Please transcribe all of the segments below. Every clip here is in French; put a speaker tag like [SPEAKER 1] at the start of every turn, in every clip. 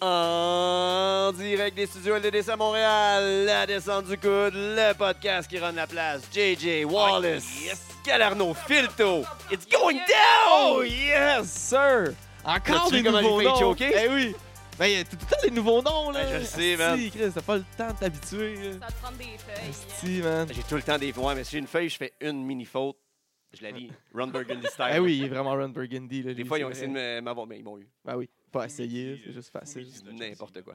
[SPEAKER 1] En direct des studios LDDC à Montréal, la descente du coude, le podcast qui rend la place, JJ Wallace,
[SPEAKER 2] Oh, yes.
[SPEAKER 1] Galarno Filto, it's going
[SPEAKER 2] Yeah.
[SPEAKER 1] down!
[SPEAKER 2] Oh yes, sir! Encore
[SPEAKER 1] As-tu
[SPEAKER 2] des
[SPEAKER 1] vu comment
[SPEAKER 2] nouveaux
[SPEAKER 1] j'ai
[SPEAKER 2] noms.
[SPEAKER 1] failli choquer?
[SPEAKER 2] Ben oui. Ben, y a tout le temps des nouveaux noms, là.
[SPEAKER 1] Ben, je le sais, man.
[SPEAKER 2] Si, Chris, t'as pas le temps de t'habituer, là.
[SPEAKER 3] Ça va te prendre des feuilles.
[SPEAKER 2] Si, man.
[SPEAKER 1] J'ai tout le temps des voix, mais si une feuille, je fais une mini-faute, je la lis. Ron Burgundy style.
[SPEAKER 2] Ben oui, il est vraiment Ron Burgundy, là.
[SPEAKER 1] Des
[SPEAKER 2] lui,
[SPEAKER 1] fois,
[SPEAKER 2] c'est
[SPEAKER 1] ils ont essayé de
[SPEAKER 2] vrai.
[SPEAKER 1] me- euh, m'avoir, mais ils m'ont eu.
[SPEAKER 2] Ben oui, pas essayé, c'est juste facile.
[SPEAKER 1] C'est N'importe quoi.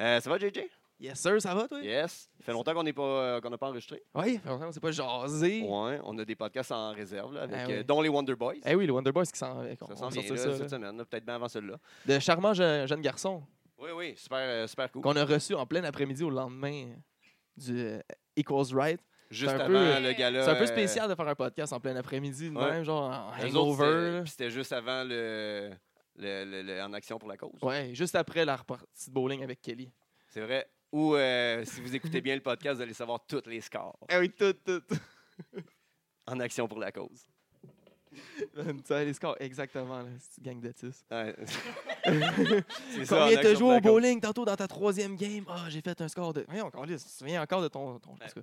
[SPEAKER 1] Euh, ça va, JJ?
[SPEAKER 2] Yes, sir, ça va, toi?
[SPEAKER 1] Yes. Ça fait longtemps qu'on n'est pas, euh, qu'on n'a pas enregistré.
[SPEAKER 2] Oui, on s'est pas jasé.
[SPEAKER 1] Ouais, on a des podcasts en réserve, là, avec,
[SPEAKER 2] Ah ouais.
[SPEAKER 1] euh, dont les Wonder Boys.
[SPEAKER 2] Eh oui, le Wonder Boys qui s'en
[SPEAKER 1] Ça
[SPEAKER 2] qu'on
[SPEAKER 1] s'en
[SPEAKER 2] va
[SPEAKER 1] vient
[SPEAKER 2] sortir
[SPEAKER 1] là,
[SPEAKER 2] ça, là.
[SPEAKER 1] cette semaine, là, peut-être bien avant celui-là.
[SPEAKER 2] De charmants jeunes jeunes garçons
[SPEAKER 1] Oui, oui, super, euh, super cool.
[SPEAKER 2] qu'on a reçus en plein après-midi au lendemain du euh, Equals Right.
[SPEAKER 1] Juste
[SPEAKER 2] C'est un
[SPEAKER 1] avant
[SPEAKER 2] peu-
[SPEAKER 1] le gala.
[SPEAKER 2] C'est un peu
[SPEAKER 1] euh,
[SPEAKER 2] spécial de faire un podcast en plein après-midi, de
[SPEAKER 1] Ouais.
[SPEAKER 2] même, genre en
[SPEAKER 1] eux autres,
[SPEAKER 2] hangover.
[SPEAKER 1] c'était-
[SPEAKER 2] là.
[SPEAKER 1] puis C'était juste avant le, le- le- le- En action pour la cause.
[SPEAKER 2] Ouais, juste après la repartie de bowling avec Kelly.
[SPEAKER 1] C'est vrai. Ou euh, si vous écoutez bien le podcast, vous allez savoir tous les scores.
[SPEAKER 2] Ah oui, tout, tout.
[SPEAKER 1] En action pour la cause.
[SPEAKER 2] tu sais, les scores, exactement, là, cette gang de 10.
[SPEAKER 1] Ouais. C'est ça, en action
[SPEAKER 2] Combien t'as
[SPEAKER 1] pour
[SPEAKER 2] joué
[SPEAKER 1] la
[SPEAKER 2] au
[SPEAKER 1] cause.
[SPEAKER 2] bowling tantôt dans ta troisième game? Ah, j'ai fait un score de. Voyons, encore, tu te souviens encore de ton. ton- en tout cas.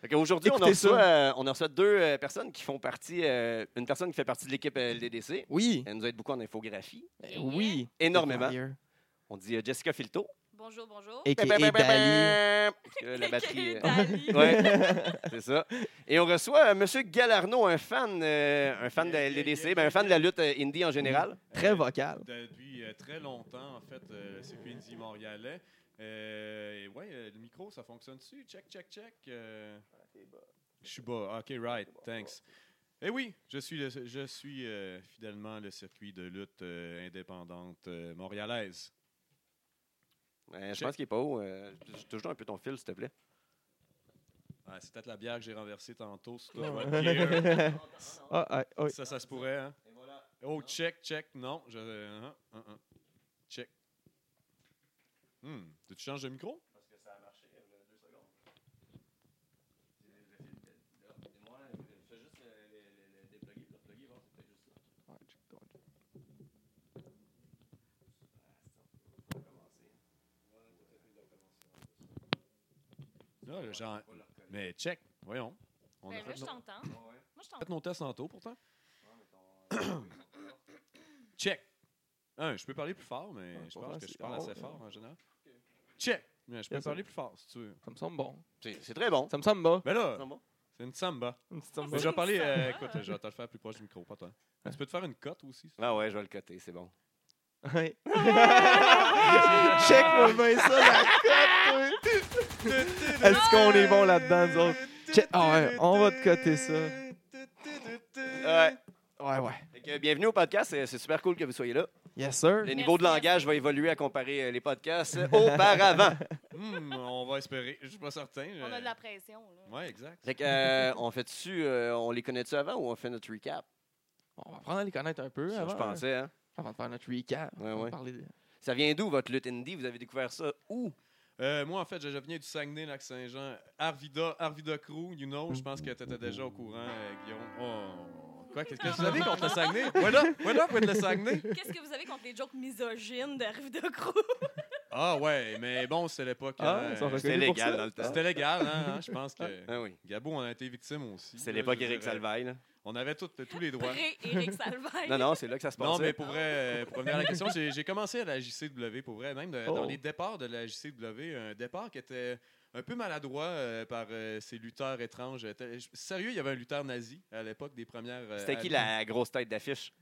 [SPEAKER 1] Fait Aujourd'hui, on, en
[SPEAKER 2] Écoutez ça.
[SPEAKER 1] reçoit, euh, on en reçoit deux euh, personnes qui font partie. euh, une personne qui fait partie de l'équipe euh, LDDC.
[SPEAKER 2] Oui,
[SPEAKER 1] Elle nous aide beaucoup en infographie.
[SPEAKER 2] ben oui.
[SPEAKER 1] Énormément. On dit euh, Jessica Filto.
[SPEAKER 3] Bonjour, bonjour.
[SPEAKER 2] Et qui
[SPEAKER 1] Bam, bam,
[SPEAKER 2] est
[SPEAKER 1] bam,
[SPEAKER 2] Dali.
[SPEAKER 1] bam. Parce que La batterie. euh,
[SPEAKER 3] Dali.
[SPEAKER 1] Ouais, c'est ça. Et on reçoit M. Galarno, un fan, euh, un fan de la LDDC, ben, un fan de la lutte euh, indie en général.
[SPEAKER 2] Très vocal.
[SPEAKER 4] Depuis euh, très longtemps, en fait, euh, le circuit indie montréalais. Euh, et ouais, euh, le micro, ça fonctionne dessus. Check, check, check. euh. je suis bas. OK, right. Thanks. Eh oui, je suis, le- je suis euh, fidèlement le circuit de lutte euh, indépendante euh, montréalaise.
[SPEAKER 1] Euh, je pense qu'il est pas haut. euh, tou- toujours un peu ton fil, s'il te plaît.
[SPEAKER 4] Ah, c'est peut-être la bière que j'ai renversée tantôt sur le toit de bière.
[SPEAKER 2] ah, ah, oui.
[SPEAKER 4] Ça, ça se pourrait, hein? Oh, check, check. Non, je... hein, hein, hein. Check. Hmm, tu changes de micro?
[SPEAKER 3] euh, euh,
[SPEAKER 4] Là, le genre... Mais check, voyons. On
[SPEAKER 3] Ben
[SPEAKER 4] a
[SPEAKER 3] là,
[SPEAKER 4] fait
[SPEAKER 3] je
[SPEAKER 4] nos-
[SPEAKER 3] t'entends. Moi, je
[SPEAKER 4] fait
[SPEAKER 3] t'entends.
[SPEAKER 4] nos tests tantôt, pourtant. Check. Hein, je peux parler plus fort, mais
[SPEAKER 2] Ouais,
[SPEAKER 4] je
[SPEAKER 2] pas
[SPEAKER 4] pense que
[SPEAKER 2] facile.
[SPEAKER 4] je parle
[SPEAKER 2] Ah,
[SPEAKER 4] assez
[SPEAKER 2] ouais.
[SPEAKER 4] fort en général. Check. Mais je peux
[SPEAKER 2] Yes, sir.
[SPEAKER 4] parler plus fort, si tu veux.
[SPEAKER 2] Ça me semble bon.
[SPEAKER 1] C'est c'est très bon.
[SPEAKER 2] Ça me semble bon.
[SPEAKER 4] Mais là,
[SPEAKER 1] C'est bon.
[SPEAKER 4] c'est une samba.
[SPEAKER 2] Une petite samba.
[SPEAKER 4] Mais je vais parler...
[SPEAKER 3] Une
[SPEAKER 4] euh,
[SPEAKER 3] samba.
[SPEAKER 4] écoute, je vais te le faire plus proche du micro, pas toi. Tu peux te faire une cote aussi? si tu
[SPEAKER 1] Ah ouais, je vais le coter, c'est bon.
[SPEAKER 2] Ouais. Check me bien ça, la cote, toi. Est-ce qu'on est bon là-dedans, nous autres? Check- Ah ouais, on va te coter ça.
[SPEAKER 1] Ouais.
[SPEAKER 2] Ouais, ouais.
[SPEAKER 1] Fait que, bienvenue au podcast, c'est c'est super cool que vous soyez là.
[SPEAKER 2] Yes, sir.
[SPEAKER 1] Le niveau de
[SPEAKER 3] Merci.
[SPEAKER 1] langage va évoluer à comparer euh, les podcasts euh, auparavant.
[SPEAKER 4] Hmm, on va espérer. Je suis pas certain. euh,
[SPEAKER 3] On a de la pression. Là.
[SPEAKER 4] Ouais, exact.
[SPEAKER 1] Fait que, euh, on fait dessus, on les connaît-tu avant ou on fait notre recap?
[SPEAKER 2] On va prendre à les connaître un peu
[SPEAKER 1] Ça,
[SPEAKER 2] avant, euh,
[SPEAKER 1] je pensais, hein?
[SPEAKER 2] avant de faire notre recap.
[SPEAKER 1] Ouais,
[SPEAKER 2] On va
[SPEAKER 1] ouais.
[SPEAKER 2] parler de-
[SPEAKER 1] Ça vient d'où votre lutte indie? Vous avez découvert ça où?
[SPEAKER 4] Euh, moi, en fait, je, je viens du Saguenay-Lac-Saint-Jean. Arvida, Arvida Crew, you know, je pense que t'étais déjà au courant, euh, Guillaume. Oh. Quoi, qu'est-ce que vous avez contre le Saguenay? What up, what up with le Saguenay?
[SPEAKER 3] Qu'est-ce que vous avez contre les jokes misogynes de Rive de Croix?
[SPEAKER 4] Ah ouais, mais bon, c'est l'époque.
[SPEAKER 2] Ah,
[SPEAKER 4] hein,
[SPEAKER 2] ils sont reconnus
[SPEAKER 1] C'était
[SPEAKER 2] pour
[SPEAKER 1] légal
[SPEAKER 2] ça.
[SPEAKER 1] dans le temps.
[SPEAKER 4] C'était légal, hein? hein, je pense que...
[SPEAKER 1] Ah oui.
[SPEAKER 4] Gabo, on a été victime aussi.
[SPEAKER 1] C'est
[SPEAKER 4] là,
[SPEAKER 1] l'époque
[SPEAKER 4] je
[SPEAKER 1] Eric
[SPEAKER 4] dirais.
[SPEAKER 1] Salvaille, là.
[SPEAKER 4] On avait tous tous les droits.
[SPEAKER 3] Pré-Éric Salvaille.
[SPEAKER 1] Non, non, c'est là que ça se passe.
[SPEAKER 4] Non, mais pour vrai, euh, pour revenir à la question, j'ai j'ai commencé à la JCW, pour vrai, même de-
[SPEAKER 2] Oh.
[SPEAKER 4] dans les départs de la JCW, un départ qui était un peu maladroit euh, par euh, ces lutteurs étranges. Était- je- Sérieux, il y avait un lutteur nazi à l'époque des premières. euh,
[SPEAKER 1] C'était qui
[SPEAKER 4] années.
[SPEAKER 1] la grosse tête d'affiche?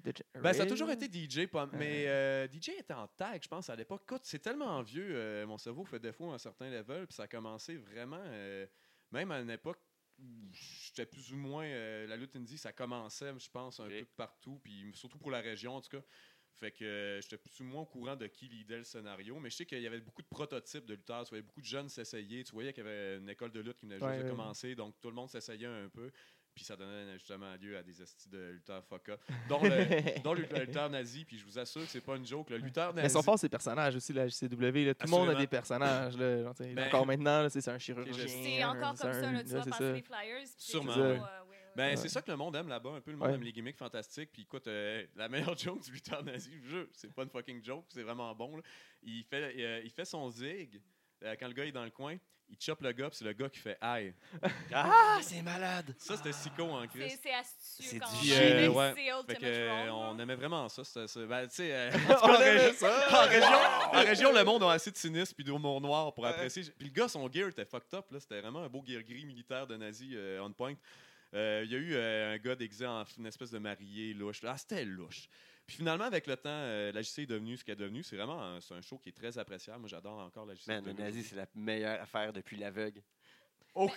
[SPEAKER 4] Ben, ça a toujours été DJ, pas- mais euh, DJ était en tag, je pense, à l'époque. Écoute, c'est tellement vieux, euh, mon cerveau fait défaut à un certain level, puis ça a commencé vraiment, euh, même à une époque où j'étais plus ou moins, euh, la lutte indie, ça commençait, je pense, un
[SPEAKER 1] Ok.
[SPEAKER 4] peu partout, puis surtout pour la région, en tout cas. Fait que euh, j'étais plus ou moins au courant de qui lidait le scénario, mais je sais qu'il y avait beaucoup de prototypes de lutteurs, tu voyais beaucoup de jeunes s'essayer, tu voyais qu'il y avait une école de lutte qui venait juste
[SPEAKER 2] Ouais,
[SPEAKER 4] de
[SPEAKER 2] ouais.
[SPEAKER 4] commencer, donc tout le monde s'essayait un peu, puis ça donnait justement lieu à des estis de lutteurs fuck-up, dont le, dans le le lutteur nazi, puis je vous assure que c'est pas une joke. Le lutteur nazi.
[SPEAKER 2] Mais sont forts ces personnages aussi, la JCW. là. Tout le monde a
[SPEAKER 4] Absolument.
[SPEAKER 2] des personnages. Là, Genre, tu sais,
[SPEAKER 4] Ben-
[SPEAKER 2] encore maintenant, là, tu sais, c'est un chirurgien.
[SPEAKER 4] je sais.
[SPEAKER 3] C'est encore comme
[SPEAKER 2] un-
[SPEAKER 3] ça, là, tu
[SPEAKER 2] ouais,
[SPEAKER 3] vas
[SPEAKER 2] c'est
[SPEAKER 3] passer
[SPEAKER 2] ça.
[SPEAKER 3] les flyers. puis c'est
[SPEAKER 4] Sûrement,
[SPEAKER 3] toujours,
[SPEAKER 2] ouais.
[SPEAKER 3] euh, ouais, ouais.
[SPEAKER 4] Ben,
[SPEAKER 2] Ouais.
[SPEAKER 4] c'est ça que le monde aime là-bas, un peu. Le monde
[SPEAKER 2] Ouais.
[SPEAKER 4] aime les gimmicks fantastiques. Puis écoute, euh, la meilleure joke du lutteur nazi, je vous jure, c'est pas une fucking joke, c'est vraiment bon. là. Il, fait, euh, il fait son zig. euh, quand le gars est dans le coin, il chope le gars, puis c'est le gars qui fait aïe.
[SPEAKER 1] Ah, c'est malade!
[SPEAKER 4] Ça, c'était Sico en
[SPEAKER 3] C'est
[SPEAKER 4] Christ.
[SPEAKER 3] c'est astucieux
[SPEAKER 1] C'est
[SPEAKER 3] quand
[SPEAKER 1] du
[SPEAKER 3] même.
[SPEAKER 1] génie.
[SPEAKER 3] Même
[SPEAKER 1] Euh,
[SPEAKER 3] si
[SPEAKER 4] ouais.
[SPEAKER 3] c'est
[SPEAKER 4] Fait
[SPEAKER 3] ultimate
[SPEAKER 4] que, euh,
[SPEAKER 3] wrong,
[SPEAKER 4] on
[SPEAKER 3] là.
[SPEAKER 4] aimait vraiment ça. ça, ça- ben, tu sais, euh, en tout cas, en
[SPEAKER 2] On aimait
[SPEAKER 4] régi- en région, en région, le monde a assez de cynisme puis d'humour noir pour
[SPEAKER 2] Ouais.
[SPEAKER 4] apprécier. Puis le gars, son gear était fucked up. là. C'était vraiment un beau gear gris militaire de nazi euh, on point. Euh, Il y a eu euh, un gars déguisé en f- une espèce de marié louche. Ah, c'était louche. Puis finalement, avec le temps, euh, la JC est devenue ce qu'elle est devenue. C'est vraiment un, c'est un show qui est très appréciable. Moi, j'adore encore la JC.
[SPEAKER 1] Man, le
[SPEAKER 4] de
[SPEAKER 1] nazi, c'est la meilleure affaire depuis l'aveugle.
[SPEAKER 4] Oh,
[SPEAKER 2] Ouais.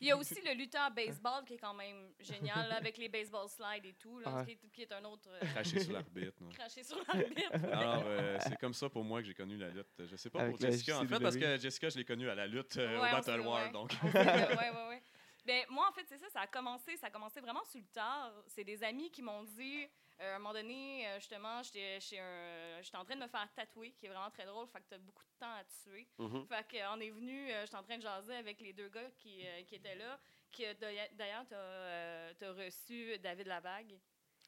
[SPEAKER 3] Il y a aussi le lutteur en baseball qui est quand même génial, là, avec les baseball slides et tout, là,
[SPEAKER 2] Ouais.
[SPEAKER 3] qui, est, qui est un autre euh,
[SPEAKER 4] Craché sur l'arbitre. ouais.
[SPEAKER 3] craché sur l'arbitre.
[SPEAKER 4] Alors, euh, c'est comme ça pour moi que j'ai connu la lutte. Je sais pas
[SPEAKER 2] Avec
[SPEAKER 4] pour
[SPEAKER 2] la
[SPEAKER 4] Jessica, en fait, parce
[SPEAKER 2] JCW.
[SPEAKER 4] que Jessica, je l'ai connue à la lutte euh,
[SPEAKER 3] Ouais,
[SPEAKER 4] au
[SPEAKER 3] on
[SPEAKER 4] Battle
[SPEAKER 3] s'est-
[SPEAKER 4] War,
[SPEAKER 3] ouais.
[SPEAKER 4] donc.
[SPEAKER 3] ouais, ouais, ouais. Ben, moi, en fait, c'est ça, ça a commencé, ça a commencé vraiment sur le tard. C'est des amis qui m'ont dit, euh, à un moment donné, euh, justement, j'étais chez un- j'étais en train de me faire tatouer, qui est vraiment très drôle, fait que t'as beaucoup de temps à tuer. Fait que, euh, on est venu, euh, j'étais en train de jaser avec les deux gars qui, euh, qui étaient là, qui, euh, d'ailleurs- d'ailleurs, t'as euh, t'as reçu David Lavague.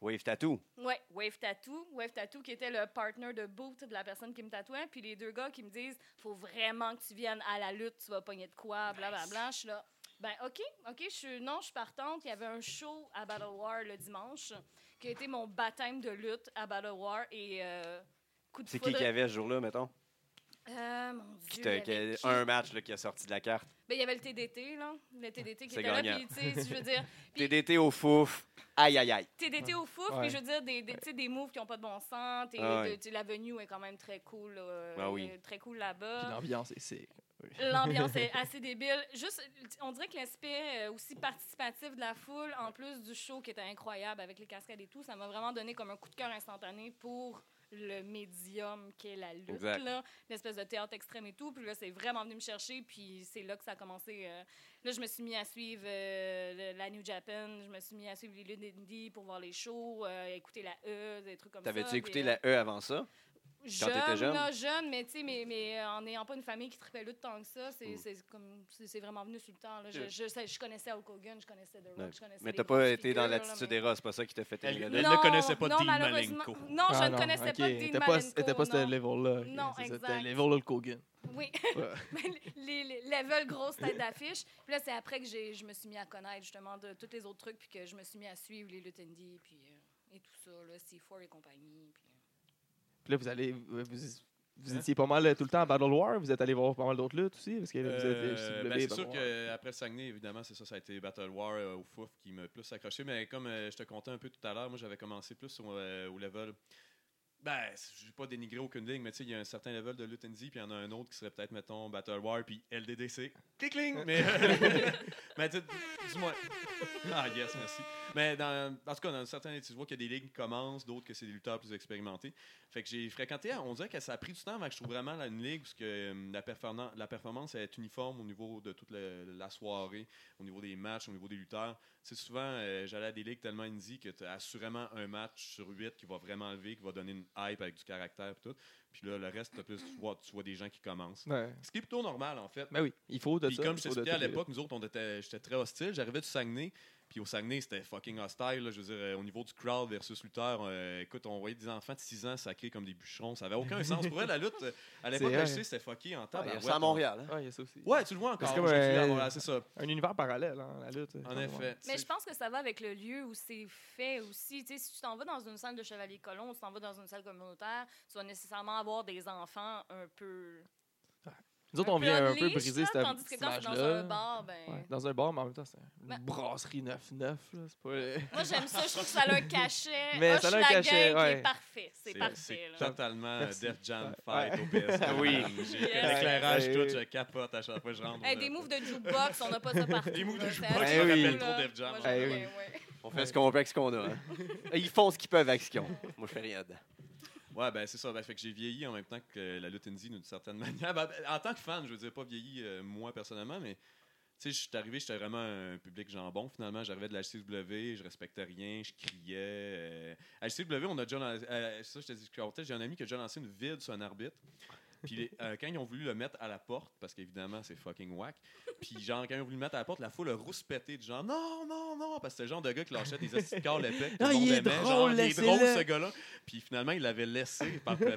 [SPEAKER 1] Wave Tattoo.
[SPEAKER 3] Ouais, Wave Tattoo. Wave Tattoo qui était le partner de boot de la personne qui me tatouait. Puis les deux gars qui me disent Faut vraiment que tu viennes à la lutte, tu vas pogner de quoi, blablabla. Je suis là. Ben, OK, OK, je suis. Non, je suis partante. Il y avait un show à Battle War le dimanche qui a été mon baptême de lutte à Battle War et. euh, coup de
[SPEAKER 1] C'est qui
[SPEAKER 3] foudre.
[SPEAKER 1] qui avait ce jour-là, mettons?
[SPEAKER 3] Euh, mon Dieu.
[SPEAKER 1] Qui
[SPEAKER 3] il
[SPEAKER 1] t'a-
[SPEAKER 3] y avait
[SPEAKER 1] qui a-
[SPEAKER 3] qui?
[SPEAKER 1] un match là, qui a sorti de la carte.
[SPEAKER 3] Ben, il y avait le TDT, là. Le TDT qui
[SPEAKER 1] C'est
[SPEAKER 3] était là.
[SPEAKER 1] gagnant.
[SPEAKER 3] Puis, tu sais, je veux dire, Puis-
[SPEAKER 1] TDT au fouf. Aïe, aïe, aïe.
[SPEAKER 3] TDT au fouf,
[SPEAKER 2] Ouais.
[SPEAKER 3] puis je veux dire, des, des, tu sais, des moves qui n'ont pas de bon sens. T'es,
[SPEAKER 1] Ah ouais.
[SPEAKER 3] de- tu- la venue est quand même très cool. euh,
[SPEAKER 1] Ah oui.
[SPEAKER 3] euh, Très cool
[SPEAKER 2] Puis
[SPEAKER 3] là-bas.
[SPEAKER 2] l'ambiance, c'est- c'est.
[SPEAKER 3] L'ambiance est assez débile. Juste, on dirait que l'aspect euh, aussi participatif de la foule, en plus du show qui était incroyable avec les cascades et tout, ça m'a vraiment donné comme un coup de cœur instantané pour le médium qu'est la lutte,
[SPEAKER 1] Exact.
[SPEAKER 3] là. l'espèce de théâtre extrême et tout. Puis là, c'est vraiment venu me chercher, puis c'est là que ça a commencé. euh, Là, je me suis mis à suivre euh, le- la New Japan, je me suis mis à suivre les luttes indie pour voir les shows, euh, écouter la E, des trucs comme ça.
[SPEAKER 1] T'avais-tu
[SPEAKER 3] des- euh,
[SPEAKER 1] écouté la E avant ça?
[SPEAKER 3] jeune,
[SPEAKER 1] t'étais jeune?
[SPEAKER 3] là, jeune, mais tu sais, mais, mais euh, en n'ayant pas une famille qui tripait lutte tant que ça, c'est
[SPEAKER 1] Mm.
[SPEAKER 3] c'est comme c'est c'est vraiment venu sur le temps. Là. Je,
[SPEAKER 1] Ouais.
[SPEAKER 3] je, sais- je connaissais Hulk Hogan, je connaissais The Rock,
[SPEAKER 1] Ouais.
[SPEAKER 3] je connaissais.
[SPEAKER 1] Mais
[SPEAKER 3] les
[SPEAKER 1] t'as
[SPEAKER 3] grosses
[SPEAKER 1] pas été
[SPEAKER 3] figures,
[SPEAKER 1] dans
[SPEAKER 3] là,
[SPEAKER 1] l'attitude
[SPEAKER 3] mais-
[SPEAKER 1] des Rosses, c'est pas ça qui t'a fait aimer la
[SPEAKER 4] Elle-
[SPEAKER 1] lutte.
[SPEAKER 4] ne connaissait pas
[SPEAKER 3] non,
[SPEAKER 4] Dean
[SPEAKER 3] malheureusement.
[SPEAKER 4] Malenko.
[SPEAKER 3] Non, je
[SPEAKER 2] Ah,
[SPEAKER 3] ne connaissais
[SPEAKER 2] ok,
[SPEAKER 3] pas Dean
[SPEAKER 2] t'étais pas-
[SPEAKER 3] Malenko.
[SPEAKER 2] T'étais pas ce
[SPEAKER 3] non.
[SPEAKER 2] level-là. ok,
[SPEAKER 3] Non,
[SPEAKER 2] c'est ça,
[SPEAKER 3] exact.
[SPEAKER 2] C'était le level Hulk Hogan.
[SPEAKER 3] Oui,
[SPEAKER 2] Ouais.
[SPEAKER 3] mais les, les levels grosses têtes d'affiche. Puis là, c'est après que j'ai- je me suis mis à connaître justement de tous les autres trucs, puis que je me suis mis à suivre les luttes indie, puis euh, et tout ça, là, C4 et compagnie. puis, euh.
[SPEAKER 2] Puis là, vous allez. Vous, vous
[SPEAKER 4] Hein?
[SPEAKER 2] étiez pas mal euh, tout le temps à Battle War. Vous êtes allé voir pas mal d'autres luttes aussi. Parce que là, vous
[SPEAKER 4] Euh,
[SPEAKER 2] êtes.
[SPEAKER 4] ben,
[SPEAKER 2] CW,
[SPEAKER 4] c'est
[SPEAKER 2] Battle
[SPEAKER 4] sûr
[SPEAKER 2] War.
[SPEAKER 4] qu'après Saguenay, évidemment, c'est ça, ça a été Battle War euh, au fouf qui m'a plus accroché. Mais comme euh, je te contais un peu tout à l'heure, moi j'avais commencé plus au, euh, au level. Ben, je vais pas dénigrer aucune ligne, mais tu sais, il y a un certain level de lutte indie, puis il y en a un autre qui serait peut-être, mettons, Battle War, puis LDDC. Clickling! Mais, mais tu sais, du moins. Ah, yes, merci. Mais dans, en tout cas, dans certains, tu vois qu'il y a des ligues qui commencent, d'autres que c'est des lutteurs plus expérimentés. Fait que j'ai fréquenté, hein, on dirait que ça a pris du temps avant que je trouve vraiment là, une ligue, parce que euh, la, performance la performance est uniforme au niveau de toute la, la soirée, au niveau des matchs, au niveau des lutteurs. Tu sais, souvent, euh, j'allais à des ligues tellement indie que tu as assurément un match sur huit qui va vraiment lever, qui va donner une hype avec du caractère et tout. Puis là, le reste, t'as plus, tu, vois, tu vois des gens qui commencent.
[SPEAKER 2] Ouais.
[SPEAKER 4] Ce qui est plutôt normal, en fait.
[SPEAKER 2] Ben oui, il faut de
[SPEAKER 4] Puis
[SPEAKER 2] ça.
[SPEAKER 4] comme
[SPEAKER 2] il
[SPEAKER 4] je
[SPEAKER 2] faut de
[SPEAKER 4] t'expliquais à
[SPEAKER 2] toutes les luttes.
[SPEAKER 4] l'époque, nous autres, on était, j'étais très hostile. J'arrivais du Saguenay, puis au Saguenay, c'était fucking hostile. là. Je veux dire, euh, au niveau du crowd versus lutteur, euh, écoute, on voyait des enfants de 6 ans sacrés comme des bûcherons. Ça avait aucun sens. Pour elle, la lutte, euh, à l'époque,
[SPEAKER 2] C'est
[SPEAKER 4] la
[SPEAKER 2] vrai.
[SPEAKER 4] JC, c'était fucké en
[SPEAKER 1] Ah,
[SPEAKER 4] table.
[SPEAKER 1] ben, c'est à Montréal. hein?
[SPEAKER 2] Ouais, il y a ça aussi.
[SPEAKER 4] Ouais, tu le vois encore.
[SPEAKER 2] C'est comme
[SPEAKER 4] je l'ai vu à
[SPEAKER 2] un-
[SPEAKER 4] Montréal, c'est ça.
[SPEAKER 2] Un univers parallèle, hein, la lutte.
[SPEAKER 4] En effet. tu
[SPEAKER 3] Mais
[SPEAKER 4] sais.
[SPEAKER 3] je pense que ça va avec le lieu où c'est fait aussi. Tu sais, si tu t'en vas dans une salle de chevalier colon, tu t'en vas dans une salle communautaire, tu vas nécessairement avoir des enfants un peu.
[SPEAKER 2] Nous autres, on
[SPEAKER 3] peu
[SPEAKER 2] vient un peu
[SPEAKER 3] unleashed,
[SPEAKER 2] briser
[SPEAKER 3] là,
[SPEAKER 2] cette
[SPEAKER 3] Tandis que quand c'est dans un bar, ben.
[SPEAKER 2] Dans un bar, mais en même temps, c'est une
[SPEAKER 3] Ben-
[SPEAKER 2] brasserie 9-9. là, C'est pas... euh,
[SPEAKER 3] Moi, j'aime ça. Je trouve que ça a un cachet. Ah,
[SPEAKER 2] Mais
[SPEAKER 3] Mais
[SPEAKER 2] ça
[SPEAKER 3] ça
[SPEAKER 2] a un cachet, ouais.
[SPEAKER 3] est parfait. C'est
[SPEAKER 4] C'est-
[SPEAKER 3] parfait.
[SPEAKER 4] c'est
[SPEAKER 3] là.
[SPEAKER 4] totalement euh,
[SPEAKER 2] Merci.
[SPEAKER 4] Def Jam
[SPEAKER 2] Ouais.
[SPEAKER 4] Fight au PS.
[SPEAKER 1] Oui.
[SPEAKER 4] J'ai
[SPEAKER 3] Yes.
[SPEAKER 4] l'éclairage,
[SPEAKER 2] Ouais.
[SPEAKER 4] tout, je capote à chaque fois que je rentre.
[SPEAKER 3] Hey, des moves de jukebox, on n'a pas ça partout.
[SPEAKER 4] Des moves de
[SPEAKER 3] là, c'est
[SPEAKER 4] jukebox,
[SPEAKER 2] je me
[SPEAKER 3] assez
[SPEAKER 2] rappelle
[SPEAKER 3] cool, là.
[SPEAKER 4] trop Def Jam. hein.
[SPEAKER 3] Moi, j'aime
[SPEAKER 2] Eh oui.
[SPEAKER 3] bien, ouais.
[SPEAKER 1] On fait ce qu'on peut avec ce qu'on a. hein. Ils font ce qu'ils peuvent avec ce qu'ils ont. Moi, je fais rien dedans.
[SPEAKER 4] Ouais, ben c'est ça. Ben, fait que j'ai vieilli en même temps que euh, la lutte indie, d'une certaine manière. Ben, en tant que fan, je veux dire, pas vieilli euh, moi personnellement, mais tu sais, je suis arrivé, j'étais vraiment un public jambon. Finalement, j'arrivais de la HCW, je respectais rien, je criais. euh. À HCW, on a déjà lancé. euh, ça, je te dis, je te racontais, j'ai un ami qui a déjà lancé une vide sur un arbitre. Puis les- euh, quand ils ont voulu le mettre à la porte, parce qu'évidemment, c'est fucking whack. Puis genre, quand ils ont voulu le mettre à la porte, la foule a rouspété de genre, non, non, non, parce que c'est le genre de gars qui lâchait des asticards épais. que tout
[SPEAKER 2] Ah,
[SPEAKER 4] le monde
[SPEAKER 2] il est
[SPEAKER 4] aimait,
[SPEAKER 2] drôle,
[SPEAKER 4] genre, il est
[SPEAKER 2] laissez-le.
[SPEAKER 4] drôle, ce gars-là. Puis finalement, il l'avait laissé par, par, euh,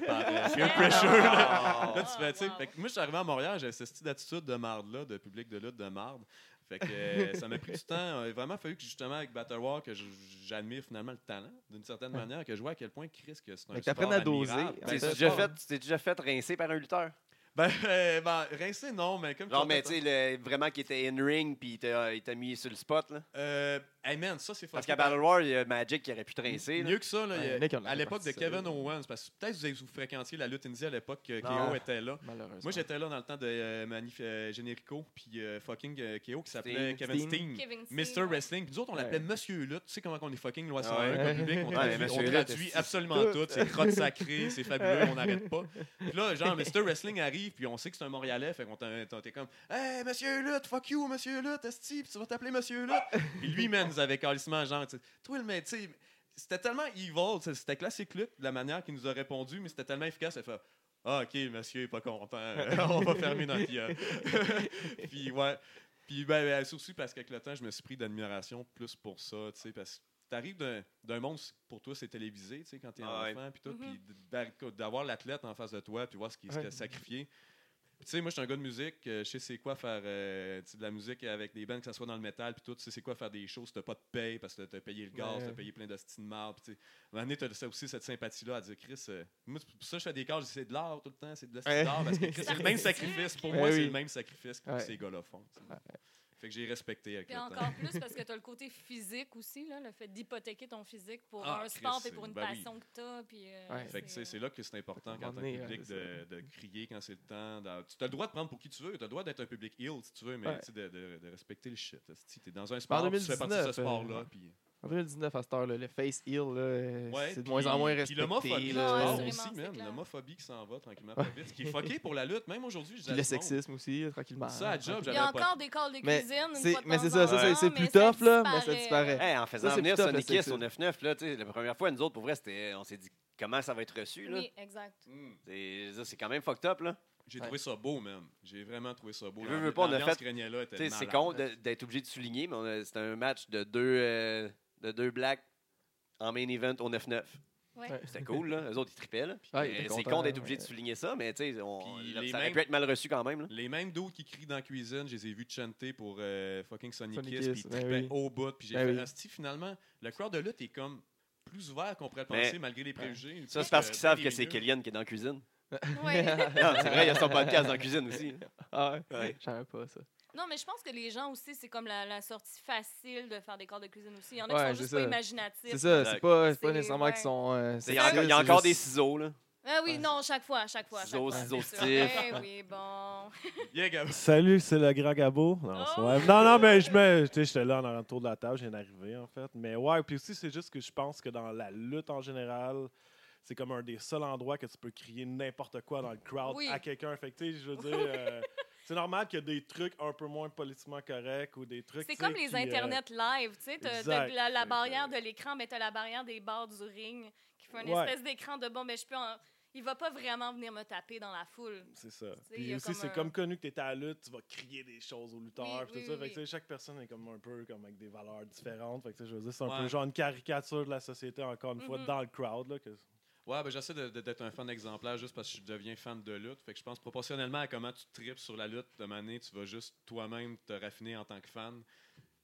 [SPEAKER 3] Ah.
[SPEAKER 4] peer pressure. là. Là, tu
[SPEAKER 3] Ah,
[SPEAKER 4] fais, tu sais,
[SPEAKER 3] wow.
[SPEAKER 4] fait que moi, je suis arrivé à Montréal, j'avais ce style d'attitude de marde-là, de public de lutte de marde. Fait que euh, ça m'a pris du temps. Il a vraiment fallu que, justement, avec Battle War, que je- j'admire finalement le talent, d'une certaine manière, que je vois à quel point Chris, que c'est un
[SPEAKER 2] Mais que t'apprennes
[SPEAKER 4] sport
[SPEAKER 2] à doser,
[SPEAKER 4] admirable.
[SPEAKER 2] en
[SPEAKER 1] Tu t'es
[SPEAKER 2] fait.
[SPEAKER 1] déjà fait- tu t'es déjà fait rincer par un lutteur?
[SPEAKER 4] Ben, euh, ben, rincer, non, mais comme
[SPEAKER 1] Genre,
[SPEAKER 4] tu
[SPEAKER 1] mais
[SPEAKER 4] dis-
[SPEAKER 1] tu sais, le- vraiment qui était in-ring, puis il t'a il t'a mis sur le spot, là.
[SPEAKER 4] Euh, hey man, ça, c'est
[SPEAKER 1] Parce
[SPEAKER 4] fucking-
[SPEAKER 1] qu'à Battle War, il y a Magic qui aurait pu te rincer, là.
[SPEAKER 4] Mieux que ça, là, il y a-
[SPEAKER 2] Ouais, mec, on a
[SPEAKER 4] à l'époque de
[SPEAKER 2] réparti
[SPEAKER 4] Kevin
[SPEAKER 2] ça.
[SPEAKER 4] Owens, parce que peut-être que vous fréquentiez la lutte indie à l'époque que
[SPEAKER 1] Non.
[SPEAKER 4] KO était là.
[SPEAKER 2] Malheureusement.
[SPEAKER 4] Moi, j'étais là dans le temps de euh, Manif euh, Generico, puis euh, fucking euh, KO qui
[SPEAKER 1] Sting.
[SPEAKER 4] s'appelait Kevin
[SPEAKER 2] Sting.
[SPEAKER 4] Sting.
[SPEAKER 3] Kevin Steen,
[SPEAKER 4] Mr.
[SPEAKER 3] ouais.
[SPEAKER 4] Wrestling. Puis nous autres, on l'appelait
[SPEAKER 2] Ouais.
[SPEAKER 4] Monsieur Lutte. Tu sais comment on est fucking loi
[SPEAKER 1] Ah
[SPEAKER 4] 101
[SPEAKER 1] ouais.
[SPEAKER 4] comme public. On
[SPEAKER 1] Ouais,
[SPEAKER 4] traduit,
[SPEAKER 1] mais
[SPEAKER 4] on
[SPEAKER 1] Monsieur
[SPEAKER 4] traduit
[SPEAKER 2] Lutte,
[SPEAKER 4] absolument
[SPEAKER 2] c'est
[SPEAKER 4] tout. C'est crotte sacrée, c'est fabuleux, on n'arrête pas. Puis là, genre, Mr. Wrestling arrive, puis on sait que c'est un Montréalais. Fait qu'on t'en- t'en- t'es comme Hey, Monsieur Lutte, fuck you, Monsieur Lutte, Esti, puis tu vas t'appeler Monsieur Lutte. Puis lui, man, nous avait calissement, genre, tu sais, toi, le mec, tu sais, c'était tellement evil, tu sais, c'était classique Lutte, de la manière qu'il nous a répondu, mais c'était tellement efficace. Elle fait Ah, ok, le monsieur est pas content, on va fermer notre gueule. puis ouais. Puis ben, ben, c'est aussi parce qu'avec le temps, je me suis pris d'admiration plus pour ça, tu sais, parce que t'arrives d'un, d'un monde, c'est- pour toi, c'est télévisé, tu sais, quand t'es
[SPEAKER 1] Ah ouais.
[SPEAKER 4] enfant, puis tout,
[SPEAKER 3] Mhm.
[SPEAKER 4] puis d'a- d'avoir l'athlète en face de toi, puis voir ce qui ce qui a
[SPEAKER 2] Ouais.
[SPEAKER 4] sacrifié. Puis, Tu sais, moi, je suis un gars de musique, euh, je sais c'est quoi faire euh, tu sais, de la musique avec des bands, que ça soit dans le métal, puis tout, tu sais c'est quoi faire des choses, t'as pas de paye, parce que t'as- t'as payé le gaz,
[SPEAKER 2] Ouais.
[SPEAKER 4] t'as payé plein d'hosties de marde, puis tu sais, à un moment donné, t'as ça aussi cette sympathie-là à dire, Chris, euh, moi, c'est pour ça que je fais des cages, c'est de l'art tout le temps, c'est de l'hostie
[SPEAKER 2] Ouais.
[SPEAKER 4] de l'art, parce que Chris, c'est le même
[SPEAKER 3] Artistique.
[SPEAKER 4] sacrifice. Pour
[SPEAKER 2] Ouais,
[SPEAKER 4] moi,
[SPEAKER 2] oui.
[SPEAKER 4] c'est le même sacrifice que
[SPEAKER 2] Ouais.
[SPEAKER 4] ces gars-là font. tu sais. Fait que j'ai respecté avec
[SPEAKER 3] Puis
[SPEAKER 4] le temps.
[SPEAKER 3] encore plus parce que tu as le côté physique aussi, là, le fait d'hypothéquer ton physique pour
[SPEAKER 4] Ah,
[SPEAKER 3] un sport
[SPEAKER 4] Chris,
[SPEAKER 3] et pour une
[SPEAKER 4] ben oui.
[SPEAKER 3] passion que tu as. Puis, euh,
[SPEAKER 2] Ouais.
[SPEAKER 4] Fait que, tu sais, c'est là que c'est important
[SPEAKER 2] À
[SPEAKER 4] quand
[SPEAKER 2] un
[SPEAKER 4] t'es
[SPEAKER 2] moment
[SPEAKER 4] un
[SPEAKER 2] donné,
[SPEAKER 4] public de,
[SPEAKER 2] ouais,
[SPEAKER 4] de crier quand c'est le temps. d'a- Tu as le droit de prendre pour qui tu veux, tu as le droit d'être un public ill si tu veux, mais
[SPEAKER 2] Ouais.
[SPEAKER 4] tu sais, de, de- de respecter le shit. Si tu es dans un sport, tu fais partie de ce
[SPEAKER 2] 2019, euh,
[SPEAKER 4] sport-là.
[SPEAKER 2] ouais.
[SPEAKER 4] puis-
[SPEAKER 2] En 2019, à cette heure-là, le face heel, là, euh,
[SPEAKER 4] Ouais,
[SPEAKER 2] c'est de
[SPEAKER 4] puis-
[SPEAKER 2] moins en moins
[SPEAKER 4] Puis
[SPEAKER 2] respecté.
[SPEAKER 4] l'homophobie
[SPEAKER 2] là.
[SPEAKER 3] Ouais,
[SPEAKER 4] qui
[SPEAKER 3] c'est
[SPEAKER 4] se
[SPEAKER 3] vraiment,
[SPEAKER 4] passe aussi,
[SPEAKER 3] c'est
[SPEAKER 4] même.
[SPEAKER 3] clair.
[SPEAKER 4] L'homophobie qui s'en va tranquillement pas vite, ce qui est fucké pour la lutte. Même aujourd'hui, je
[SPEAKER 2] Puis
[SPEAKER 4] dis
[SPEAKER 2] le
[SPEAKER 4] à tout monde,
[SPEAKER 2] sexisme aussi, là, tranquillement.
[SPEAKER 4] Ça, à job,
[SPEAKER 3] Il
[SPEAKER 4] j'avais
[SPEAKER 3] y a
[SPEAKER 4] pas-
[SPEAKER 3] encore des calls de
[SPEAKER 2] Mais
[SPEAKER 3] cuisine. une
[SPEAKER 2] c'est-
[SPEAKER 3] fois de
[SPEAKER 2] mais
[SPEAKER 3] temps
[SPEAKER 2] c'est
[SPEAKER 3] en
[SPEAKER 2] ça, ça, c'est-
[SPEAKER 3] temps,
[SPEAKER 2] c'est
[SPEAKER 3] mais
[SPEAKER 2] plus
[SPEAKER 3] ça
[SPEAKER 2] tough, là, mais ça disparaît.
[SPEAKER 1] Hey, en faisant
[SPEAKER 2] c'est
[SPEAKER 1] venir
[SPEAKER 2] plutôt
[SPEAKER 1] Sonic Kiss
[SPEAKER 2] facile,
[SPEAKER 1] au 9-9, là, tu sais, la première fois, nous autres, pour vrai, c'était, on s'est dit comment ça va être reçu. Là.
[SPEAKER 3] Oui, exact.
[SPEAKER 4] Hmm.
[SPEAKER 1] C'est- je veux dire, C'est quand même fucked up. Là.
[SPEAKER 4] J'ai
[SPEAKER 2] Ouais.
[SPEAKER 4] trouvé ça beau, même. J'ai vraiment trouvé ça beau.
[SPEAKER 1] Je veux, veux pas, on a
[SPEAKER 4] L'ambiance
[SPEAKER 1] fait-
[SPEAKER 4] craignait-là était
[SPEAKER 1] Tu sais, C'est
[SPEAKER 4] malade.
[SPEAKER 1] con de- d'être obligé de souligner, mais on a- c'était un match de deux, euh, de deux blacks en main event au 9-9.
[SPEAKER 3] Ouais.
[SPEAKER 2] Ouais.
[SPEAKER 1] C'était cool, là. Eux autres, ils tripaient, là.
[SPEAKER 2] Ouais,
[SPEAKER 1] Euh,
[SPEAKER 2] ils étaient
[SPEAKER 1] c'est
[SPEAKER 2] contents,
[SPEAKER 1] con d'être obligé
[SPEAKER 2] ouais.
[SPEAKER 1] de souligner ça, mais tu sais, on-
[SPEAKER 4] Puis
[SPEAKER 1] là,
[SPEAKER 4] les
[SPEAKER 1] ça aurait
[SPEAKER 4] mêmes-
[SPEAKER 1] pu être mal reçu quand même. Là.
[SPEAKER 4] Les mêmes d'autres qui crient dans la cuisine, je les ai vus chanter pour euh, fucking Sonic
[SPEAKER 2] Sonic
[SPEAKER 4] Kiss, puis
[SPEAKER 2] Kiss,
[SPEAKER 4] ils
[SPEAKER 2] ben
[SPEAKER 4] trippaient
[SPEAKER 2] oui.
[SPEAKER 4] au bout, puis j'ai
[SPEAKER 2] Ben
[SPEAKER 4] fait
[SPEAKER 2] oui.
[SPEAKER 4] Asti, finalement, le crowd de lutte est comme plus ouvert qu'on pourrait le
[SPEAKER 1] Mais-
[SPEAKER 4] penser malgré les préjugés.
[SPEAKER 1] Ça,
[SPEAKER 4] Puis,
[SPEAKER 1] c'est parce
[SPEAKER 4] euh,
[SPEAKER 1] qu'ils savent
[SPEAKER 4] bien
[SPEAKER 1] que
[SPEAKER 4] des
[SPEAKER 1] c'est
[SPEAKER 4] milieux.
[SPEAKER 1] Kellyanne qui est dans la cuisine.
[SPEAKER 3] Ouais.
[SPEAKER 1] Non, Ah, c'est vrai, il y a son podcast dans la cuisine aussi.
[SPEAKER 2] Ah ouais.
[SPEAKER 1] Ouais.
[SPEAKER 2] Je savais pas ça.
[SPEAKER 3] Non, mais je pense que les gens aussi, c'est comme la, la sortie facile de faire des calls de cuisine aussi. Il y en a
[SPEAKER 2] Ouais,
[SPEAKER 3] qui sont
[SPEAKER 2] c'est
[SPEAKER 3] juste
[SPEAKER 2] ça.
[SPEAKER 3] pas imaginatifs.
[SPEAKER 2] C'est ça, c'est
[SPEAKER 1] Exact.
[SPEAKER 2] pas, c'est pas
[SPEAKER 3] C'est-
[SPEAKER 2] nécessairement
[SPEAKER 3] ouais.
[SPEAKER 2] qu'ils sont. euh,
[SPEAKER 1] Il y a,
[SPEAKER 2] sexistes,
[SPEAKER 1] encore- il y a
[SPEAKER 2] c'est
[SPEAKER 1] encore des
[SPEAKER 2] juste-
[SPEAKER 1] ciseaux, là.
[SPEAKER 3] Ah oui,
[SPEAKER 2] Ouais.
[SPEAKER 3] non, chaque fois, à chaque fois. à chaque
[SPEAKER 1] Ciseaux,
[SPEAKER 3] fois,
[SPEAKER 1] ciseaux
[SPEAKER 3] c'est
[SPEAKER 1] de
[SPEAKER 3] sûr.
[SPEAKER 1] tir.
[SPEAKER 3] Eh oui, bon.
[SPEAKER 4] Yeah, Gabo.
[SPEAKER 5] Salut, c'est le grand Gabo. Non, c'est
[SPEAKER 3] Oh!
[SPEAKER 5] vrai. non, non, mais je me, tu sais, j'étais là en autour de la table, j'ai arrivé en fait. Mais ouais, puis aussi c'est juste que je pense que dans la lutte en général, c'est comme un des seuls endroits que tu peux crier n'importe quoi dans le crowd
[SPEAKER 3] Oui.
[SPEAKER 5] à quelqu'un. Fait que tu sais, je veux dire, euh, c'est normal qu'il y a des trucs un peu moins politiquement corrects ou des trucs.
[SPEAKER 3] C'est
[SPEAKER 5] tu sais,
[SPEAKER 3] comme les
[SPEAKER 5] qui, euh,
[SPEAKER 3] internets live, tu sais, t'as- t'as
[SPEAKER 5] exact.
[SPEAKER 3] la, la
[SPEAKER 5] Fait que-
[SPEAKER 3] barrière de l'écran, mais t'as la barrière des barres du ring qui fait une
[SPEAKER 5] Ouais.
[SPEAKER 3] espèce d'écran de bon, mais je peux en- Il va pas vraiment venir me taper dans la foule.
[SPEAKER 5] C'est ça.
[SPEAKER 3] il y
[SPEAKER 5] Puis
[SPEAKER 3] a
[SPEAKER 5] aussi,
[SPEAKER 3] comme
[SPEAKER 5] c'est
[SPEAKER 3] un-
[SPEAKER 5] comme connu que tu étais à la lutte, tu vas crier des choses aux
[SPEAKER 3] Oui,
[SPEAKER 5] lutteurs. puis
[SPEAKER 3] oui,
[SPEAKER 5] tout ça.
[SPEAKER 3] oui,
[SPEAKER 5] Fait que, tu
[SPEAKER 3] oui.
[SPEAKER 5] sais, chaque personne est comme un peu comme avec des valeurs différentes. Fait que, tu sais, je veux dire, c'est un
[SPEAKER 4] Ouais.
[SPEAKER 5] peu genre une caricature de la société, encore une fois,
[SPEAKER 3] Mhm.
[SPEAKER 5] dans le crowd. Là, que-
[SPEAKER 4] Ouais, ben j'essaie de- de- d'être un fan exemplaire juste parce que je deviens fan de lutte. Fait que je pense proportionnellement à comment tu tripes sur la lutte, de manière tu vas juste toi-même te raffiner en tant que fan.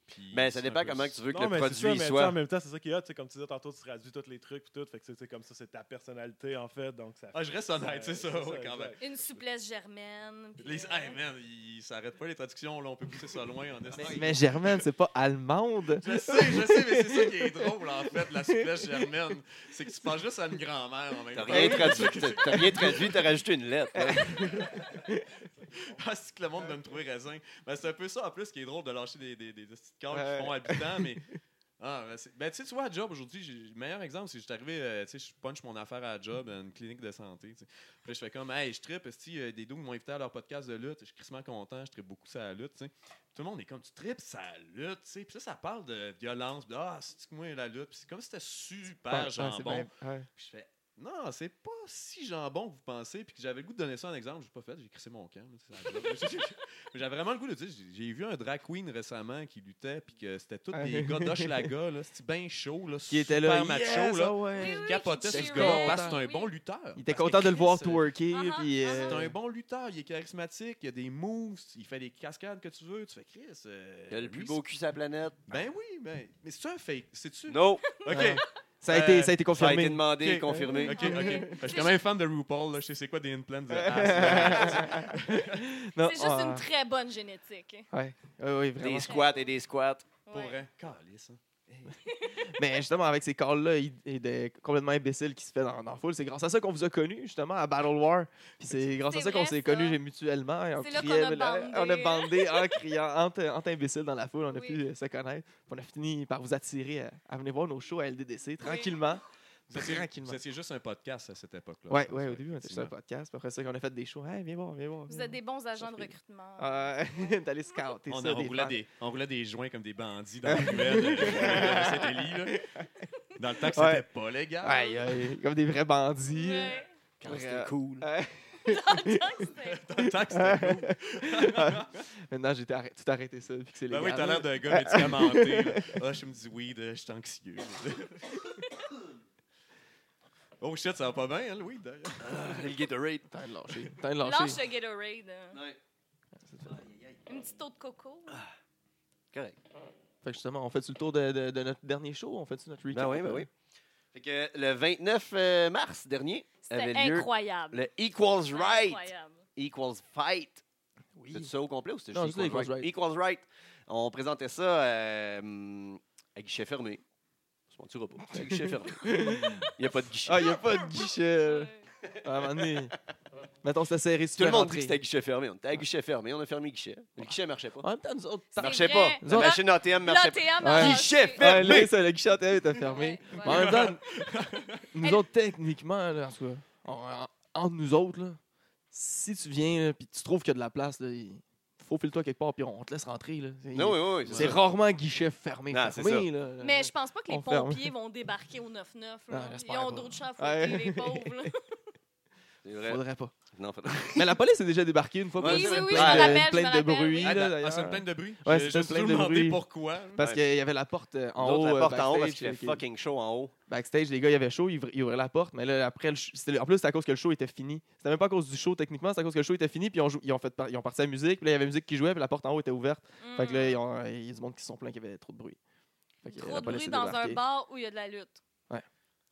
[SPEAKER 4] Puis
[SPEAKER 1] Ben,
[SPEAKER 4] c'est
[SPEAKER 1] ça
[SPEAKER 4] un
[SPEAKER 1] dépend
[SPEAKER 4] peu
[SPEAKER 1] comment
[SPEAKER 4] ça.
[SPEAKER 1] que tu veux que
[SPEAKER 5] Non,
[SPEAKER 1] le
[SPEAKER 5] mais c'est ça,
[SPEAKER 1] produit
[SPEAKER 5] mais, tu sais,
[SPEAKER 1] soit.
[SPEAKER 5] en même temps, c'est ça qu'il y a. tu sais, Comme tu disais tantôt, tu traduis tous les trucs puis tout. Fait que c'est- c'est comme ça, c'est ta personnalité en fait. Donc ça
[SPEAKER 4] Ah, je reste honnête, c'est ça, ouais, quand même.
[SPEAKER 5] exact.
[SPEAKER 3] Une souplesse germaine. puis,
[SPEAKER 4] Les... Ah,
[SPEAKER 3] euh,
[SPEAKER 4] Hey, man, ils s'arrêtent pas les traductions, là, on peut pousser ça loin, en
[SPEAKER 2] Mais,
[SPEAKER 4] est.
[SPEAKER 2] mais Germaine, c'est pas allemande.
[SPEAKER 4] Je sais, je sais, mais c'est ça qui est drôle, en fait, la souplesse germaine. C'est que tu penses juste à une grand-mère en même
[SPEAKER 1] T'as
[SPEAKER 4] temps.
[SPEAKER 1] rien traduit, t'as- t'as rien traduit, t'as rajouté une lettre. là.
[SPEAKER 4] Ah, c'est que le monde va me trouver raisin. Ben, c'est un peu ça, en plus, qui est drôle de lâcher des, des, des, des petites cartes
[SPEAKER 2] Ouais.
[SPEAKER 4] qui font habitants, mais. Ah, ben, c'est- ben, tu sais, tu vois, à Job, aujourd'hui, j'ai- le meilleur exemple, c'est que je suis arrivé, euh, tu sais, je punch mon affaire à Job, à une clinique de santé. tu sais. Puis là, je fais comme, hey, je trippe, si des doux m'ont invité à leur podcast de lutte, je suis crissement content, je trippe beaucoup ça la lutte, tu sais. Tout le monde est comme, tu tripes ça la lutte, tu sais. Puis là, ça parle de violence, puis, ah, c'est que moi, la lutte, Puis c'est comme si c'était super
[SPEAKER 2] Ouais, ouais, c'est
[SPEAKER 4] jambon.
[SPEAKER 2] bien- ouais.
[SPEAKER 4] Puis je fais Non, c'est pas si jambon que vous pensez. Puis que j'avais le goût de donner ça en exemple. Je l'ai pas fait, j'ai crissé mon camp. là, c'est ça la joke. Mais j'avais vraiment le goût de dire j'ai- j'ai vu un drag queen récemment qui luttait. Puis que c'était tous des
[SPEAKER 2] Ouais.
[SPEAKER 4] gars d'Hochelaga. là, C'était bien chaud. Là,
[SPEAKER 2] Qui était là,
[SPEAKER 4] super macho.
[SPEAKER 2] yes,
[SPEAKER 4] là.
[SPEAKER 2] ah
[SPEAKER 3] Oui,
[SPEAKER 2] ouais.
[SPEAKER 3] oui.
[SPEAKER 4] Il capotait sur ce
[SPEAKER 2] qui
[SPEAKER 4] gars
[SPEAKER 2] cheerait.
[SPEAKER 4] parce que c'est un
[SPEAKER 3] Oui.
[SPEAKER 4] bon lutteur.
[SPEAKER 2] Il était
[SPEAKER 4] Parce que
[SPEAKER 2] content de le
[SPEAKER 4] Chris,
[SPEAKER 2] voir
[SPEAKER 4] euh,
[SPEAKER 2] twerker.
[SPEAKER 3] Ah, ah,
[SPEAKER 2] puis,
[SPEAKER 3] ah,
[SPEAKER 2] euh,
[SPEAKER 4] C'est un bon lutteur, il est charismatique, il a des moves, il fait des cascades que tu veux. Tu fais Chris. euh,
[SPEAKER 1] Il a le plus
[SPEAKER 4] lui,
[SPEAKER 1] beau cul sur la planète.
[SPEAKER 4] c'est- Ben oui, ben. Mais c'est un fake, c'est-tu?
[SPEAKER 1] Non,
[SPEAKER 4] Ok,
[SPEAKER 2] Ouais. ça, a été, ça a
[SPEAKER 4] Euh,
[SPEAKER 2] été
[SPEAKER 1] ça a été
[SPEAKER 2] confirmé.
[SPEAKER 1] demandé,
[SPEAKER 4] Ok.
[SPEAKER 1] confirmé.
[SPEAKER 4] ok, ok. Je suis quand même fan de RuPaul, là. je sais c'est quoi des implants. De...
[SPEAKER 2] Ah, Non,
[SPEAKER 3] C'est juste
[SPEAKER 2] ah,
[SPEAKER 3] une très bonne génétique.
[SPEAKER 2] ouais. Ouais, ouais, vraiment.
[SPEAKER 1] Des squats et des squats.
[SPEAKER 4] Pour
[SPEAKER 3] Ouais.
[SPEAKER 4] vrai. Calisse, hein.
[SPEAKER 2] Mais justement, avec ces calls-là il- et de complètement imbéciles qui se fait dans, dans la foule, c'est grâce à ça qu'on vous a connus, justement, à Battle War. Puis c'est grâce à
[SPEAKER 3] C'est
[SPEAKER 2] ça qu'on
[SPEAKER 3] vrai,
[SPEAKER 2] s'est
[SPEAKER 3] ça.
[SPEAKER 2] connus mutuellement. et on,
[SPEAKER 3] C'est là qu'on
[SPEAKER 2] criait,
[SPEAKER 3] a bandé.
[SPEAKER 2] on a bandé en criant, entre, entre imbéciles dans la foule, on a
[SPEAKER 3] Oui.
[SPEAKER 2] pu euh, se connaître. Puis on a fini par vous attirer euh, à, à venir voir nos shows à LDDC tranquillement.
[SPEAKER 4] Vous étiez-
[SPEAKER 2] Tranquillement.
[SPEAKER 4] vous étiez juste un podcast à cette époque-là.
[SPEAKER 2] Ouais,
[SPEAKER 4] je pense,
[SPEAKER 2] ouais, au début, on était sur un
[SPEAKER 4] effectivement.
[SPEAKER 2] podcast. Puis après ça, qu'on a fait des shows. Hey, viens voir, viens voir.
[SPEAKER 3] Vous
[SPEAKER 2] viens
[SPEAKER 3] êtes des bons agents de
[SPEAKER 2] fait-
[SPEAKER 3] recrutement.
[SPEAKER 2] voir. Euh, T'allais scouter
[SPEAKER 4] On,
[SPEAKER 2] ça.
[SPEAKER 4] on roulait
[SPEAKER 2] fans.
[SPEAKER 4] des, on roulait des joints comme des bandits dans les ruelles euh, de cet élit, là. Dans le temps que c'était
[SPEAKER 2] Ouais.
[SPEAKER 4] pas légal.
[SPEAKER 2] Aïe, aïe, comme des vrais bandits.
[SPEAKER 3] Ouais.
[SPEAKER 1] Quand c'était cool.
[SPEAKER 2] Euh,
[SPEAKER 4] Dans le temps que c'était cool.
[SPEAKER 2] Maintenant, j'ai arrêt- tout arrêté ça. Puis que c'est
[SPEAKER 4] Ben oui,
[SPEAKER 2] légal.
[SPEAKER 4] t'as l'air d'un gars médicamenté. là. Ah, je me dis oui, je suis anxieux. oh shit, ça va pas bien, hein, Louis, d'ailleurs.
[SPEAKER 1] Ah, Le Gatorade.
[SPEAKER 2] T'as de lâcher. T'as de
[SPEAKER 3] Lâche
[SPEAKER 2] lâcher.
[SPEAKER 3] le Gatorade. hein. Une petite eau de coco.
[SPEAKER 1] Correct.
[SPEAKER 2] Fait que justement, on fait le tour de, de- de notre dernier show? On fait-tu notre recap?
[SPEAKER 1] Ben oui, ben oui. Fait que le 29 euh, mars dernier,
[SPEAKER 3] C'était
[SPEAKER 1] Avait lieu
[SPEAKER 3] incroyable.
[SPEAKER 1] le Equals Right,
[SPEAKER 3] Incroyable.
[SPEAKER 1] Equals Fight.
[SPEAKER 2] Oui.
[SPEAKER 1] C'est ça au complet ou c'était
[SPEAKER 2] Non,
[SPEAKER 1] juste
[SPEAKER 2] c'est ça,
[SPEAKER 1] Equals,
[SPEAKER 2] Equals
[SPEAKER 1] right? Equals Right. On présentait ça euh, hum, à guichet fermé. On se mentira pas. C'est à guichet fermé. Il n'y a pas de guichet.
[SPEAKER 2] Ah, il n'y a pas de guichet.
[SPEAKER 3] Ouais.
[SPEAKER 2] À un moment donné, mettons, c'était serré.
[SPEAKER 1] Tout le monde dit que c'était à guichet fermé. On était à guichet fermé, on a fermé le guichet. Le guichet ne marchait pas.
[SPEAKER 2] En même temps, nous autres,
[SPEAKER 1] Ça
[SPEAKER 2] Ah. ça-
[SPEAKER 3] C'est
[SPEAKER 1] marchait pas.
[SPEAKER 3] vrai.
[SPEAKER 1] La
[SPEAKER 2] Nous-
[SPEAKER 1] machine ATM marchait pas.
[SPEAKER 3] L'ATM
[SPEAKER 2] Ouais.
[SPEAKER 3] a
[SPEAKER 1] Guichet
[SPEAKER 3] marché.
[SPEAKER 1] fermé.
[SPEAKER 2] Ouais, là, ça, Ah, le guichet ATM était fermé.
[SPEAKER 3] Ouais, ouais.
[SPEAKER 2] Mais En même temps, nous
[SPEAKER 3] Elle-
[SPEAKER 2] autres, techniquement, là, en tout cas, on- en- entre nous autres, là, si tu viens là, puis tu trouves qu'il y a de la place, là, il faut filer-toi quelque part puis on te laisse rentrer. là. Il-
[SPEAKER 1] Non, Ben oui, oui, oui,
[SPEAKER 2] C'est
[SPEAKER 1] c'est ça.
[SPEAKER 2] rarement guichet fermé.
[SPEAKER 1] Non, c'est
[SPEAKER 2] fermé là, là.
[SPEAKER 3] Mais je pense pas que les
[SPEAKER 2] On ferme.
[SPEAKER 3] pompiers vont débarquer au 9-9. là.
[SPEAKER 2] Ah,
[SPEAKER 3] Ils
[SPEAKER 2] j'espère
[SPEAKER 3] ont
[SPEAKER 2] pas.
[SPEAKER 3] d'autres chats à
[SPEAKER 2] Ouais.
[SPEAKER 3] fouetter, les pauvres. là.
[SPEAKER 1] C'est vrai.
[SPEAKER 2] Faudrait pas.
[SPEAKER 1] Non, faut-
[SPEAKER 2] Mais la police est déjà débarquée une fois
[SPEAKER 1] Oui,
[SPEAKER 2] pour
[SPEAKER 1] oui,
[SPEAKER 2] une
[SPEAKER 1] oui, je
[SPEAKER 2] plainte
[SPEAKER 1] me
[SPEAKER 2] de-
[SPEAKER 3] rappelle, je
[SPEAKER 2] plainte
[SPEAKER 3] me
[SPEAKER 2] de
[SPEAKER 3] rappelle,
[SPEAKER 2] bruit.
[SPEAKER 3] oui.
[SPEAKER 2] là,
[SPEAKER 4] Ah,
[SPEAKER 2] d'ailleurs.
[SPEAKER 4] c'est une plainte de bruit.
[SPEAKER 2] Ouais,
[SPEAKER 4] Je-
[SPEAKER 2] c'est
[SPEAKER 4] je
[SPEAKER 2] une
[SPEAKER 4] me suis
[SPEAKER 2] plainte de
[SPEAKER 4] demandé
[SPEAKER 2] bruit.
[SPEAKER 4] pourquoi.
[SPEAKER 2] Parce qu'il y avait la porte euh, en
[SPEAKER 1] Nous autres,
[SPEAKER 2] haut.
[SPEAKER 1] la
[SPEAKER 2] euh,
[SPEAKER 1] porte en haut parce
[SPEAKER 2] backstage,
[SPEAKER 1] qu'il
[SPEAKER 2] là,
[SPEAKER 1] fait
[SPEAKER 2] qui-
[SPEAKER 1] fucking chaud en haut.
[SPEAKER 2] Backstage, les gars, il y avait chaud, ils ouvraient, ils ouvraient la porte, mais là, après, le sh- c'était en plus, c'était à cause que le show était fini. C'était même pas à cause du show, techniquement, c'est à cause que le show était fini, puis ils ont, jou- ils ont, fait, par- ils ont parti à la musique, puis là, il y avait la musique qui jouait, puis la porte en haut était ouverte.
[SPEAKER 3] Mm.
[SPEAKER 2] Fait que là, ils ont- il y a du monde qui se sont plaints qu'il y avait trop de bruit. Fait que, euh,
[SPEAKER 3] Trop
[SPEAKER 2] la
[SPEAKER 3] de
[SPEAKER 2] police
[SPEAKER 3] bruit
[SPEAKER 2] est
[SPEAKER 3] dans un
[SPEAKER 2] débarquée.
[SPEAKER 3] bar où il y a de la lutte.
[SPEAKER 2] Ouais.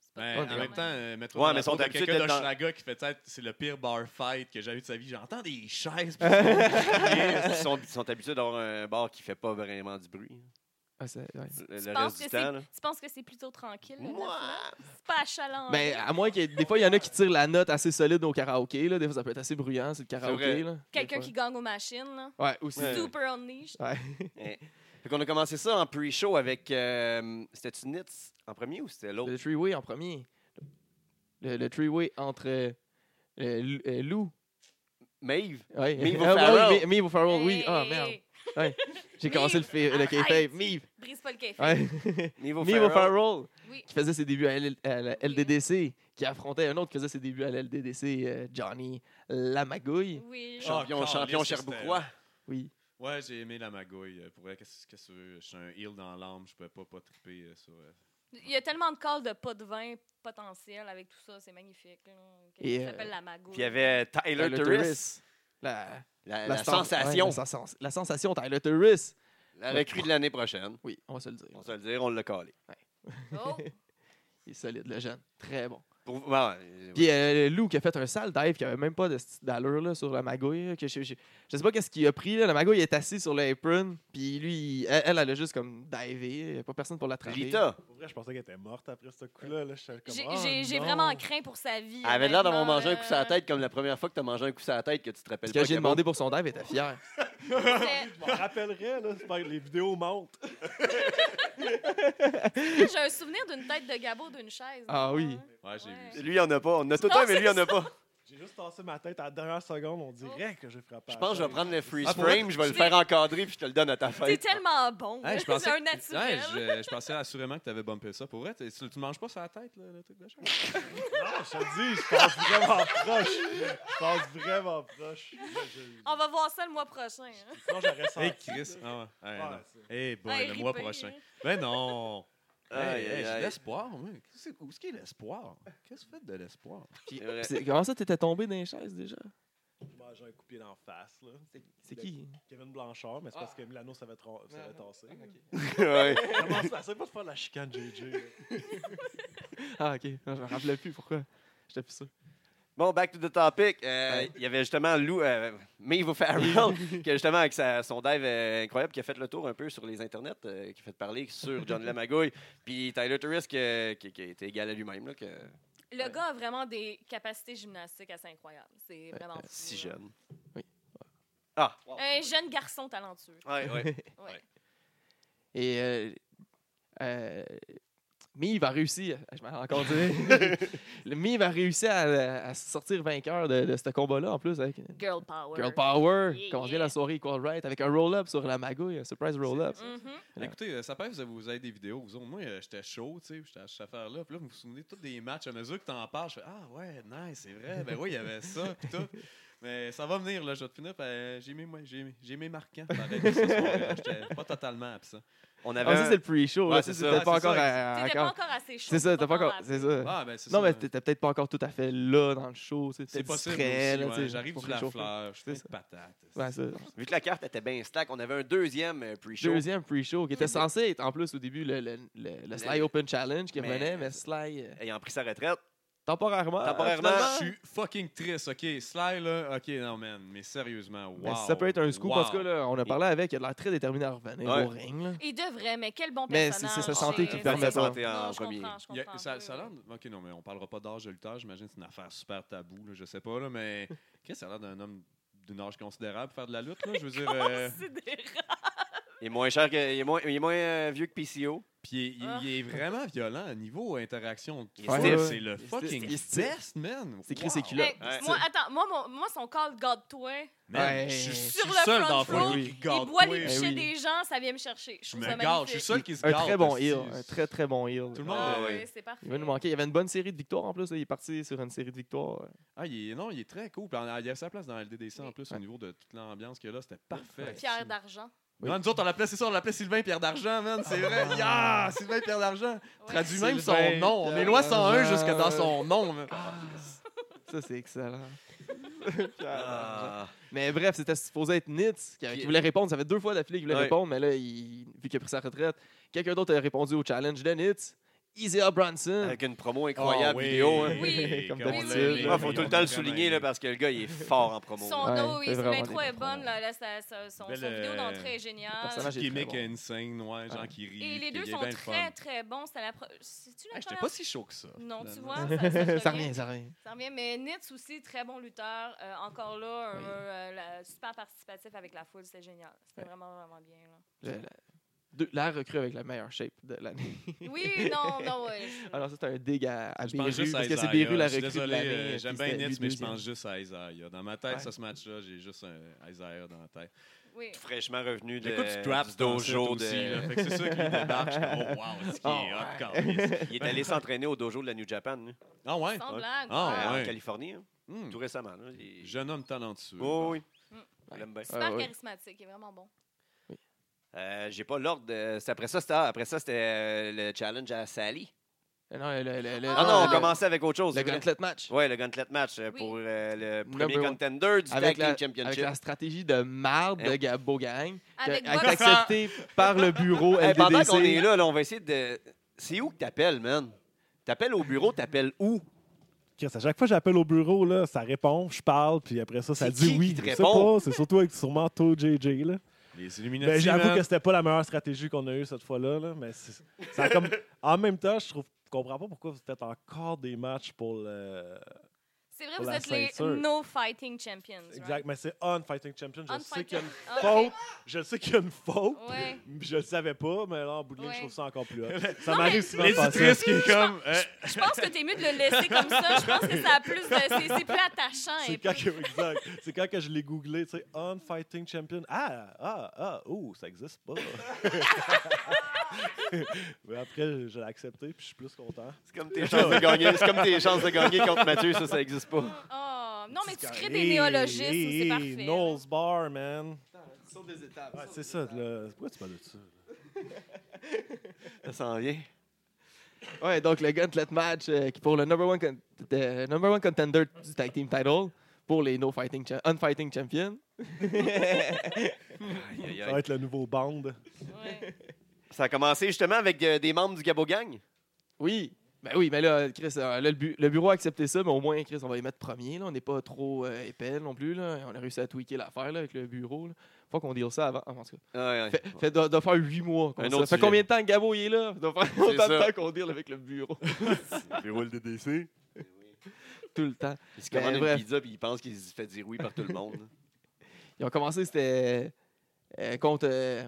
[SPEAKER 3] C'est pas
[SPEAKER 4] Ben,
[SPEAKER 3] trop
[SPEAKER 2] Ouais,
[SPEAKER 4] en
[SPEAKER 3] grave.
[SPEAKER 4] même temps, euh, mettre
[SPEAKER 1] Ouais,
[SPEAKER 4] dans
[SPEAKER 1] mais
[SPEAKER 4] la
[SPEAKER 1] sont
[SPEAKER 4] peau de
[SPEAKER 1] habitués
[SPEAKER 4] quelqu'un
[SPEAKER 1] d'être dans-
[SPEAKER 4] d'Hochelaga qui fait tu sais, c'est le pire bar fight que j'ai eu de sa vie. J'entends des chaises. puis des crier.
[SPEAKER 1] Ils sont, ils sont habitués d'avoir un bar qui fait pas vraiment du bruit.
[SPEAKER 2] Ouais, Ah, c'est- ouais.
[SPEAKER 1] Le, le
[SPEAKER 3] Tu penses
[SPEAKER 1] reste
[SPEAKER 3] que
[SPEAKER 1] du
[SPEAKER 3] c'est-
[SPEAKER 1] temps, là.
[SPEAKER 3] tu penses que c'est plutôt tranquille? le
[SPEAKER 1] Moi,
[SPEAKER 3] 9-9? C'est pas achalant. hein?
[SPEAKER 2] Ben, à moins que des fois, il y en a qui tirent la note assez solide au karaoké, là. Des fois, ça peut être assez bruyant, c'est le
[SPEAKER 1] vrai.
[SPEAKER 2] karaoké, là. Des
[SPEAKER 3] Quelqu'un
[SPEAKER 2] fois.
[SPEAKER 3] qui gagne aux machines. là.
[SPEAKER 2] Ouais, aussi.
[SPEAKER 1] Ouais.
[SPEAKER 3] Super unleashed.
[SPEAKER 2] Ouais.
[SPEAKER 1] Fait qu'on a commencé ça en pre-show avec. euh, c'était-tu Nitz en premier ou c'était l'autre?
[SPEAKER 2] Le three-way en premier. Le, le three-way entre euh, euh, Lou- euh, Lou.
[SPEAKER 1] Maeve.
[SPEAKER 2] Ouais.
[SPEAKER 1] Meave
[SPEAKER 2] Ah, ouais,
[SPEAKER 1] O'Farrell.
[SPEAKER 2] Me- Meave O'Farrell, oui.
[SPEAKER 3] Hey,
[SPEAKER 2] Ah,
[SPEAKER 3] hey,
[SPEAKER 2] merde.
[SPEAKER 3] hey.
[SPEAKER 2] J'ai
[SPEAKER 3] Meave,
[SPEAKER 2] commencé le, fa- le
[SPEAKER 3] arrête.
[SPEAKER 2] kayfabe. Meave.
[SPEAKER 3] Brise pas le café.
[SPEAKER 2] Ouais.
[SPEAKER 1] Niveau
[SPEAKER 2] Meave O'Farrell,
[SPEAKER 3] Oui.
[SPEAKER 2] qui faisait ses débuts à, L- à la LDDC, qui affrontait un autre qui faisait ses débuts à la LDDC, euh, Johnny Lamagouille.
[SPEAKER 3] Oui.
[SPEAKER 4] Ah,
[SPEAKER 1] Champion,
[SPEAKER 4] caliste,
[SPEAKER 1] champion
[SPEAKER 4] c'était-
[SPEAKER 1] Cherboucois.
[SPEAKER 2] Oui.
[SPEAKER 4] ouais, j'ai aimé la magouille. euh, Pour vrai, qu'est-ce qu'est-ce que tu veux? Je suis un heel dans l'âme. Je pouvais pas pas triper euh, sur. euh,
[SPEAKER 3] Il y a tellement de calls de pas de vin potentiel avec tout ça. C'est magnifique. là.
[SPEAKER 2] Et,
[SPEAKER 3] Quelqu'un
[SPEAKER 2] euh,
[SPEAKER 3] qui s'appelle la magouille.
[SPEAKER 1] Puis il y avait euh, Tyler
[SPEAKER 2] Tyler
[SPEAKER 1] Turris.
[SPEAKER 2] Turris. La,
[SPEAKER 1] La,
[SPEAKER 2] la
[SPEAKER 1] la
[SPEAKER 2] star-
[SPEAKER 1] sensation.
[SPEAKER 2] ouais, la, sens- la sensation, Tyler Turris.
[SPEAKER 1] la recrue de l'année prochaine.
[SPEAKER 2] Oui, on va se le dire.
[SPEAKER 1] On se le dire, on l'a calé.
[SPEAKER 3] Oh,
[SPEAKER 2] Il est solide, le jeune. Très bon.
[SPEAKER 1] Pour- bon, euh,
[SPEAKER 2] Puis euh, Lou qui a fait un sale dive qui avait même pas de sti- d'allure là, sur la magouille. là, que je, je- je sais pas qu'est-ce qu'il a pris. Là. La magouille est assise sur l'apron. Puis lui, il- elle, elle, elle a juste comme divé. Il n'y a pas personne pour l'attraper.
[SPEAKER 1] Rita.
[SPEAKER 5] Pour vrai, je pensais qu'elle était morte après ce coup-là. Là, j'étais comme,
[SPEAKER 3] j'ai-
[SPEAKER 5] ah,
[SPEAKER 3] j'ai j'ai
[SPEAKER 5] non.
[SPEAKER 3] vraiment craint pour sa vie.
[SPEAKER 1] Elle avait l'air d'avoir
[SPEAKER 3] honnêtement, euh,
[SPEAKER 1] mangé un coup sur la
[SPEAKER 3] là.
[SPEAKER 1] tête comme la première fois que t'as mangé un coup sur la tête que tu te rappelles
[SPEAKER 2] Ce
[SPEAKER 1] pas.
[SPEAKER 2] que j'ai
[SPEAKER 1] qu'elle
[SPEAKER 2] demandé pour son dive, elle était fière.
[SPEAKER 3] C'était-
[SPEAKER 5] Je m'en rappellerai, là, j'espère que les vidéos montent.
[SPEAKER 3] J'ai un souvenir d'une tête de Gabo d'une chaise.
[SPEAKER 2] Ah
[SPEAKER 3] dans le
[SPEAKER 2] oui.
[SPEAKER 3] fond, hein.
[SPEAKER 4] Ouais, j'ai vu.
[SPEAKER 1] monte. Lui, il en a pas. On en a tout
[SPEAKER 3] Non,
[SPEAKER 1] un, mais lui, il en a
[SPEAKER 3] c'est
[SPEAKER 1] pas.
[SPEAKER 5] J'ai juste tassé ma tête à la dernière seconde, on dirait
[SPEAKER 3] Oh.
[SPEAKER 5] que j'ai frappé.
[SPEAKER 1] Je
[SPEAKER 5] à la
[SPEAKER 1] pense que je vais
[SPEAKER 5] tête.
[SPEAKER 1] prendre le freeze
[SPEAKER 4] Ah, pour vrai?
[SPEAKER 1] frame, je vais le
[SPEAKER 3] Je
[SPEAKER 1] faire
[SPEAKER 3] l'ai-
[SPEAKER 1] encadrer puis je te le donne à ta
[SPEAKER 3] C'est
[SPEAKER 1] fête.
[SPEAKER 3] tellement bon.
[SPEAKER 4] Hey, je
[SPEAKER 3] c'est
[SPEAKER 4] pensais-
[SPEAKER 3] un naturel.
[SPEAKER 4] Ouais, je, je pensais assurément que tu avais bumpé ça. Pour vrai, t'es- tu ne manges pas sur la tête, là, le truc de chat.
[SPEAKER 5] Non, je te dis, je pense vraiment proche. Je pense vraiment proche. Je- je-
[SPEAKER 3] On va voir ça le mois prochain. hein.
[SPEAKER 5] Sinon, j'aurais senti.
[SPEAKER 4] Hey, Chris. Ah, ouais. Hey,
[SPEAKER 5] Ouais,
[SPEAKER 4] non.
[SPEAKER 5] c'est-
[SPEAKER 4] Hey, boy,
[SPEAKER 3] Hey,
[SPEAKER 4] le mois
[SPEAKER 3] ripé.
[SPEAKER 4] prochain. Ben non.
[SPEAKER 1] Aïe,
[SPEAKER 4] Hey,
[SPEAKER 1] aïe,
[SPEAKER 4] hey, j'ai de
[SPEAKER 1] aïe.
[SPEAKER 4] l'espoir, moi. Qu'est-ce- Où est-ce qu'il y a l'espoir? Qu'est-ce que vous faites de l'espoir?
[SPEAKER 1] C'est vrai.
[SPEAKER 2] C'est- Comment ça, t'étais tombé dans les chaises déjà?
[SPEAKER 5] Bah, J'ai un coupé d'en face, là.
[SPEAKER 2] C'est qui?
[SPEAKER 5] Kevin Blanchard, mais c'est parce que Milano savait, tron- savait tasser.
[SPEAKER 1] Ouais.
[SPEAKER 5] Commence à ça, pas de faire la chicane, JJ. là.
[SPEAKER 2] Ah, ok. Non, je me rappelais plus pourquoi. J'étais plus sûr.
[SPEAKER 1] Bon, back to the topic. Euh,
[SPEAKER 2] Ouais.
[SPEAKER 1] Il y avait justement Lou, euh, Maeve O'Farrell, qui a justement avec sa- son dive euh, incroyable, qui a fait le tour un peu sur les internets, euh, qui a fait parler sur John Lamagouille, puis Tyler Turris qui, a- qui- qui a été égal à lui-même, là, que,
[SPEAKER 3] Le
[SPEAKER 1] Ouais.
[SPEAKER 3] gars a vraiment des capacités gymnastiques assez incroyables. C'est vraiment fou,
[SPEAKER 1] Euh, si
[SPEAKER 3] là.
[SPEAKER 1] jeune.
[SPEAKER 2] Oui.
[SPEAKER 1] Ah,
[SPEAKER 3] Un jeune garçon talentueux.
[SPEAKER 1] ouais, ouais.
[SPEAKER 3] Ouais.
[SPEAKER 2] Et. euh, euh, Miv a réussi, à- je m'en encore dire. Le Miv a réussi à, à se sortir vainqueur de, de ce combat-là en plus avec
[SPEAKER 3] Girl power.
[SPEAKER 2] Girl Power.
[SPEAKER 3] Yeah,
[SPEAKER 2] Commence bien
[SPEAKER 3] yeah.
[SPEAKER 2] la soirée Equal Right avec un roll-up sur la magouille, un surprise roll-up.
[SPEAKER 3] Mhm.
[SPEAKER 2] Ouais.
[SPEAKER 4] Écoutez, euh, ça peut vous vous avez des vidéos. Vous autres. Moi, euh, j'étais chaud, tu sais, j'étais à cette affaire-là. Puis là, vous vous souvenez de tous des matchs. À mesure que t'en parles, je fais Ah ouais, nice, c'est vrai. Ben oui, il y avait ça, puis tout. Mais ça va venir, là. Je vais te finir. par- euh, j'ai, mes, moi, j'ai, mes- j'ai mes marquants. pareil, ce soir-là. J'étais pas totalement absent.
[SPEAKER 1] On
[SPEAKER 2] Ah,
[SPEAKER 1] avait.
[SPEAKER 2] ça,
[SPEAKER 1] un-
[SPEAKER 2] c'est le pre-show. là.
[SPEAKER 1] Ouais, c'est
[SPEAKER 2] Ça, c'est
[SPEAKER 1] ça.
[SPEAKER 2] peut-être pas
[SPEAKER 4] Ouais, c'est
[SPEAKER 2] encore.
[SPEAKER 4] ça,
[SPEAKER 2] à-
[SPEAKER 3] T'étais
[SPEAKER 2] encore-
[SPEAKER 3] pas encore assez chaud.
[SPEAKER 2] Ah, C'est ça, t'as pas encore.
[SPEAKER 3] dans la-
[SPEAKER 2] C'est ça.
[SPEAKER 4] Ah, ben c'est
[SPEAKER 2] Non,
[SPEAKER 4] ça.
[SPEAKER 2] mais t'étais peut-être pas encore tout à fait là dans le show. tu sais,
[SPEAKER 4] c'est
[SPEAKER 2] peut-être
[SPEAKER 4] possible.
[SPEAKER 2] distrait,
[SPEAKER 4] aussi,
[SPEAKER 2] là,
[SPEAKER 4] ouais.
[SPEAKER 2] tu sais,
[SPEAKER 4] J'arrive
[SPEAKER 2] pour
[SPEAKER 4] du la
[SPEAKER 2] réchauffer.
[SPEAKER 4] fleur, je fais
[SPEAKER 2] C'est
[SPEAKER 4] une patate.
[SPEAKER 2] Ouais, ça.
[SPEAKER 1] Vu que la carte était bien stack, on avait un deuxième euh, pre-show.
[SPEAKER 2] Deuxième pre-show qui était censé être en plus au début le, le, le- le Sly
[SPEAKER 1] Le-
[SPEAKER 2] Open Challenge qui
[SPEAKER 1] Mais-
[SPEAKER 2] revenait, mais Sly euh,
[SPEAKER 1] Ayant pris sa retraite.
[SPEAKER 2] temporairement.
[SPEAKER 1] Temporairement,
[SPEAKER 2] finalement.
[SPEAKER 4] Je suis fucking triste, ok. Sly, là, ok, non, man. Mais sérieusement, wow.
[SPEAKER 2] Mais Ben, ça peut être un scoop. En
[SPEAKER 4] wow.
[SPEAKER 2] tout cas, là, on a parlé avec, il a l'air très déterminé à revenir
[SPEAKER 1] Ouais.
[SPEAKER 2] au ring. là.
[SPEAKER 3] Il devrait, mais quel bon
[SPEAKER 2] Mais
[SPEAKER 3] personnage.
[SPEAKER 2] c'est- c'est sa santé
[SPEAKER 3] c'est-
[SPEAKER 2] qui
[SPEAKER 3] c'est
[SPEAKER 2] permet
[SPEAKER 3] sa
[SPEAKER 2] pas.
[SPEAKER 3] santé.
[SPEAKER 1] En
[SPEAKER 3] Non, je
[SPEAKER 1] premier.
[SPEAKER 3] comprends, je
[SPEAKER 4] Il y a-
[SPEAKER 3] comprends.
[SPEAKER 4] ça,
[SPEAKER 3] oui,
[SPEAKER 4] ça a
[SPEAKER 3] oui.
[SPEAKER 4] l'air. Ok, non, mais on parlera pas d'âge de lutteur. J'imagine que c'est une affaire super taboue, là, je sais pas, là, mais. Qu'est-ce que ça a l'air d'un homme d'un âge considérable pour faire de la lutte, là? Je veux dire. euh,
[SPEAKER 3] Oh, C'est des-
[SPEAKER 1] Il est moins cher que. Il est moins, il est moins, euh, vieux que PCO.
[SPEAKER 4] Puis il, est- il-
[SPEAKER 3] Ah.
[SPEAKER 4] il est vraiment violent au niveau interaction.
[SPEAKER 1] Il est
[SPEAKER 4] Ouais,
[SPEAKER 1] stiff.
[SPEAKER 4] C'est le
[SPEAKER 2] Il est
[SPEAKER 4] fucking
[SPEAKER 2] stiff. Il est stiff.
[SPEAKER 4] best, man.
[SPEAKER 2] C'est écrit
[SPEAKER 4] Wow.
[SPEAKER 2] ses culottes.
[SPEAKER 3] Mais,
[SPEAKER 1] Ouais.
[SPEAKER 3] moi, attends, moi, mon- moi, son call garde-toi.
[SPEAKER 4] Man,
[SPEAKER 2] Ouais.
[SPEAKER 4] Je
[SPEAKER 2] Sur
[SPEAKER 4] suis je suis
[SPEAKER 3] le
[SPEAKER 4] seul
[SPEAKER 3] front
[SPEAKER 4] dans le
[SPEAKER 3] row,
[SPEAKER 4] foyer
[SPEAKER 2] il
[SPEAKER 4] qui
[SPEAKER 3] Il
[SPEAKER 4] garde.
[SPEAKER 3] boit les
[SPEAKER 4] oui.
[SPEAKER 2] Eh
[SPEAKER 3] bouchées
[SPEAKER 2] oui.
[SPEAKER 3] des gens, ça vient me chercher. Je
[SPEAKER 4] Je
[SPEAKER 3] trouve
[SPEAKER 4] me
[SPEAKER 3] ça
[SPEAKER 4] garde. Je
[SPEAKER 3] magnifique.
[SPEAKER 4] suis le seul qui se
[SPEAKER 2] Un
[SPEAKER 4] garde.
[SPEAKER 2] très bon
[SPEAKER 4] parce que
[SPEAKER 2] heel,
[SPEAKER 4] c'est-
[SPEAKER 2] un très très bon heel.
[SPEAKER 4] Tout le monde.
[SPEAKER 3] Ah,
[SPEAKER 4] euh,
[SPEAKER 3] ouais, c'est parfait.
[SPEAKER 2] Il va nous manquer. Il y avait une bonne série de victoires en plus. là. Il est parti sur une série de victoires.
[SPEAKER 4] Ah, il est, non, il est très cool. Puis en- Il a sa place dans la LDDC en plus, au
[SPEAKER 2] Ouais.
[SPEAKER 4] niveau de toute l'ambiance qu'il y a là. C'était parfait.
[SPEAKER 3] Pierre d'argent.
[SPEAKER 4] Non, nous autres, on l'appelait, c'est ça, on l'appelait Sylvain Pierre d'Argent, man. C'est
[SPEAKER 2] Ah,
[SPEAKER 4] vrai. Yeah! Sylvain Pierre d'Argent.
[SPEAKER 3] Ouais.
[SPEAKER 4] Traduit même
[SPEAKER 2] Sylvain
[SPEAKER 4] son nom. On
[SPEAKER 2] Pierre
[SPEAKER 4] est loin 101
[SPEAKER 2] d'Argent. Ah,
[SPEAKER 4] jusque dans son nom, man.
[SPEAKER 2] Ça, c'est excellent. Mais bref, c'était supposé être Nitz qui, qui voulait répondre. Ça fait deux fois d'affilée qu'il voulait
[SPEAKER 1] Ouais.
[SPEAKER 2] répondre, mais là, il- vu qu'il a pris sa retraite, quelqu'un d'autre a répondu au challenge de Nitz. Isaiah Bronson.
[SPEAKER 1] Euh, Avec une promo incroyable
[SPEAKER 4] Ah, oui.
[SPEAKER 1] vidéo. hein.
[SPEAKER 3] Oui.
[SPEAKER 2] Comme
[SPEAKER 4] Comme
[SPEAKER 3] d'habitude.
[SPEAKER 4] on l'a-
[SPEAKER 3] Oui,
[SPEAKER 1] Il
[SPEAKER 3] oui,
[SPEAKER 1] faut
[SPEAKER 4] on
[SPEAKER 1] tout le temps
[SPEAKER 4] l'a
[SPEAKER 1] le
[SPEAKER 4] vraiment
[SPEAKER 1] souligner
[SPEAKER 4] aimé.
[SPEAKER 1] là, parce que le gars, il est fort en promo.
[SPEAKER 3] Son,
[SPEAKER 1] là.
[SPEAKER 2] Ouais,
[SPEAKER 3] oh oui,
[SPEAKER 2] c'est
[SPEAKER 3] son
[SPEAKER 2] vraiment
[SPEAKER 3] intro
[SPEAKER 2] des
[SPEAKER 3] est
[SPEAKER 2] bons
[SPEAKER 3] bonne,
[SPEAKER 2] promos.
[SPEAKER 3] là, là, sa- sa- son,
[SPEAKER 4] Belle,
[SPEAKER 3] son vidéo
[SPEAKER 4] euh,
[SPEAKER 3] d'entrée
[SPEAKER 2] le personnage
[SPEAKER 3] est génial.
[SPEAKER 2] est
[SPEAKER 4] Petit gimmick
[SPEAKER 2] très bon.
[SPEAKER 4] insane, ouais, genre qui rit.
[SPEAKER 3] Et les deux sont très, très bons. C'était la pro- C'est-tu la
[SPEAKER 4] J'étais
[SPEAKER 3] première-
[SPEAKER 4] pas si chaud que Ah, ça.
[SPEAKER 3] Non, tu
[SPEAKER 4] finalement.
[SPEAKER 3] vois, Ah, ça, ça,
[SPEAKER 2] Ça
[SPEAKER 3] revient.
[SPEAKER 2] revient, ça revient.
[SPEAKER 3] Ça revient, mais Nitz aussi, très bon lutteur. Euh, encore là, un-
[SPEAKER 2] Oui.
[SPEAKER 3] euh, la- super participatif avec la foule, c'était génial. C'était
[SPEAKER 2] Ouais.
[SPEAKER 3] vraiment, vraiment bien. là.
[SPEAKER 2] Le- la, deux- la recrue avec la meilleure shape de l'année.
[SPEAKER 3] Oui, non, non, ouais.
[SPEAKER 2] Alors, ça, c'est un dig à, à
[SPEAKER 4] Je pense
[SPEAKER 2] Beru,
[SPEAKER 4] juste à
[SPEAKER 2] parce que c'est
[SPEAKER 4] Isaiah.
[SPEAKER 2] Beru la
[SPEAKER 4] Je suis
[SPEAKER 2] recrue de
[SPEAKER 4] désolé,
[SPEAKER 2] l'année.
[SPEAKER 4] euh,
[SPEAKER 2] puis
[SPEAKER 4] J'aime bien
[SPEAKER 2] c'était lui
[SPEAKER 4] Nitz, mais je
[SPEAKER 2] deuxième.
[SPEAKER 4] pense juste à Isaiah. Dans ma tête,
[SPEAKER 2] Ouais.
[SPEAKER 4] ça, ce match-là, j'ai juste un Isaiah dans la tête.
[SPEAKER 3] Oui.
[SPEAKER 1] Fraîchement revenu de,
[SPEAKER 4] J'écoute du trap
[SPEAKER 1] du
[SPEAKER 4] dans le
[SPEAKER 1] dojo.
[SPEAKER 4] dojo
[SPEAKER 1] de-
[SPEAKER 4] aussi. là. Fait que c'est sûr qu'il débarque. je fais, Oh, wow, c'est qui
[SPEAKER 2] Oh,
[SPEAKER 4] est hot
[SPEAKER 2] ouais.
[SPEAKER 4] quand même.
[SPEAKER 1] Il est allé s'entraîner au dojo de la New Japan, là,
[SPEAKER 4] Ah ouais?
[SPEAKER 3] Sans blague.
[SPEAKER 4] Ah,
[SPEAKER 3] ouais.
[SPEAKER 1] en
[SPEAKER 4] ouais.
[SPEAKER 1] Californie, hein,
[SPEAKER 4] Hmm.
[SPEAKER 1] tout récemment. là. Il-
[SPEAKER 4] Jeune homme talentueux.
[SPEAKER 1] Oh, oui,
[SPEAKER 3] Mm.
[SPEAKER 1] On l'aime bien.
[SPEAKER 3] Super
[SPEAKER 2] Ah, oui.
[SPEAKER 3] charismatique, il est vraiment bon.
[SPEAKER 1] Euh, J'ai pas l'ordre. de- c'est Après ça, c'était ah, après ça, c'était euh, le challenge à Sally.
[SPEAKER 2] Non, le, le, le, le-
[SPEAKER 1] Ah non, on commençait avec autre chose.
[SPEAKER 2] le
[SPEAKER 1] c'est vrai.
[SPEAKER 2] gauntlet match.
[SPEAKER 1] Ouais, le gauntlet match euh,
[SPEAKER 3] Oui.
[SPEAKER 1] pour euh, le
[SPEAKER 2] Number
[SPEAKER 1] premier
[SPEAKER 2] one.
[SPEAKER 1] contender du
[SPEAKER 2] Avec la,
[SPEAKER 1] Tag Team
[SPEAKER 2] avec
[SPEAKER 1] Championship.
[SPEAKER 2] la stratégie de marde de
[SPEAKER 1] Eh.
[SPEAKER 2] Gabo Gang, qui a
[SPEAKER 3] Avec
[SPEAKER 2] a été
[SPEAKER 3] Bob-
[SPEAKER 2] acceptée par le bureau
[SPEAKER 1] Hey, Eh, pendant qu'on est
[SPEAKER 2] LDDC.
[SPEAKER 1] là, là, on va essayer de. C'est où que t'appelles, man? T'appelles au bureau, t'appelles où?
[SPEAKER 5] Chris, à chaque fois que j'appelle au bureau, là, ça répond, je parle, puis après ça, ça
[SPEAKER 1] C'est
[SPEAKER 5] dit
[SPEAKER 1] qui
[SPEAKER 5] oui.
[SPEAKER 1] qui te
[SPEAKER 5] Je sais
[SPEAKER 1] répond?
[SPEAKER 5] pas, c'est surtout avec sûrement tout JJ. Là.
[SPEAKER 4] Les
[SPEAKER 5] Ben,
[SPEAKER 4] Illuminati.
[SPEAKER 5] J'avoue
[SPEAKER 4] man.
[SPEAKER 5] que c'était pas la meilleure stratégie qu'on a eue cette fois-là, là, mais c'est- ça a comme... en même temps, je trouve je comprends pas pourquoi vous faites encore des matchs pour le...
[SPEAKER 3] C'est vrai, Là,
[SPEAKER 5] Pour
[SPEAKER 3] vous
[SPEAKER 5] la
[SPEAKER 3] êtes les
[SPEAKER 5] ceinture.
[SPEAKER 3] No Fighting Champions. right?
[SPEAKER 5] Exact, mais c'est on Fighting Champion. Je
[SPEAKER 3] On
[SPEAKER 5] sais qu'il y a une
[SPEAKER 3] Fighting-
[SPEAKER 5] faute.
[SPEAKER 3] Ok.
[SPEAKER 5] Je sais qu'il y a une faute.
[SPEAKER 3] Ouais.
[SPEAKER 5] mais Je le savais pas, mais là, en bout de ligne,
[SPEAKER 3] Ouais.
[SPEAKER 5] je trouve ça encore plus hot.
[SPEAKER 3] Non,
[SPEAKER 5] Ça m'arrive
[SPEAKER 3] mais-
[SPEAKER 5] souvent de
[SPEAKER 4] Les
[SPEAKER 5] faire ça.
[SPEAKER 4] titres qui est comme. euh,
[SPEAKER 3] Je pense que t'es mieux de le laisser comme ça. Je pense que ça a plus de. C'est c'est plus attachant.
[SPEAKER 5] C'est
[SPEAKER 3] et
[SPEAKER 5] quand, que, exact. C'est quand que je l'ai googlé, tu sais, On Fighting Champion. Ah, ah, ah, oh, ça existe pas. Mais après, je l'ai accepté, puis je suis plus content.
[SPEAKER 1] C'est comme tes chances de gagner. C'est comme tes chances de gagner contre Mathieu, ça, ça n'existe pas.
[SPEAKER 3] Oh, non, mais tu
[SPEAKER 5] C'est
[SPEAKER 3] crées
[SPEAKER 5] comme,
[SPEAKER 3] des
[SPEAKER 5] hey,
[SPEAKER 3] néologismes,
[SPEAKER 5] hey,
[SPEAKER 3] c'est
[SPEAKER 5] hey,
[SPEAKER 3] parfait.
[SPEAKER 5] Knowles Bar, man.
[SPEAKER 2] Sauf des étapes.
[SPEAKER 5] Ouais, c'est ça, là. Pourquoi tu parles de ça?
[SPEAKER 1] Ça s'en vient.
[SPEAKER 2] Ouais, donc le Gauntlet match euh, qui pour le number one, con- de- number one contender du tag team title pour les no fighting cha- unfighting champions.
[SPEAKER 1] Aïe, aïe,
[SPEAKER 5] Ça va
[SPEAKER 1] aïe.
[SPEAKER 5] être le nouveau band.
[SPEAKER 3] Ouais.
[SPEAKER 1] Ça a commencé justement avec euh, des membres du Gabo Gang.
[SPEAKER 2] Oui. Ben oui, mais là, Chris, euh, là, le, bu- le bureau a accepté ça, mais au moins, Chris, on va y mettre premier. Là. On n'est pas trop euh, épais non plus. Là. On a réussi à tweaker l'affaire là, avec le bureau. Là. Faut qu'on deal ça avant. en tout cas.
[SPEAKER 1] Ouais, ouais.
[SPEAKER 2] Fait, fait- doit, doit faire huit mois. qu'on
[SPEAKER 1] Un
[SPEAKER 2] se-
[SPEAKER 1] autre
[SPEAKER 2] fait
[SPEAKER 1] sujet.
[SPEAKER 2] combien de temps que Gabo il est là? Doit faire autant de
[SPEAKER 1] ça.
[SPEAKER 2] temps qu'on deal avec le bureau.
[SPEAKER 1] le DDC.
[SPEAKER 2] Tout le temps.
[SPEAKER 1] Il se commande
[SPEAKER 2] Ben,
[SPEAKER 1] une
[SPEAKER 2] bref.
[SPEAKER 1] pizza puis il pense qu'il se fait dire oui par tout le monde.
[SPEAKER 2] Ils ont commencé, c'était euh, contre euh,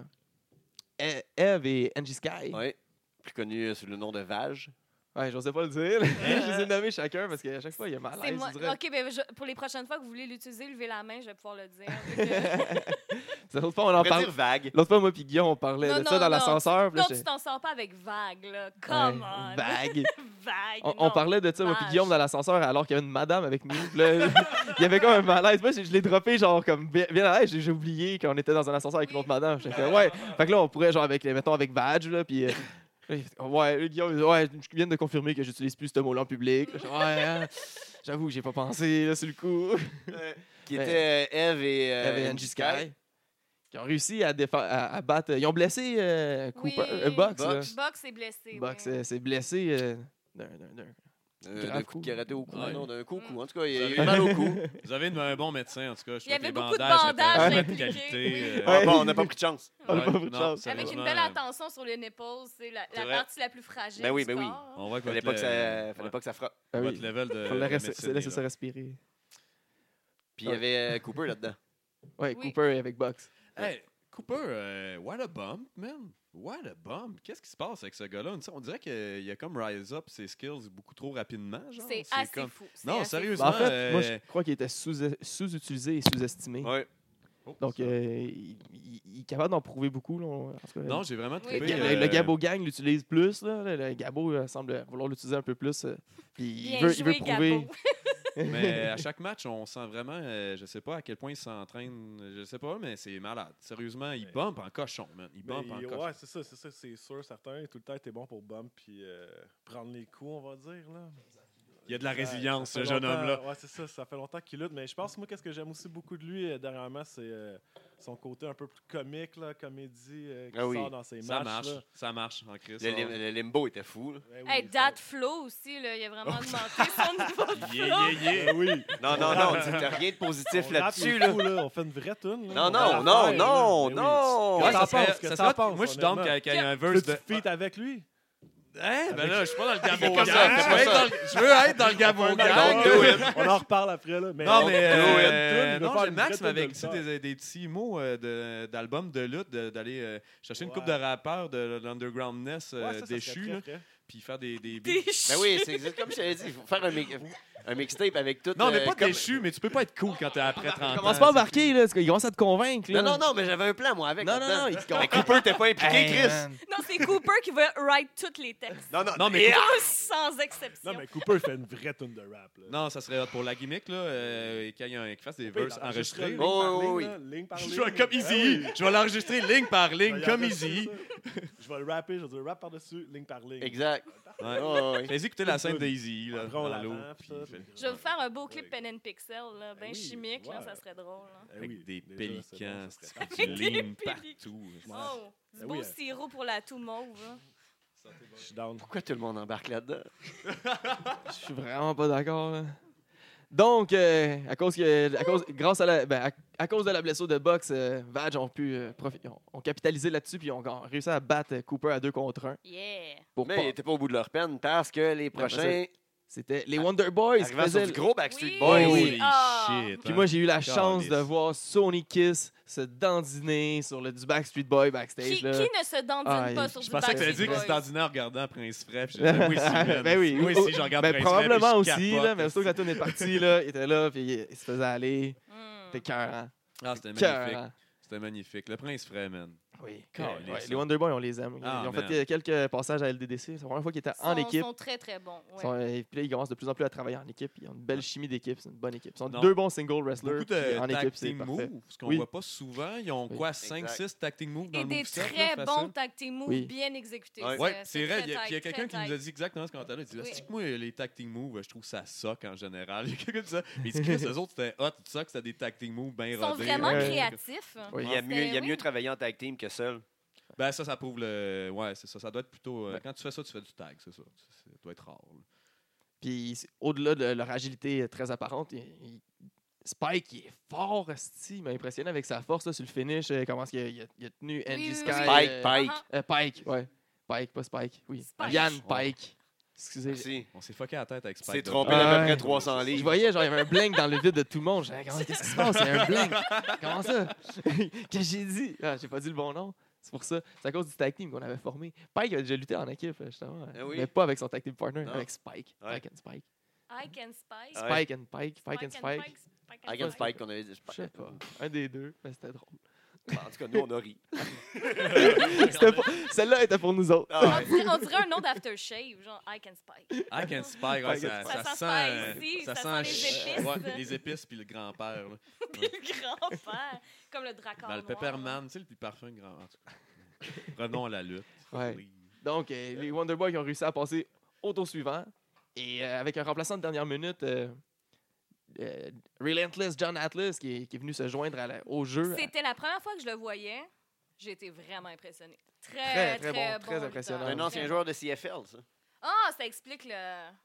[SPEAKER 2] E- Eve et Angie Sky.
[SPEAKER 1] Ouais. Plus connu euh, sous le nom de Vage.
[SPEAKER 2] Ouais, j'osais pas le dire. je
[SPEAKER 1] Euh.
[SPEAKER 2] les ai nommés chacun parce qu'à chaque fois, il y a mal à
[SPEAKER 3] C'est
[SPEAKER 2] l'aise,
[SPEAKER 3] moi.
[SPEAKER 2] on dirait.
[SPEAKER 3] OK, ben, je- pour les prochaines fois que vous voulez l'utiliser, levez la main, je vais pouvoir le dire. Fait que-
[SPEAKER 2] C'est L'autre fois, on en
[SPEAKER 1] On pourrait
[SPEAKER 2] parlait.
[SPEAKER 1] dire vague.
[SPEAKER 2] L'autre fois, moi puis Guillaume, on parlait
[SPEAKER 3] Non,
[SPEAKER 2] de
[SPEAKER 3] non,
[SPEAKER 2] ça dans
[SPEAKER 3] non.
[SPEAKER 2] l'ascenseur. puis là,
[SPEAKER 3] Non, tu
[SPEAKER 2] j'étais-
[SPEAKER 3] t'en sors pas avec vague, là. Come
[SPEAKER 2] Ouais,
[SPEAKER 3] on.
[SPEAKER 2] Vague.
[SPEAKER 3] Vague,
[SPEAKER 2] On, on
[SPEAKER 3] non.
[SPEAKER 2] parlait de ça, moi puis
[SPEAKER 3] vache.
[SPEAKER 2] Guillaume, dans l'ascenseur, alors qu'il y avait une madame avec nous. Puis là, il y avait comme un malaise. Moi, j'ai- je l'ai droppé, genre, comme bien, bien à l'aise. J'ai j'ai oublié qu'on était dans un ascenseur avec une autre madame. J'ai fait, ouais. Fait que là, on pourrait, genre, avec, mettons, avec Badge, là, puis. euh, là, il fait, Ouais, Guillaume, il dit, ouais, je viens de confirmer que j'utilise plus ce mot-là en public. Là, j'ai fait, ouais, hein, j'avoue, j'ai pas pensé, là, sur le coup.
[SPEAKER 1] Qui
[SPEAKER 2] Ben,
[SPEAKER 1] était euh, Eve et euh,
[SPEAKER 2] Il y avait Angie Sky. Qui ont réussi à, défa- à, à battre. Ils ont blessé euh,
[SPEAKER 3] Oui.
[SPEAKER 2] Cooper. euh, Box. là.
[SPEAKER 1] Box.
[SPEAKER 3] Box est blessé.
[SPEAKER 2] Box,
[SPEAKER 3] oui.
[SPEAKER 2] euh, s'est blessé euh, d'un. d'un- d'un-
[SPEAKER 1] Euh,
[SPEAKER 2] Grave
[SPEAKER 1] d'un coup de
[SPEAKER 2] coup.
[SPEAKER 1] karaté au cou.
[SPEAKER 4] Ouais.
[SPEAKER 1] Non, d'un coup au cou. En tout cas, il y a
[SPEAKER 4] Vous
[SPEAKER 1] eu
[SPEAKER 4] avez-
[SPEAKER 1] mal au cou.
[SPEAKER 4] Vous avez une- un bon médecin, en tout cas. Je
[SPEAKER 3] Il y
[SPEAKER 4] trouve que
[SPEAKER 3] avait
[SPEAKER 4] les
[SPEAKER 3] beaucoup de
[SPEAKER 4] étaient
[SPEAKER 3] bandages
[SPEAKER 4] vraiment de
[SPEAKER 3] impliqués,
[SPEAKER 4] qualité.
[SPEAKER 3] oui.
[SPEAKER 4] euh,
[SPEAKER 1] Ah,
[SPEAKER 2] Ouais.
[SPEAKER 1] bon, on n'a pas pris de chance.
[SPEAKER 2] On a pas
[SPEAKER 4] ouais,
[SPEAKER 2] beaucoup de
[SPEAKER 4] non,
[SPEAKER 2] chance.
[SPEAKER 3] Avec une
[SPEAKER 4] sérieusement,
[SPEAKER 3] belle
[SPEAKER 4] euh,
[SPEAKER 3] attention sur les nipples, c'est la, la
[SPEAKER 4] C'est vrai.
[SPEAKER 3] partie la plus fragile.
[SPEAKER 1] Ben oui,
[SPEAKER 3] du
[SPEAKER 1] ben oui.
[SPEAKER 3] corps. hein.
[SPEAKER 4] On voit que
[SPEAKER 1] Fallait
[SPEAKER 4] votre
[SPEAKER 1] pas que ça,
[SPEAKER 4] le-
[SPEAKER 1] fallait pas que ça frappe.
[SPEAKER 2] Ah
[SPEAKER 4] votre
[SPEAKER 2] oui.
[SPEAKER 4] level de.
[SPEAKER 2] Faut le
[SPEAKER 4] de
[SPEAKER 2] res-
[SPEAKER 4] médecine
[SPEAKER 2] se laisser
[SPEAKER 4] est
[SPEAKER 2] se
[SPEAKER 4] Euh, là.
[SPEAKER 2] respirer.
[SPEAKER 1] Puis il y avait euh, Cooper là-dedans.
[SPEAKER 2] Ouais,
[SPEAKER 3] Oui.
[SPEAKER 2] Cooper avec Box.
[SPEAKER 4] Hey, Cooper, euh, what a bump, man. What a bump. Qu'est-ce qui se passe avec ce gars-là? On dirait qu'il a comme rise up ses skills beaucoup trop rapidement. genre.
[SPEAKER 3] C'est assez
[SPEAKER 4] comme-
[SPEAKER 3] fou. c'est
[SPEAKER 4] Non,
[SPEAKER 3] assez
[SPEAKER 4] sérieusement.
[SPEAKER 2] Ben, en fait,
[SPEAKER 4] euh,
[SPEAKER 2] moi, je crois qu'il était sous- sous-utilisé et sous-estimé.
[SPEAKER 1] Ouais.
[SPEAKER 4] Oh,
[SPEAKER 2] Donc,
[SPEAKER 4] ça-
[SPEAKER 2] euh, il, il- il est capable d'en prouver beaucoup. Là, en tout cas,
[SPEAKER 4] Non, j'ai vraiment
[SPEAKER 3] Oui,
[SPEAKER 4] trouvé.
[SPEAKER 2] le,
[SPEAKER 3] mais,
[SPEAKER 2] ga-
[SPEAKER 4] euh,
[SPEAKER 2] le Gabo Gang l'utilise plus. Là, Le- le Gabo euh, semble vouloir l'utiliser un peu plus. euh, puis
[SPEAKER 3] Bien
[SPEAKER 2] il veut, il
[SPEAKER 3] joué,
[SPEAKER 2] veut prouver.
[SPEAKER 3] Gabo.
[SPEAKER 4] Mais à chaque match, on sent vraiment, euh, je sais pas à quel point il s'entraîne, je sais pas, mais c'est malade. Sérieusement, il
[SPEAKER 5] Ouais.
[SPEAKER 4] bump en cochon, man. Il
[SPEAKER 5] Mais
[SPEAKER 4] bump en
[SPEAKER 5] il-
[SPEAKER 4] cochon.
[SPEAKER 5] Ben, ouais, c'est ça, c'est ça, c'est sûr, certain. Tout le temps, t'es bon pour bump puis euh, prendre les coups, on va dire. Là.
[SPEAKER 4] Il y a de la
[SPEAKER 5] Ça-
[SPEAKER 4] résilience,
[SPEAKER 5] ça fait
[SPEAKER 4] ce jeune
[SPEAKER 5] longtemps-
[SPEAKER 4] homme-là.
[SPEAKER 5] Ouais, c'est ça, ça fait longtemps qu'il lutte. Mais je pense, moi, qu'est-ce que j'aime aussi beaucoup de lui euh, dernièrement, c'est euh, son côté un peu plus comique, là, comédie euh, qui
[SPEAKER 1] Ah oui,
[SPEAKER 5] sort dans ses
[SPEAKER 4] Ça
[SPEAKER 5] matchs.
[SPEAKER 4] marche,
[SPEAKER 5] là.
[SPEAKER 4] ça marche en crise.
[SPEAKER 1] Le, lim- le limbo était fou. là.
[SPEAKER 5] Ben oui,
[SPEAKER 3] Hey,
[SPEAKER 5] ça-
[SPEAKER 3] Dad Flow aussi, là, il a vraiment augmenté son niveau de flow.
[SPEAKER 4] Ah, Yeah, yeah, yeah.
[SPEAKER 5] Ben oui.
[SPEAKER 1] Non, non, non, tu n'as rien de positif
[SPEAKER 5] On rappe
[SPEAKER 1] là-dessus.
[SPEAKER 5] les
[SPEAKER 1] Là.
[SPEAKER 5] coups, là, On fait une vraie tune.
[SPEAKER 1] Non, non, non,
[SPEAKER 5] Ben
[SPEAKER 1] non, non.
[SPEAKER 4] Ouais, ça
[SPEAKER 5] Qu'est-ce que t'en
[SPEAKER 4] serait-
[SPEAKER 5] penses? Qu'est-ce
[SPEAKER 4] ça serait-
[SPEAKER 5] que t'en penses,
[SPEAKER 4] Moi, je suis down
[SPEAKER 5] honnêtement?
[SPEAKER 4] qu'il y a un
[SPEAKER 5] Tu
[SPEAKER 4] verse de.
[SPEAKER 5] feat avec lui?
[SPEAKER 4] Hein? Ben là, je suis pas dans le Gabo
[SPEAKER 1] Fais pas ça,
[SPEAKER 4] Gang.
[SPEAKER 1] fais pas ça.
[SPEAKER 4] Je veux être dans le- Je veux être dans le Gabo Gang.
[SPEAKER 1] Don't do it.
[SPEAKER 5] On en reparle après, là. Mais
[SPEAKER 4] Non, mais
[SPEAKER 5] euh,
[SPEAKER 4] euh,
[SPEAKER 5] il veut
[SPEAKER 4] non,
[SPEAKER 5] faire
[SPEAKER 4] j'ai-
[SPEAKER 5] une vraie
[SPEAKER 4] Max
[SPEAKER 5] tune de
[SPEAKER 4] m'avait glissé
[SPEAKER 5] lutteur.
[SPEAKER 4] des, des petits mots euh, de- d'albums de, lutte, de- d'aller euh, chercher une
[SPEAKER 5] Ouais.
[SPEAKER 4] coupe de rappeurs de l'undergroundness euh,
[SPEAKER 5] Ouais, ça, ça serait
[SPEAKER 4] déchu,
[SPEAKER 5] très
[SPEAKER 4] là,
[SPEAKER 5] frais.
[SPEAKER 4] puis faire des, des
[SPEAKER 3] T'es
[SPEAKER 4] beats.
[SPEAKER 1] Ben oui, c'est exact comme je t'avais dit. Il faut faire un, mi- un mixtape avec tout.
[SPEAKER 4] Non, mais
[SPEAKER 1] euh,
[SPEAKER 4] pas
[SPEAKER 1] comme-
[SPEAKER 4] déchu, mais tu peux pas être cool quand t'es après 30 ans.
[SPEAKER 2] Commence pas à embarquer, là, parce qu'il commence à te convaincre.
[SPEAKER 1] Non,
[SPEAKER 2] là.
[SPEAKER 1] non, non, mais j'avais un plan, moi, avec.
[SPEAKER 2] Non, non,
[SPEAKER 1] là-dedans.
[SPEAKER 2] non, il se
[SPEAKER 1] Mais Cooper, t'es pas impliqué,
[SPEAKER 2] Hey,
[SPEAKER 1] Chris.
[SPEAKER 2] man.
[SPEAKER 3] Non, c'est Cooper qui va write tous les textes.
[SPEAKER 1] Non, non,
[SPEAKER 4] Non, mais Cooper-
[SPEAKER 3] Tous, sans exception.
[SPEAKER 5] Non, mais Cooper fait une vraie tune de rap, là.
[SPEAKER 4] Non, ça serait hot pour la gimmick, là, euh, et qu'il y ait un- qu'il fasse des
[SPEAKER 5] Cooper, il
[SPEAKER 4] verses
[SPEAKER 5] enregistre
[SPEAKER 4] enregistrés.
[SPEAKER 5] ligne
[SPEAKER 4] là.
[SPEAKER 1] Oh,
[SPEAKER 5] par
[SPEAKER 1] oui,
[SPEAKER 5] ligne,
[SPEAKER 1] oui.
[SPEAKER 5] là, ligne par
[SPEAKER 4] Je
[SPEAKER 5] ligne,
[SPEAKER 4] vais comme
[SPEAKER 5] là.
[SPEAKER 4] Easy, E.
[SPEAKER 5] Ah oui.
[SPEAKER 4] je vais l'enregistrer ligne par
[SPEAKER 5] Il
[SPEAKER 4] ligne,
[SPEAKER 5] va
[SPEAKER 4] comme
[SPEAKER 5] enregistrer
[SPEAKER 4] Easy.
[SPEAKER 5] ça. Je vais le rapper, je vais dire rap par-dessus, ligne par ligne.
[SPEAKER 1] Exact.
[SPEAKER 4] E. Ouais.
[SPEAKER 1] Oh, oui.
[SPEAKER 4] Fais-y écouter la scène d'Easy, E, là,
[SPEAKER 5] Après, on
[SPEAKER 4] dans l'eau.
[SPEAKER 5] l'avance,
[SPEAKER 4] puis
[SPEAKER 5] ça, ben
[SPEAKER 4] fait-
[SPEAKER 5] puis-
[SPEAKER 3] Je vais vous faire un beau clip Pen and Pixel, là,
[SPEAKER 5] Ben
[SPEAKER 3] ben
[SPEAKER 5] oui,
[SPEAKER 3] chimique, là,
[SPEAKER 5] ouais.
[SPEAKER 3] ça serait drôle. hein. là.
[SPEAKER 5] Eh
[SPEAKER 4] Avec
[SPEAKER 5] oui,
[SPEAKER 4] des
[SPEAKER 5] déjà, c'est
[SPEAKER 4] pélicans,
[SPEAKER 5] bon, ça serait-
[SPEAKER 4] c'est du lime
[SPEAKER 3] Des
[SPEAKER 4] partout.
[SPEAKER 3] Oh, du
[SPEAKER 5] Ben
[SPEAKER 3] beau
[SPEAKER 5] oui, elle-
[SPEAKER 3] sirop pour la toux mauve. hein. là.
[SPEAKER 5] Je suis down.
[SPEAKER 1] Pourquoi tout le monde embarque là-dedans?
[SPEAKER 2] Je suis vraiment pas d'accord. là. Donc, euh, à cause que, à cause, grâce à, la, ben, à, à cause de la blessure de boxe, euh, Vage ont pu euh, profi- ont, ont capitalisé là-dessus puis ont, ont réussi à battre euh, Cooper à deux contre un.
[SPEAKER 3] Yeah!
[SPEAKER 2] Pour
[SPEAKER 1] Mais
[SPEAKER 2] pas-
[SPEAKER 1] ils n'étaient pas au bout de leur peine parce que les
[SPEAKER 2] ben,
[SPEAKER 1] prochains
[SPEAKER 2] C'était les Wonder Boys qui
[SPEAKER 1] Arrivant sur
[SPEAKER 2] faisaient
[SPEAKER 1] du
[SPEAKER 2] le-
[SPEAKER 1] gros Backstreet
[SPEAKER 3] Oui.
[SPEAKER 1] Boys.
[SPEAKER 2] Oh oui.
[SPEAKER 4] Holy
[SPEAKER 3] Ah.
[SPEAKER 4] shit.
[SPEAKER 2] Puis moi, j'ai eu la
[SPEAKER 4] Calice.
[SPEAKER 2] chance de voir Sony Kiss se dandiner sur le du Backstreet Boy backstage.
[SPEAKER 3] Qui, qui
[SPEAKER 2] là.
[SPEAKER 3] ne se dandine
[SPEAKER 2] Ah,
[SPEAKER 3] pas
[SPEAKER 2] je
[SPEAKER 3] sur
[SPEAKER 4] Je
[SPEAKER 3] du
[SPEAKER 4] pensais que tu as dit
[SPEAKER 3] Backstreet
[SPEAKER 4] qu'il se
[SPEAKER 3] Boys?
[SPEAKER 4] dandinait en regardant Prince Frère. Oui, si, man.
[SPEAKER 2] ben oui,
[SPEAKER 4] Moi aussi, je regarde
[SPEAKER 2] ben,
[SPEAKER 4] Prince Frère,
[SPEAKER 2] probablement
[SPEAKER 4] puis je
[SPEAKER 2] aussi,
[SPEAKER 4] capote,
[SPEAKER 2] là, mais surtout que
[SPEAKER 4] aussi.
[SPEAKER 2] la tourne est partie, là, il était là, puis il, il se faisait aller.
[SPEAKER 3] Hmm.
[SPEAKER 2] C'était cœur,
[SPEAKER 4] Ah, c'était magnifique.
[SPEAKER 2] hein?
[SPEAKER 4] C'était magnifique. Le Prince Frère, man.
[SPEAKER 2] Oui, Euh,
[SPEAKER 4] Caliste,
[SPEAKER 2] ouais,
[SPEAKER 4] ça.
[SPEAKER 2] Les Wonder Boys, on les aime.
[SPEAKER 4] Ah,
[SPEAKER 2] ils ont
[SPEAKER 4] man.
[SPEAKER 2] fait euh, quelques passages à LDDC. C'est la première fois qu'ils étaient en
[SPEAKER 3] Sont-
[SPEAKER 2] équipe.
[SPEAKER 3] sont très, très bons. ouais.
[SPEAKER 2] Sont- et puis là, ils commencent de plus en plus à travailler en équipe. Ils ont une belle chimie d'équipe. C'est une bonne équipe. Ils sont
[SPEAKER 4] Ah. Non.
[SPEAKER 2] deux bons single wrestlers.
[SPEAKER 4] Beaucoup
[SPEAKER 2] puis
[SPEAKER 4] de
[SPEAKER 2] en
[SPEAKER 4] tag
[SPEAKER 2] équipe, c'est
[SPEAKER 4] team
[SPEAKER 2] parfait.
[SPEAKER 4] moves, ce qu'on
[SPEAKER 2] Oui.
[SPEAKER 4] voit pas souvent. Ils ont
[SPEAKER 2] Oui.
[SPEAKER 4] quoi,
[SPEAKER 1] Exact.
[SPEAKER 4] 5-6 tag team moves dans
[SPEAKER 3] Et
[SPEAKER 4] le
[SPEAKER 3] des
[SPEAKER 4] moveset, là,
[SPEAKER 3] très
[SPEAKER 4] facile.
[SPEAKER 3] bons tactics moves
[SPEAKER 2] Oui.
[SPEAKER 3] bien exécutés.
[SPEAKER 1] Ouais.
[SPEAKER 3] ça.
[SPEAKER 4] Ouais, c'est vrai.
[SPEAKER 3] très
[SPEAKER 4] Il y a, puis il y a
[SPEAKER 3] tight, très
[SPEAKER 4] quelqu'un qui nous a
[SPEAKER 3] tight.
[SPEAKER 4] dit exactement ce qu'on là Il dit
[SPEAKER 3] Oui.
[SPEAKER 4] Asti que moi, les tactic moves, je trouve ça soque en général. Il y a quelqu'un qui dit ça. Mais il dit Chris, eux autres, c'était hot, tout ça, que c'était des tactic moves bien
[SPEAKER 3] Ils sont
[SPEAKER 4] rodés.
[SPEAKER 3] vraiment
[SPEAKER 2] Ouais.
[SPEAKER 3] créatifs.
[SPEAKER 2] Oui.
[SPEAKER 1] Il y a mieux, il y a
[SPEAKER 3] Oui.
[SPEAKER 1] mieux travailler en tag team que seul.
[SPEAKER 4] Ben, ça, ça prouve le. Ouais, c'est ça. Ça doit être plutôt. euh,
[SPEAKER 2] Ouais.
[SPEAKER 4] Quand tu fais ça, tu fais du tag, c'est ça. Ça doit être rare. là.
[SPEAKER 2] Puis c'est- au-delà de leur agilité euh, très apparente, il- il- Spike, il est fort, esti. Il m'a impressionné avec sa force là, sur le finish. euh, comment est-ce qu'il a, il a- il a tenu
[SPEAKER 3] Oui,
[SPEAKER 2] Angie
[SPEAKER 3] oui,
[SPEAKER 2] Sky.
[SPEAKER 3] oui.
[SPEAKER 1] Spike,
[SPEAKER 2] euh,
[SPEAKER 1] Pike.
[SPEAKER 3] Ah,
[SPEAKER 2] euh, Pike, ouais. Pike, pas Spike. Oui.
[SPEAKER 3] Spike.
[SPEAKER 2] Yann
[SPEAKER 4] Oh.
[SPEAKER 2] Pike. Excusez.
[SPEAKER 1] Si.
[SPEAKER 4] On s'est fucké à la tête avec Spike.
[SPEAKER 1] C'est
[SPEAKER 4] de-
[SPEAKER 1] trompé
[SPEAKER 2] Ah
[SPEAKER 1] d'à peu
[SPEAKER 2] ouais.
[SPEAKER 1] près 300
[SPEAKER 2] Je
[SPEAKER 1] livres.
[SPEAKER 2] voyais, genre, il y avait un blank dans le vide de tout le monde. J'étais, comment- qu'est-ce qui se passe? Il y a un blank. Comment ça? Qu'est-ce que j'ai dit? Ah, j'ai pas dit le bon nom. C'est pour ça. C'est à cause du tag team qu'on avait formé. Pike avait déjà lutté en équipe, justement.
[SPEAKER 1] Eh oui.
[SPEAKER 2] Mais pas avec son tag team partner,
[SPEAKER 1] Non.
[SPEAKER 2] avec Spike.
[SPEAKER 1] Ouais.
[SPEAKER 2] Spike and Spike.
[SPEAKER 3] I can spike.
[SPEAKER 1] Ah,
[SPEAKER 2] Uh, Spike and Pike. Spike and Spike.
[SPEAKER 3] Spike
[SPEAKER 1] Hagen Spike, qu'on avait dit.
[SPEAKER 2] Je sais pas. Un des deux, mais c'était drôle.
[SPEAKER 1] En tout cas, nous, on a ri.
[SPEAKER 2] C'était pour- Celle-là était pour nous autres.
[SPEAKER 1] Ah
[SPEAKER 3] On
[SPEAKER 1] ouais.
[SPEAKER 3] dirait, on dirait un nom d'aftershave, genre I can spike.
[SPEAKER 4] I can Spike, ouais,
[SPEAKER 2] Spike
[SPEAKER 4] ça,
[SPEAKER 2] and
[SPEAKER 4] ça,
[SPEAKER 3] Spike. Ça
[SPEAKER 4] sent.
[SPEAKER 3] sent
[SPEAKER 4] euh,
[SPEAKER 3] spicy, ça sent les
[SPEAKER 4] ch-
[SPEAKER 3] épices.
[SPEAKER 4] Ouais, les épices puis le grand-père. là.
[SPEAKER 3] Puis le grand-père, comme le dracard.
[SPEAKER 4] Dans le
[SPEAKER 3] noir.
[SPEAKER 4] Pepperman, tu sais, le parfum de grand. en tout cas. Revenons à la lutte.
[SPEAKER 2] Ouais.
[SPEAKER 4] Oui.
[SPEAKER 2] Donc, euh, les Wonder Boys qui ont réussi à passer au tour suivant. Et euh, avec un remplaçant de dernière minute, euh, euh, Relentless John Atlas, qui est, qui est venu se joindre à la- au jeu.
[SPEAKER 3] C'était la première fois que je le voyais. J'ai été vraiment impressionnée.
[SPEAKER 2] Très,
[SPEAKER 3] Très, très,
[SPEAKER 2] très bon, très
[SPEAKER 3] lutteur.
[SPEAKER 2] impressionnant.
[SPEAKER 1] Un ancien joueur de CFL, ça.
[SPEAKER 3] Ah, ça explique le,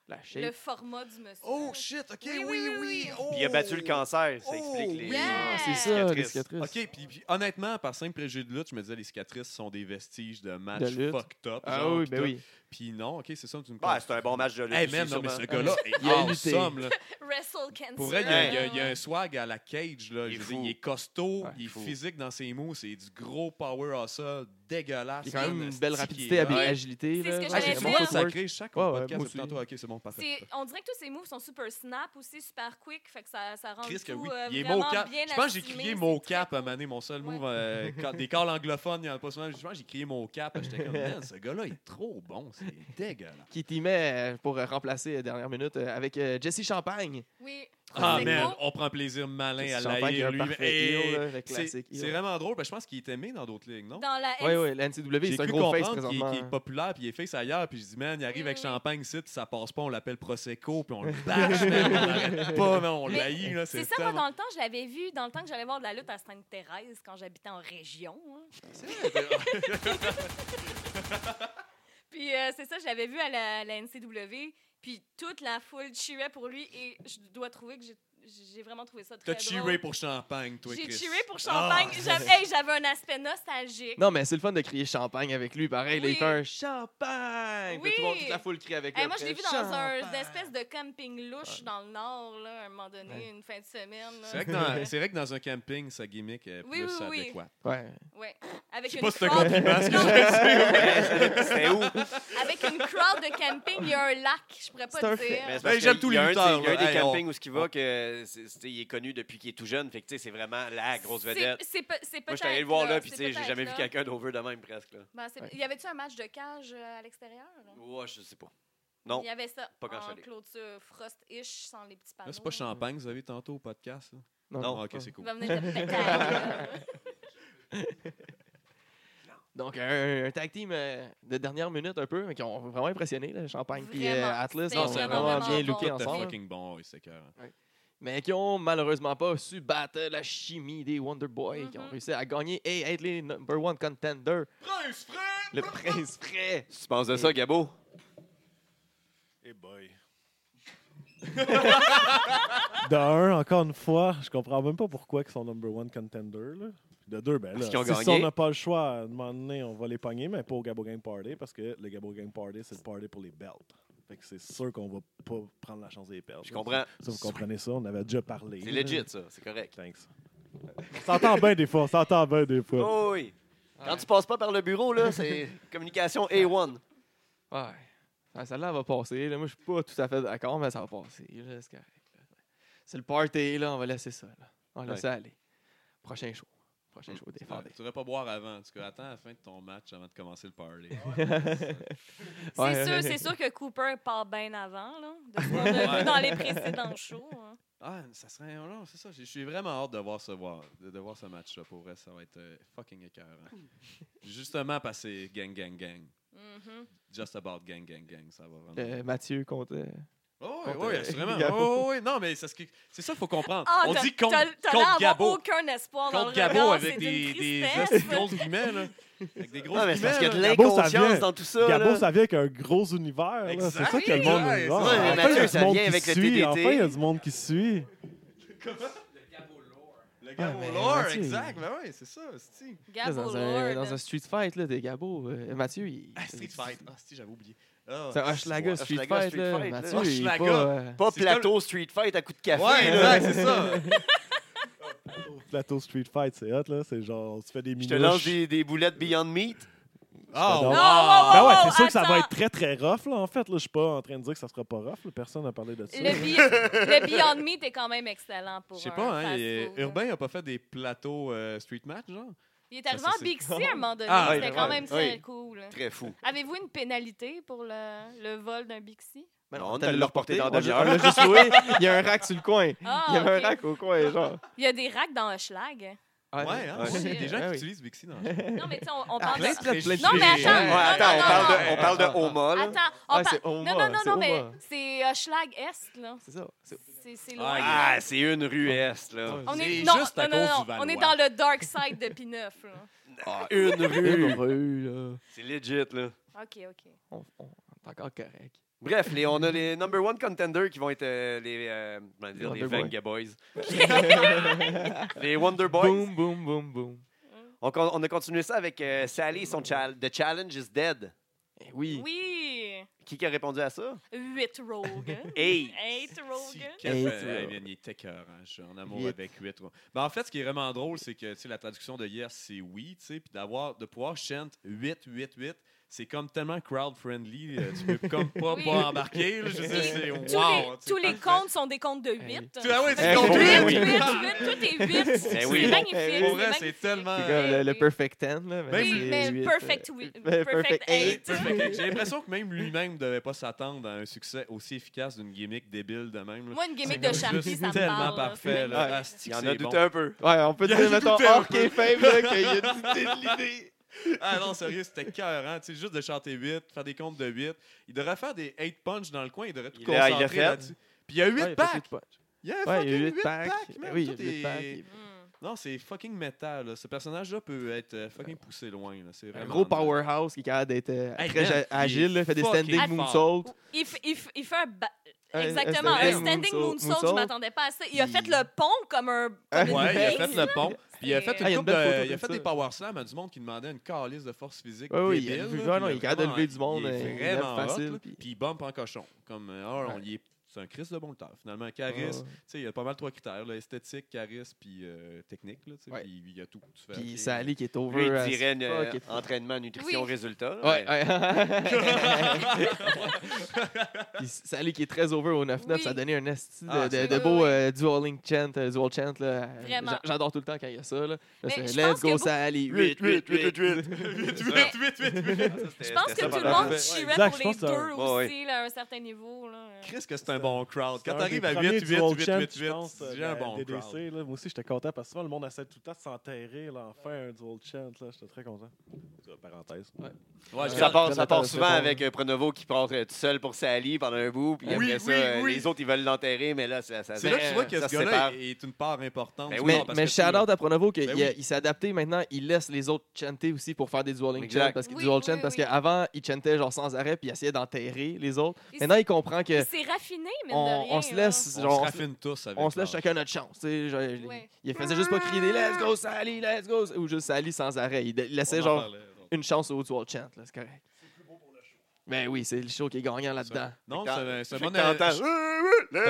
[SPEAKER 2] La shape.
[SPEAKER 3] le format du monsieur.
[SPEAKER 4] Oh shit, ok, oui,
[SPEAKER 3] Oui,
[SPEAKER 4] oui.
[SPEAKER 3] oui, oui.
[SPEAKER 4] oh.
[SPEAKER 1] Puis il a battu le cancer. Ça
[SPEAKER 4] Oh,
[SPEAKER 1] explique les.
[SPEAKER 2] Ah,
[SPEAKER 3] Yeah!
[SPEAKER 2] c'est ça, les
[SPEAKER 1] Cicatrices.
[SPEAKER 2] cicatrices.
[SPEAKER 4] Ok, puis, puis honnêtement, par simple préjugé de lutte, je me disais les cicatrices sont des vestiges de matchs
[SPEAKER 2] De lutte.
[SPEAKER 4] fucked up.
[SPEAKER 2] Ah
[SPEAKER 4] genre,
[SPEAKER 2] oui,
[SPEAKER 4] pis
[SPEAKER 2] ben
[SPEAKER 4] tout.
[SPEAKER 2] oui.
[SPEAKER 4] Puis non, ok, c'est ça, tu me
[SPEAKER 1] Bah, c'est un bon match de lutte.
[SPEAKER 4] Hey
[SPEAKER 1] aussi,
[SPEAKER 4] man, non, mais ce
[SPEAKER 1] sûrement.
[SPEAKER 4] gars-là
[SPEAKER 2] Il a
[SPEAKER 4] est
[SPEAKER 2] lutté.
[SPEAKER 4] awesome. Là.
[SPEAKER 3] Wrestle Cancer.
[SPEAKER 4] Pour elle, il y, a- il y a- il y a un swag à la cage. Là.
[SPEAKER 1] Il
[SPEAKER 4] Je
[SPEAKER 1] est
[SPEAKER 4] veux dire,
[SPEAKER 1] fou.
[SPEAKER 4] il est costaud,
[SPEAKER 2] Ouais,
[SPEAKER 4] il est
[SPEAKER 1] fou.
[SPEAKER 4] physique dans ses moves, c'est du gros power à ça, dégueulasse.
[SPEAKER 2] Il y a quand même une
[SPEAKER 4] Nasty
[SPEAKER 2] belle
[SPEAKER 4] qui est
[SPEAKER 2] rapidité,
[SPEAKER 4] là.
[SPEAKER 2] habi-
[SPEAKER 1] Ouais.
[SPEAKER 2] agilité.
[SPEAKER 3] C'est
[SPEAKER 2] là. Ouais,
[SPEAKER 3] ce que
[SPEAKER 4] Ah,
[SPEAKER 3] j'allais
[SPEAKER 2] c'est
[SPEAKER 4] j'ai
[SPEAKER 3] dire.
[SPEAKER 4] vraiment
[SPEAKER 2] beaucoup de work.
[SPEAKER 4] sacré chaque
[SPEAKER 2] Ouais, ouais,
[SPEAKER 4] podcast
[SPEAKER 2] moi
[SPEAKER 4] depuis
[SPEAKER 2] aussi.
[SPEAKER 4] tantôt. Ok, c'est bon, parfait.
[SPEAKER 3] C'est- On dirait que tous ces moves sont super snap aussi, super quick, fait que ça, ça rend
[SPEAKER 4] Chris, que
[SPEAKER 3] tout,
[SPEAKER 4] oui.
[SPEAKER 3] euh,
[SPEAKER 4] Il est
[SPEAKER 3] vraiment
[SPEAKER 4] mocap.
[SPEAKER 3] bien
[SPEAKER 4] Je pense que j'ai
[SPEAKER 3] assumé,
[SPEAKER 4] crié
[SPEAKER 3] c'est
[SPEAKER 4] mocap
[SPEAKER 3] très
[SPEAKER 4] à
[SPEAKER 3] cool.
[SPEAKER 4] Mané, mon seul
[SPEAKER 3] Ouais.
[SPEAKER 4] move. euh, quand- des calls anglophones, il n'y en a pas souvent. Je pense que j'ai crié mocap. J'étais comme, man, ce gars-là est trop bon. C'est dégueulasse.
[SPEAKER 2] Qui teamait euh, pour euh, remplacer euh, dernière minute euh, avec euh, Jesse Champagne.
[SPEAKER 3] Oui.
[SPEAKER 4] Ah,
[SPEAKER 3] C'est
[SPEAKER 4] man,
[SPEAKER 3] beau.
[SPEAKER 4] on prend plaisir malin à
[SPEAKER 2] Jesse Champagne qui a
[SPEAKER 4] l'haïr,
[SPEAKER 2] un
[SPEAKER 4] lui.
[SPEAKER 2] parfait
[SPEAKER 4] Hey,
[SPEAKER 2] heel, là, le
[SPEAKER 4] C'est
[SPEAKER 2] classique.
[SPEAKER 4] c'est vraiment drôle. parce que Je pense qu'il est aimé dans d'autres ligues, non?
[SPEAKER 3] Dans la
[SPEAKER 2] Oui, oui, la NCW,
[SPEAKER 4] J'ai
[SPEAKER 2] c'est un
[SPEAKER 4] cru
[SPEAKER 2] gros face
[SPEAKER 4] comprendre qu'il est,
[SPEAKER 2] présentement.
[SPEAKER 4] qu'il est populaire, puis il est face ailleurs, puis je dis, man, il arrive
[SPEAKER 3] Oui,
[SPEAKER 4] avec
[SPEAKER 3] oui.
[SPEAKER 4] champagne ici, puis ça passe pas, on l'appelle Prosecco, puis on le bâche, man, on l'arrête pas, man, on
[SPEAKER 3] Mais
[SPEAKER 4] l'haït, là,
[SPEAKER 3] C'est
[SPEAKER 4] c'est
[SPEAKER 3] ça, moi,
[SPEAKER 4] tellement-
[SPEAKER 3] dans le temps, je l'avais vu, dans le temps que j'allais voir de la lutte à Sainte-Thérèse quand j'habitais en région. hein. Puis euh, c'est ça, je l'avais vu à la, la NCW, puis toute la foule cheerait pour lui et je dois trouver que j'ai- j'ai vraiment trouvé ça très
[SPEAKER 4] T'as
[SPEAKER 3] drôle.
[SPEAKER 4] cheeré pour champagne, toi,
[SPEAKER 3] J'ai
[SPEAKER 4] Chris.
[SPEAKER 3] cheeré pour Champagne.
[SPEAKER 4] Ah,
[SPEAKER 3] J'avais hey, j'avais un aspect nostalgique.
[SPEAKER 2] Non, mais c'est le fun de crier champagne avec lui. Pareil, là, il
[SPEAKER 3] Oui.
[SPEAKER 2] fait un champagne. Puis
[SPEAKER 3] Oui.
[SPEAKER 2] Tout le monde, toute la foule crie avec lui.
[SPEAKER 3] Hey, moi, je l'ai vu
[SPEAKER 2] après,
[SPEAKER 3] dans un
[SPEAKER 2] Champagne.
[SPEAKER 3] une espèce de camping louche dans le Nord, là, à un moment donné,
[SPEAKER 2] Ouais.
[SPEAKER 3] une fin de semaine. là.
[SPEAKER 4] C'est vrai, que dans- c'est vrai que dans un camping, sa gimmick est
[SPEAKER 3] Oui,
[SPEAKER 4] plus
[SPEAKER 3] oui, oui.
[SPEAKER 4] adéquate.
[SPEAKER 2] Ouais.
[SPEAKER 3] Ouais. Avec
[SPEAKER 4] Je
[SPEAKER 3] une
[SPEAKER 4] sais pas si c'est un
[SPEAKER 3] crowd-
[SPEAKER 4] compliment, ce que
[SPEAKER 3] Non,
[SPEAKER 1] C'était où?
[SPEAKER 3] Avec une crowd de camping, il y a un lac, je pourrais pas
[SPEAKER 2] C'est un
[SPEAKER 3] te
[SPEAKER 2] fait.
[SPEAKER 3] dire.
[SPEAKER 1] Mais c'est
[SPEAKER 4] Ben,
[SPEAKER 1] parce
[SPEAKER 4] j'aime
[SPEAKER 1] que
[SPEAKER 4] tous
[SPEAKER 1] il y a
[SPEAKER 4] les
[SPEAKER 1] un des-
[SPEAKER 4] lutteurs,
[SPEAKER 1] Il y a un
[SPEAKER 4] là.
[SPEAKER 1] des
[SPEAKER 4] Hey, on-
[SPEAKER 1] campings où ce qui va, que c'est- c'est- il est connu depuis qu'il est tout jeune. Fait que tu sais, c'est vraiment la grosse
[SPEAKER 3] C'est-
[SPEAKER 1] vedette.
[SPEAKER 3] C'est pe- c'est peut-être.
[SPEAKER 1] Moi, je suis allé le voir là, puis
[SPEAKER 3] c'est
[SPEAKER 1] tu sais, j'ai
[SPEAKER 3] peut-être
[SPEAKER 1] jamais
[SPEAKER 3] là.
[SPEAKER 1] vu quelqu'un d'over de même presque. Là.
[SPEAKER 3] Ben, c'est-
[SPEAKER 2] Ouais.
[SPEAKER 3] Y avait-tu un match de cage euh, à l'extérieur? là?
[SPEAKER 1] Ouais, je sais pas. Non.
[SPEAKER 3] Il y avait ça.
[SPEAKER 1] Pas quand je suis
[SPEAKER 3] en
[SPEAKER 1] allé.
[SPEAKER 3] clôture, frost-ish, sans les petits panneaux.
[SPEAKER 4] Là, c'est pas champagne, vous avez tantôt au podcast. là?
[SPEAKER 2] Non,
[SPEAKER 1] Non,
[SPEAKER 4] Ah, ok, c'est
[SPEAKER 3] Il
[SPEAKER 4] cool.
[SPEAKER 3] va venir de péter. là.
[SPEAKER 2] Donc, un, un tag team euh, de dernière minute un peu, mais qui ont vraiment impressionné, là, Champagne puis
[SPEAKER 3] Vraiment.
[SPEAKER 2] euh, Atlas. Ils
[SPEAKER 3] C'était
[SPEAKER 2] ont
[SPEAKER 4] vraiment,
[SPEAKER 2] vraiment,
[SPEAKER 4] vraiment
[SPEAKER 2] bien
[SPEAKER 3] bon.
[SPEAKER 2] looké
[SPEAKER 4] T'es
[SPEAKER 2] ensemble.
[SPEAKER 4] fucking bon, oui, c'est cœur.
[SPEAKER 2] Mais qui ont malheureusement pas su battre la chimie des Wonder Boys, qui ont
[SPEAKER 3] Mhm.
[SPEAKER 2] réussi à gagner et être les number one contender,
[SPEAKER 4] Prince frère!
[SPEAKER 2] le prince frais.
[SPEAKER 1] Tu penses de ça, Gabo?
[SPEAKER 5] Eh boy. de un, encore une fois, je comprends même pas pourquoi ils sont number one contender. Là. De deux, ben là,
[SPEAKER 1] Parce qu'ils ont
[SPEAKER 5] si
[SPEAKER 1] gagné.
[SPEAKER 5] on n'a pas le choix, à un moment donné, on va les pogner, mais pas au Gabo Game Party, parce que le Gabo Game Party, c'est le party pour les belts. Fait que c'est sûr qu'on va pas prendre la chance des perdre.
[SPEAKER 1] Je comprends.
[SPEAKER 5] Ça, vous comprenez ça, on avait déjà parlé.
[SPEAKER 1] C'est legit, ça. C'est correct.
[SPEAKER 5] Thanks. On s'entend bien des fois, on s'entend bien des fois.
[SPEAKER 1] Oh oui. Quand
[SPEAKER 2] Ouais.
[SPEAKER 1] tu passes pas par le bureau, là, c'est communication A1.
[SPEAKER 2] Ouais. Ouais, Celle-là elle va passer. Là. Moi, je suis pas tout à fait d'accord, mais ça va passer. là, C'est correct. là. C'est le party, là. On va laisser ça. là. On va
[SPEAKER 1] Ouais.
[SPEAKER 2] laisser aller. Prochain show. Prochain show,
[SPEAKER 4] Tu
[SPEAKER 2] défendez.
[SPEAKER 4] devrais- tu devrais pas boire avant. En tout cas, attends à la fin de ton match avant de commencer le party.
[SPEAKER 3] C'est
[SPEAKER 2] Ouais.
[SPEAKER 3] sûr, c'est sûr que Cooper part bien avant, là, de ce qu'on a vu dans les précédents shows. hein.
[SPEAKER 4] Ah, ça serait un long, c'est ça. Je je suis vraiment hâte de voir ce, voir, de, de voir ce match-là. Pour vrai, ça va être euh, fucking écœurant. Justement, parce que c'est gang, gang, gang.
[SPEAKER 3] Mhm.
[SPEAKER 4] Just about gang, gang, gang. Ça va vraiment.
[SPEAKER 2] Euh, Mathieu contre. euh,
[SPEAKER 4] oh, oui,
[SPEAKER 2] contre,
[SPEAKER 4] oui,
[SPEAKER 2] euh,
[SPEAKER 4] assurément.
[SPEAKER 2] Gabo.
[SPEAKER 4] Oh, oui, oui. Non, mais c'est ce qui- c'est ça qu'il faut comprendre.
[SPEAKER 3] Ah,
[SPEAKER 4] On
[SPEAKER 3] t'as-
[SPEAKER 4] dit contre,
[SPEAKER 3] t'as- t'as l'air d'avoir
[SPEAKER 4] contre Gabo.
[SPEAKER 3] aucun espoir dans
[SPEAKER 4] Contre
[SPEAKER 3] le
[SPEAKER 4] Gabo
[SPEAKER 3] roman,
[SPEAKER 4] avec
[SPEAKER 3] c'est d'une
[SPEAKER 4] des, des
[SPEAKER 3] tristesse.
[SPEAKER 4] hosties de grosses guillemets. Là. Avec des grosses
[SPEAKER 1] Non, mais c'est parce qu'il y a de
[SPEAKER 4] guillemets. là.
[SPEAKER 5] Gabo, ça
[SPEAKER 1] l'inconscience
[SPEAKER 5] vient.
[SPEAKER 1] dans tout ça.
[SPEAKER 5] Gabo,
[SPEAKER 1] là.
[SPEAKER 5] ça vient avec un gros univers. là.
[SPEAKER 4] Exact.
[SPEAKER 5] C'est ça que le monde
[SPEAKER 4] Ouais,
[SPEAKER 5] nous
[SPEAKER 4] c'est vrai.
[SPEAKER 1] Mathieu,
[SPEAKER 5] Enfin, il y a du
[SPEAKER 1] ça
[SPEAKER 5] monde
[SPEAKER 1] vient
[SPEAKER 5] qui
[SPEAKER 1] avec le
[SPEAKER 5] suit.
[SPEAKER 1] TDT.
[SPEAKER 5] Enfin, il y a du monde qui suit.
[SPEAKER 4] Le Gabo
[SPEAKER 2] mais
[SPEAKER 4] lore,
[SPEAKER 2] Mathieu,
[SPEAKER 4] exact. Ben oui, c'est ça. c'est-tu.
[SPEAKER 2] là,
[SPEAKER 3] Gabo
[SPEAKER 2] dans, un, euh,
[SPEAKER 3] Lord.
[SPEAKER 2] dans un Street Fight, là, des Gabos. euh, Mathieu, il.
[SPEAKER 4] Ah, Street Fight. Ah, si, j'avais oublié. Ah,
[SPEAKER 2] C'est un Hochelaga
[SPEAKER 1] Ouais,
[SPEAKER 2] Street
[SPEAKER 1] Hochelaga
[SPEAKER 2] Fight,
[SPEAKER 1] Street
[SPEAKER 2] là.
[SPEAKER 1] Fight, là.
[SPEAKER 2] Mathieu, il est
[SPEAKER 4] Hochelaga.
[SPEAKER 2] pas. euh,
[SPEAKER 1] Pas
[SPEAKER 4] C'est
[SPEAKER 1] plateau street fight à coup de café.
[SPEAKER 4] Ouais,
[SPEAKER 1] là.
[SPEAKER 4] exact, c'est ça. Ah,
[SPEAKER 5] Plateau Street Fight, c'est hot, là. C'est genre, on se fait des
[SPEAKER 1] Je
[SPEAKER 5] minutes.
[SPEAKER 1] te lance des, des boulettes Beyond Meat.
[SPEAKER 4] Ah,
[SPEAKER 5] Non,
[SPEAKER 4] wow.
[SPEAKER 5] non,
[SPEAKER 3] non,
[SPEAKER 5] Ben ouais,
[SPEAKER 3] Oh,
[SPEAKER 5] c'est sûr que ça
[SPEAKER 3] attends.
[SPEAKER 5] va être très, très rough, là. En fait, là, je suis pas en train de dire que ça sera pas rough. là. Personne n'a parlé de ça.
[SPEAKER 3] Le, bi- le Beyond Meat est quand même excellent pour
[SPEAKER 4] Je sais
[SPEAKER 3] un
[SPEAKER 4] pas, hein,
[SPEAKER 3] fast
[SPEAKER 4] il est-
[SPEAKER 3] food.
[SPEAKER 4] Urbain a pas fait des plateaux euh, street match, genre?
[SPEAKER 3] Il est arrivé
[SPEAKER 4] Ça, ça,
[SPEAKER 3] en
[SPEAKER 4] c'est-
[SPEAKER 3] Bixi à un moment donné.
[SPEAKER 4] Ah, oui,
[SPEAKER 3] C'était
[SPEAKER 4] ben
[SPEAKER 3] quand
[SPEAKER 1] ouais.
[SPEAKER 3] même très
[SPEAKER 1] Oui.
[SPEAKER 3] cool.
[SPEAKER 1] Très fou.
[SPEAKER 3] Avez-vous une pénalité pour le, le vol d'un Bixi?
[SPEAKER 2] ben
[SPEAKER 1] Non, on
[SPEAKER 2] t'allais
[SPEAKER 1] allait le reporter dans
[SPEAKER 2] On l'a-
[SPEAKER 1] demi-heure.
[SPEAKER 2] on l'a juste loué. Il y a un rack sur le coin.
[SPEAKER 3] Ah,
[SPEAKER 2] Il y avait
[SPEAKER 3] ok.
[SPEAKER 2] un rack au coin, genre.
[SPEAKER 3] Il y a des racks dans Hochelag.
[SPEAKER 4] Ouais, hein?
[SPEAKER 1] Ouais.
[SPEAKER 4] Il y a des gens
[SPEAKER 2] Ouais,
[SPEAKER 4] qui
[SPEAKER 2] oui.
[SPEAKER 4] utilisent Bixi dans
[SPEAKER 3] Non, mais tu sais, on, on
[SPEAKER 2] Ah,
[SPEAKER 3] parle
[SPEAKER 2] plein
[SPEAKER 3] de...
[SPEAKER 2] de- plein de
[SPEAKER 4] Ouais,
[SPEAKER 3] Non, mais attends,
[SPEAKER 1] Ouais, attends, on
[SPEAKER 3] non,
[SPEAKER 1] parle
[SPEAKER 3] non.
[SPEAKER 1] de, on parle de Oma, là.
[SPEAKER 3] Attends, on
[SPEAKER 4] Ah,
[SPEAKER 2] Ouais,
[SPEAKER 3] parle-
[SPEAKER 2] c'est Oma,
[SPEAKER 3] Non, non, non,
[SPEAKER 2] c'est
[SPEAKER 3] non, mais
[SPEAKER 2] Oma.
[SPEAKER 3] Ah, c'est Hochelag Est, là.
[SPEAKER 2] C'est ça. c'est-
[SPEAKER 3] C'est c'est loin.
[SPEAKER 1] Ah, c'est une rue Est, là.
[SPEAKER 3] on est,
[SPEAKER 4] c'est
[SPEAKER 3] non,
[SPEAKER 4] juste à
[SPEAKER 3] non, non,
[SPEAKER 4] cause du
[SPEAKER 3] non, on est
[SPEAKER 4] Valois.
[SPEAKER 3] dans le dark side de P9, là.
[SPEAKER 1] Ah, une
[SPEAKER 2] Une
[SPEAKER 1] rue.
[SPEAKER 2] rue, là.
[SPEAKER 1] C'est legit, là.
[SPEAKER 3] OK, OK.
[SPEAKER 2] on, on- on est encore correct.
[SPEAKER 1] Bref, les, on a les number one contenders qui vont être euh, les, euh, comment dire, les
[SPEAKER 2] Wonder Boy.
[SPEAKER 1] Vanga Boys. les Wonder Boys.
[SPEAKER 2] Boom, boom, boom, boom.
[SPEAKER 1] On, con- on a continué ça avec euh, Sally et son chal- The Challenge is Dead.
[SPEAKER 2] Eh oui.
[SPEAKER 3] Oui!
[SPEAKER 1] Qui, qui a répondu à ça?
[SPEAKER 3] 8 Rogan.
[SPEAKER 1] Hey!
[SPEAKER 3] 8
[SPEAKER 4] Si,
[SPEAKER 3] Rogan.
[SPEAKER 4] quel-
[SPEAKER 2] Eight,
[SPEAKER 4] euh,
[SPEAKER 2] là.
[SPEAKER 4] hey, man, il est écœurant. Je suis en amour
[SPEAKER 2] Huit.
[SPEAKER 4] avec 8. Ben, en fait, ce qui est vraiment drôle, c'est que tu sais, la traduction de yes, c'est oui. tu sais, Puis d'avoir, de pouvoir chant 8, 8, 8, c'est comme tellement crowd-friendly. euh, Tu peux comme pas,
[SPEAKER 3] Oui.
[SPEAKER 4] pas embarquer. là, je sais,
[SPEAKER 3] Puis
[SPEAKER 4] c'est
[SPEAKER 3] Tous,
[SPEAKER 4] wow.
[SPEAKER 3] les, tous les comptes sont des comptes de 8.
[SPEAKER 2] Hey.
[SPEAKER 4] Tu- ah oui,
[SPEAKER 2] c'est compte huit.
[SPEAKER 3] 8, 8, 8, tout est 8.
[SPEAKER 1] Ben
[SPEAKER 3] C'est
[SPEAKER 1] oui.
[SPEAKER 3] magnifique.
[SPEAKER 2] Ben
[SPEAKER 4] Eh Pour
[SPEAKER 3] c'est
[SPEAKER 4] vrai, c'est
[SPEAKER 3] magnifique.
[SPEAKER 4] tellement.
[SPEAKER 2] C'est comme le, le perfect 10, là.
[SPEAKER 4] Même
[SPEAKER 3] Oui,
[SPEAKER 2] c'est
[SPEAKER 3] mais
[SPEAKER 2] huit,
[SPEAKER 3] perfect,
[SPEAKER 2] euh,
[SPEAKER 3] oui,
[SPEAKER 2] ben,
[SPEAKER 3] perfect
[SPEAKER 2] perfect eight.
[SPEAKER 3] 8.
[SPEAKER 4] Perfect. J'ai l'impression que même lui-même ne devait pas s'attendre à un succès aussi efficace d'une gimmick débile de même. là.
[SPEAKER 3] Moi, une gimmick
[SPEAKER 4] C'est
[SPEAKER 3] de
[SPEAKER 4] comme
[SPEAKER 3] Sharpie,
[SPEAKER 4] juste
[SPEAKER 3] ça me parle.
[SPEAKER 4] tellement
[SPEAKER 3] là.
[SPEAKER 4] parfait.
[SPEAKER 2] Ouais.
[SPEAKER 4] Là. Ah, c'est
[SPEAKER 1] Il
[SPEAKER 4] que
[SPEAKER 1] y en
[SPEAKER 4] c'est
[SPEAKER 1] a douté
[SPEAKER 4] bon.
[SPEAKER 1] un peu.
[SPEAKER 2] Ouais, on peut
[SPEAKER 4] Il y a
[SPEAKER 2] dire,
[SPEAKER 4] du
[SPEAKER 2] mettons,
[SPEAKER 4] douté un
[SPEAKER 2] hors
[SPEAKER 4] peu.
[SPEAKER 2] K-Fame, qu'il y a du
[SPEAKER 4] Ah non, sérieux, c'était cœur. hein. Tu sais, juste de chanter 8, faire des comptes de 8. Il devrait faire des 8 punch dans le coin. Il devrait tout
[SPEAKER 1] Il l'a- il l'a
[SPEAKER 4] concentrer
[SPEAKER 1] fait.
[SPEAKER 4] là-dessus. Puis il y a 8
[SPEAKER 2] Ouais, il y a pas
[SPEAKER 4] packs.
[SPEAKER 2] de patch.
[SPEAKER 4] Il y a
[SPEAKER 2] Ouais, il y a
[SPEAKER 4] fucking
[SPEAKER 2] 8
[SPEAKER 4] 8 packs.
[SPEAKER 2] packs.
[SPEAKER 4] man.
[SPEAKER 2] Oui, il
[SPEAKER 4] Tout
[SPEAKER 2] y a 8
[SPEAKER 4] est-
[SPEAKER 2] packs.
[SPEAKER 3] Mm.
[SPEAKER 4] Non, c'est fucking métal. là. Ce personnage-là peut être euh, fucking poussé loin. là. C'est
[SPEAKER 2] Un
[SPEAKER 4] vraiment-
[SPEAKER 2] gros powerhouse qui est capable d'être euh,
[SPEAKER 4] Hey,
[SPEAKER 2] très
[SPEAKER 4] man,
[SPEAKER 2] a- agile,
[SPEAKER 4] il est
[SPEAKER 2] là, fait des
[SPEAKER 4] fucking
[SPEAKER 2] standing
[SPEAKER 4] fort.
[SPEAKER 2] moonsault.
[SPEAKER 3] Il, f- il f- il fait un. ba-
[SPEAKER 2] Un- un
[SPEAKER 3] Exactement, un
[SPEAKER 2] standing
[SPEAKER 3] standing
[SPEAKER 2] Euh, moonsault-
[SPEAKER 3] moonsault, je
[SPEAKER 2] moonsault.
[SPEAKER 3] m'attendais pas à ça. Il a
[SPEAKER 2] Il-
[SPEAKER 3] fait le pont comme un. comme une
[SPEAKER 4] Ouais,
[SPEAKER 2] Ben
[SPEAKER 4] il a
[SPEAKER 3] base.
[SPEAKER 4] fait le pont. Puis il a fait,
[SPEAKER 3] Ah,
[SPEAKER 2] il y
[SPEAKER 4] une
[SPEAKER 2] a une
[SPEAKER 4] couple
[SPEAKER 2] belle photo
[SPEAKER 4] de, il a
[SPEAKER 2] de
[SPEAKER 4] fait
[SPEAKER 2] ça.
[SPEAKER 4] des power slams à du monde qui demandait une calice de force physique.
[SPEAKER 2] Ouais, oui, il-
[SPEAKER 4] débile,
[SPEAKER 2] il-
[SPEAKER 4] là,
[SPEAKER 2] ouais,
[SPEAKER 4] puis
[SPEAKER 2] non, il est capable de
[SPEAKER 4] vraiment-
[SPEAKER 2] lever du monde,
[SPEAKER 4] Il
[SPEAKER 2] euh, il
[SPEAKER 4] est
[SPEAKER 2] lève
[SPEAKER 4] vraiment hot,
[SPEAKER 2] facile,
[SPEAKER 4] là,
[SPEAKER 2] puis-
[SPEAKER 4] Puis il bump en cochon. Comme, euh, ah, on
[SPEAKER 2] Ouais.
[SPEAKER 4] y est- c'est un Chris de bon lutteur. Finalement,
[SPEAKER 1] Ah,
[SPEAKER 4] charisme, tu sais, il y a pas mal trois critères là, esthétique, charisme, puis euh, technique. Là, tu sais,
[SPEAKER 2] Ouais.
[SPEAKER 4] Puis il y a tout. Tu fais,
[SPEAKER 2] Puis
[SPEAKER 4] ok,
[SPEAKER 2] Sally qui est over.
[SPEAKER 1] ben, Lui, il
[SPEAKER 2] as
[SPEAKER 1] dirait euh,
[SPEAKER 2] fuck, et-
[SPEAKER 1] entraînement, nutrition,
[SPEAKER 3] Oui.
[SPEAKER 1] résultat. là,
[SPEAKER 2] Ouais,
[SPEAKER 1] mais-
[SPEAKER 2] ouais. Puis Sally qui est très over au 9-9,
[SPEAKER 3] Oui.
[SPEAKER 2] ça a donné un esti de,
[SPEAKER 4] Ah,
[SPEAKER 2] de-
[SPEAKER 4] c'est-
[SPEAKER 2] de
[SPEAKER 3] Oui,
[SPEAKER 2] beau
[SPEAKER 3] oui.
[SPEAKER 2] euh, dual link chant, euh, dual chant. là.
[SPEAKER 3] Vraiment.
[SPEAKER 2] J'a- J'adore tout le temps quand il y a ça. Là. Là,
[SPEAKER 3] Mais
[SPEAKER 2] c'est Let's
[SPEAKER 3] je pense que
[SPEAKER 2] go
[SPEAKER 3] beaucoup-
[SPEAKER 2] Sally,
[SPEAKER 1] Huit,
[SPEAKER 2] 8, 8,
[SPEAKER 1] huit,
[SPEAKER 2] 8,
[SPEAKER 1] huit,
[SPEAKER 2] 8.
[SPEAKER 4] Vite,
[SPEAKER 3] Mais-
[SPEAKER 4] vite, vite, vite, vite.
[SPEAKER 1] C'était-
[SPEAKER 3] Je pense
[SPEAKER 1] c'était
[SPEAKER 3] que
[SPEAKER 1] ça,
[SPEAKER 3] tout le
[SPEAKER 1] par
[SPEAKER 3] monde
[SPEAKER 1] fait.
[SPEAKER 3] chirait
[SPEAKER 5] Exact,
[SPEAKER 3] pour
[SPEAKER 5] je
[SPEAKER 3] les
[SPEAKER 5] pense que c'est
[SPEAKER 3] deux
[SPEAKER 5] un-
[SPEAKER 1] Ouais,
[SPEAKER 3] aussi, là, à un certain niveau. Là.
[SPEAKER 4] Chris, que c'est un bon crowd.
[SPEAKER 5] C'est
[SPEAKER 4] Quand
[SPEAKER 5] un
[SPEAKER 4] t'arrives
[SPEAKER 5] des
[SPEAKER 4] à
[SPEAKER 5] premiers
[SPEAKER 4] 8, 8,
[SPEAKER 5] du World
[SPEAKER 4] 8,
[SPEAKER 5] Champ,
[SPEAKER 4] 8,
[SPEAKER 5] je
[SPEAKER 4] 8,
[SPEAKER 5] pense, euh,
[SPEAKER 4] j'ai un
[SPEAKER 5] de-
[SPEAKER 4] bon
[SPEAKER 5] DDC,
[SPEAKER 4] crowd.
[SPEAKER 5] là. Moi aussi, j'étais content parce que souvent, le monde essaie tout le temps de s'enterrer. là, Enfin, un dual chant. là. J'étais très content. C'est une Parenthèse.
[SPEAKER 4] Ouais,
[SPEAKER 1] Ça part, ça
[SPEAKER 2] Jonathan
[SPEAKER 1] part
[SPEAKER 2] le
[SPEAKER 1] souvent
[SPEAKER 2] fait
[SPEAKER 1] avec euh, Pronovo qui part euh, tout seul pour Sally pendant un bout, puis
[SPEAKER 4] Oui,
[SPEAKER 1] après ça,
[SPEAKER 4] oui,
[SPEAKER 1] euh,
[SPEAKER 4] oui.
[SPEAKER 1] les autres ils veulent l'enterrer, mais là ça, ça
[SPEAKER 4] C'est là que tu vois
[SPEAKER 1] ça
[SPEAKER 4] que ce
[SPEAKER 1] se sépare.
[SPEAKER 4] gars-là est est une part importante.
[SPEAKER 1] Ben
[SPEAKER 4] du
[SPEAKER 1] oui,
[SPEAKER 4] monde,
[SPEAKER 2] mais
[SPEAKER 4] parce
[SPEAKER 2] mais
[SPEAKER 4] que tu-
[SPEAKER 2] shout-out à Pronovo qu'il
[SPEAKER 4] Ben oui.
[SPEAKER 2] il s'est adapté maintenant, il laisse les autres chanter aussi pour faire des dual link
[SPEAKER 1] Exact.
[SPEAKER 2] chants. Parce que,
[SPEAKER 3] Oui,
[SPEAKER 2] dual
[SPEAKER 3] oui,
[SPEAKER 2] chant, parce
[SPEAKER 3] oui.
[SPEAKER 2] qu'avant, il chantait genre sans arrêt, puis il essayait d'enterrer les autres.
[SPEAKER 3] Il s-
[SPEAKER 2] Maintenant, il comprend que
[SPEAKER 3] C'est raffiné, mais
[SPEAKER 2] on, on se laisse.
[SPEAKER 4] On
[SPEAKER 2] genre,
[SPEAKER 4] se
[SPEAKER 2] on se-
[SPEAKER 4] raffine tous avec
[SPEAKER 2] on se laisse
[SPEAKER 4] leur-
[SPEAKER 2] chacun notre chance. tu sais, genre, il-
[SPEAKER 3] Ouais.
[SPEAKER 2] Il faisait juste pas crier des Let's go Sally, let's go ou juste Sally sans arrêt. Il, il laissait
[SPEAKER 4] on en
[SPEAKER 2] genre
[SPEAKER 4] parlait, donc.
[SPEAKER 2] une chance au dual chant, là, c'est correct. Ben oui, c'est le show qui est gagnant là-dedans.
[SPEAKER 4] Non,
[SPEAKER 1] Quand-
[SPEAKER 4] c'est c'est
[SPEAKER 1] Fait
[SPEAKER 4] un
[SPEAKER 1] que
[SPEAKER 4] bon
[SPEAKER 1] t'entends,
[SPEAKER 4] je-
[SPEAKER 1] Euh,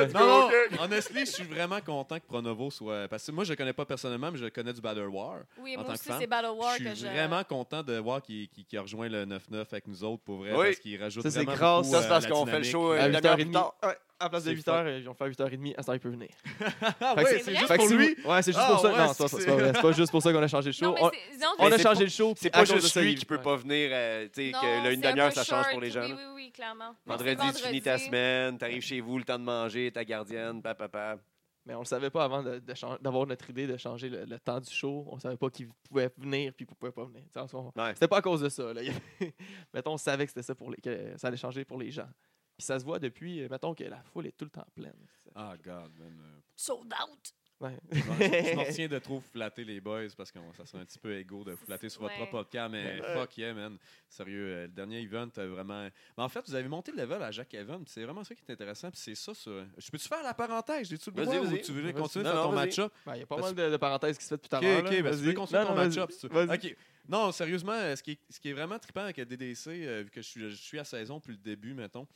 [SPEAKER 1] let's
[SPEAKER 4] Non, non,
[SPEAKER 1] go, gang.
[SPEAKER 4] honestly, je suis vraiment content que Pronovo soit. Parce que moi, je le connais pas personnellement, mais je le connais du Battle War.
[SPEAKER 3] Oui,
[SPEAKER 4] En
[SPEAKER 3] moi
[SPEAKER 4] tant que
[SPEAKER 3] aussi,
[SPEAKER 4] fan,
[SPEAKER 3] c'est Battle War
[SPEAKER 4] je
[SPEAKER 3] que
[SPEAKER 4] suis
[SPEAKER 3] je.
[SPEAKER 4] vraiment content de voir qu'il qu'il- qu'il a rejoint le 9-9 avec nous autres pour vrai.
[SPEAKER 1] Oui.
[SPEAKER 4] Parce qu'il rajoute
[SPEAKER 2] Ça, c'est
[SPEAKER 4] vraiment
[SPEAKER 2] grâce-
[SPEAKER 4] beaucoup,
[SPEAKER 1] Ça,
[SPEAKER 4] euh,
[SPEAKER 1] c'est parce
[SPEAKER 4] la
[SPEAKER 1] qu'on fait le
[SPEAKER 4] dynamique.
[SPEAKER 1] show euh,
[SPEAKER 2] À
[SPEAKER 1] une
[SPEAKER 2] 8h30.
[SPEAKER 1] demi-heure plus tard. Ouais.
[SPEAKER 2] À la place de
[SPEAKER 4] C'est
[SPEAKER 2] 8 h ils vont faire 8h30. À ce temps, il peut venir.
[SPEAKER 1] hein.
[SPEAKER 2] Fait que
[SPEAKER 4] Ah ouais,
[SPEAKER 3] c'est
[SPEAKER 4] c'est
[SPEAKER 3] vrai?
[SPEAKER 4] juste
[SPEAKER 2] Fait que
[SPEAKER 4] pour
[SPEAKER 2] si
[SPEAKER 4] lui.
[SPEAKER 2] vous- Ouais, c'est juste
[SPEAKER 4] Ah,
[SPEAKER 2] pour ça.
[SPEAKER 4] ouais,
[SPEAKER 2] non, c'est pas,
[SPEAKER 4] c'est-
[SPEAKER 2] c'est pas vrai. C'est pas juste pour ça qu'on a changé le show.
[SPEAKER 3] Non, mais
[SPEAKER 2] On-
[SPEAKER 3] c'est- non,
[SPEAKER 2] on
[SPEAKER 1] mais
[SPEAKER 2] a
[SPEAKER 1] c'est
[SPEAKER 2] changé
[SPEAKER 1] pas-
[SPEAKER 2] le show.
[SPEAKER 1] C'est
[SPEAKER 2] à
[SPEAKER 1] pas
[SPEAKER 2] cause de
[SPEAKER 1] juste
[SPEAKER 2] ça,
[SPEAKER 1] lui
[SPEAKER 2] il-
[SPEAKER 1] qui peut
[SPEAKER 2] ouais.
[SPEAKER 1] pas venir, euh, tu sais,
[SPEAKER 3] Non,
[SPEAKER 1] que là, une
[SPEAKER 3] c'est un
[SPEAKER 1] demi-heure,
[SPEAKER 3] peu
[SPEAKER 1] ça change
[SPEAKER 3] short.
[SPEAKER 1] pour les
[SPEAKER 3] Oui,
[SPEAKER 1] jeunes.
[SPEAKER 3] oui, oui, clairement.
[SPEAKER 1] Vendredi, tu finis ta semaine, t'arrives chez vous, le temps de manger, ta gardienne, papapa.
[SPEAKER 2] Mais on le savait pas avant de- de chan- d'avoir notre idée de changer le, le temps du show. On savait pas qui pouvait venir puis qui pouvait pas venir. Tu sais, en soi, on-
[SPEAKER 1] Ouais.
[SPEAKER 2] C'était pas à cause de ça. Là. Il y avait- mettons, on savait que c'était ça pour les, que ça allait changer pour les gens. Puis ça se voit depuis, euh, mettons que la foule est tout le temps pleine.
[SPEAKER 4] Ah, God, man.
[SPEAKER 3] Sold out.
[SPEAKER 2] Ouais.
[SPEAKER 4] euh, Je je m'en retiens de trop flatter les boys parce que ça serait un petit peu égo de flatter sur votre
[SPEAKER 3] Ouais.
[SPEAKER 4] propre podcast, mais
[SPEAKER 1] Ouais.
[SPEAKER 4] fuck yeah, man. Sérieux, euh, le dernier event, euh, vraiment. Mais en fait, vous avez monté le level à Jacques Evans, c'est vraiment ça qui est intéressant, puis c'est ça, ça. Je peux-tu faire la parenthèse? J'ai-tu le
[SPEAKER 1] Vas-y,
[SPEAKER 4] droit ou
[SPEAKER 1] vas-y.
[SPEAKER 4] tu voulais
[SPEAKER 2] Vas-y.
[SPEAKER 4] continuer de
[SPEAKER 1] Non,
[SPEAKER 4] faire
[SPEAKER 1] non,
[SPEAKER 4] ton
[SPEAKER 1] vas-y.
[SPEAKER 4] match-up?
[SPEAKER 2] Ben, Il y a pas mal
[SPEAKER 4] Parce-
[SPEAKER 2] de, de parenthèses qui se fait depuis tout à
[SPEAKER 4] Ok,
[SPEAKER 2] l'heure.
[SPEAKER 4] ok,
[SPEAKER 2] là.
[SPEAKER 4] ben, tu
[SPEAKER 2] Vas-y.
[SPEAKER 4] peux continuer
[SPEAKER 2] Non,
[SPEAKER 4] ton
[SPEAKER 2] non, vas-y.
[SPEAKER 4] match-up. si tu veux.
[SPEAKER 2] Vas-y.
[SPEAKER 4] Ok. Non, sérieusement, euh, ce qui est, ce qui est vraiment trippant avec DDC, euh, vu que je suis, je suis à saison depuis le début, mettons,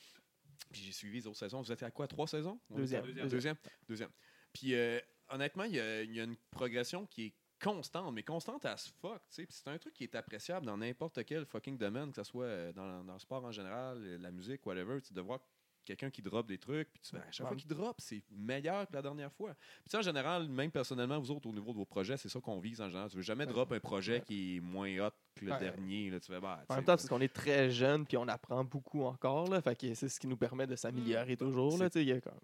[SPEAKER 4] puis j'ai suivi les autres saisons. Vous êtes à quoi, trois saisons? On est à-
[SPEAKER 2] Deuxième.
[SPEAKER 4] Deuxième. Deuxième. Deuxième. Puis, euh, honnêtement, il y, a- il y a une progression qui est constante, mais constante à ce fuck, tu sais. Puis c'est un truc qui est appréciable dans n'importe quel fucking domaine, que ce soit euh, dans, dans le sport en général, euh, la musique, whatever, tu sais, de voir quelqu'un qui drop des trucs, puis tu fais, à chaque fois qu'il drop, c'est meilleur que la dernière fois. Puis tu sais, en général, même personnellement, vous autres, au niveau de vos projets, c'est ça qu'on vise en général. Tu veux jamais
[SPEAKER 2] Ouais.
[SPEAKER 4] drop un projet qui est moins hot que le
[SPEAKER 2] Ouais.
[SPEAKER 4] dernier, là, tu fais, bah, tu
[SPEAKER 2] En
[SPEAKER 4] sais,
[SPEAKER 2] même temps, parce qu'on est très jeune puis on apprend beaucoup encore. Là, fait que c'est ce qui nous permet de
[SPEAKER 4] Mm.
[SPEAKER 2] s'améliorer toujours. Là, tu sais, il y a comme-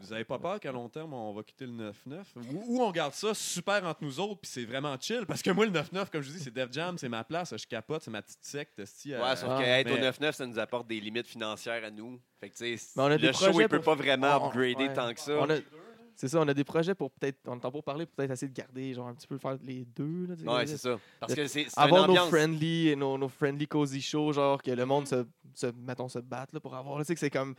[SPEAKER 4] Vous avez pas peur qu'à long terme, on va quitter le 9-9? Ou, ou on garde ça super entre nous autres, puis c'est vraiment chill? Parce que moi, le 9-9, comme je vous dis, c'est Def Jam, c'est ma place, je capote, c'est ma petite secte. esti, euh,
[SPEAKER 1] Ouais, sauf
[SPEAKER 2] Ah,
[SPEAKER 1] qu'être au
[SPEAKER 4] mais-
[SPEAKER 1] 9-9, ça nous apporte des limites financières à nous. Fait que, tu sais,
[SPEAKER 2] Mais on a des
[SPEAKER 1] le show,
[SPEAKER 2] projets
[SPEAKER 1] il peut
[SPEAKER 2] pour-
[SPEAKER 1] pas vraiment
[SPEAKER 2] On-
[SPEAKER 1] upgrader
[SPEAKER 2] ouais.
[SPEAKER 1] tant que ça.
[SPEAKER 2] On a- C'est ça, on a des projets pour peut-être, on est en pour parler, pour peut-être essayer de garder, genre un petit peu faire les deux. Là, tu sais,
[SPEAKER 1] Ouais,
[SPEAKER 2] comme
[SPEAKER 1] c'est
[SPEAKER 2] ça.
[SPEAKER 1] ça. Parce que c'est c'est une
[SPEAKER 2] Avoir nos
[SPEAKER 1] ambiance.
[SPEAKER 2] friendly, et nos, nos friendly cozy shows, genre que le monde se, se mettons, se batte là, pour avoir. là, Tu sais que c'est comme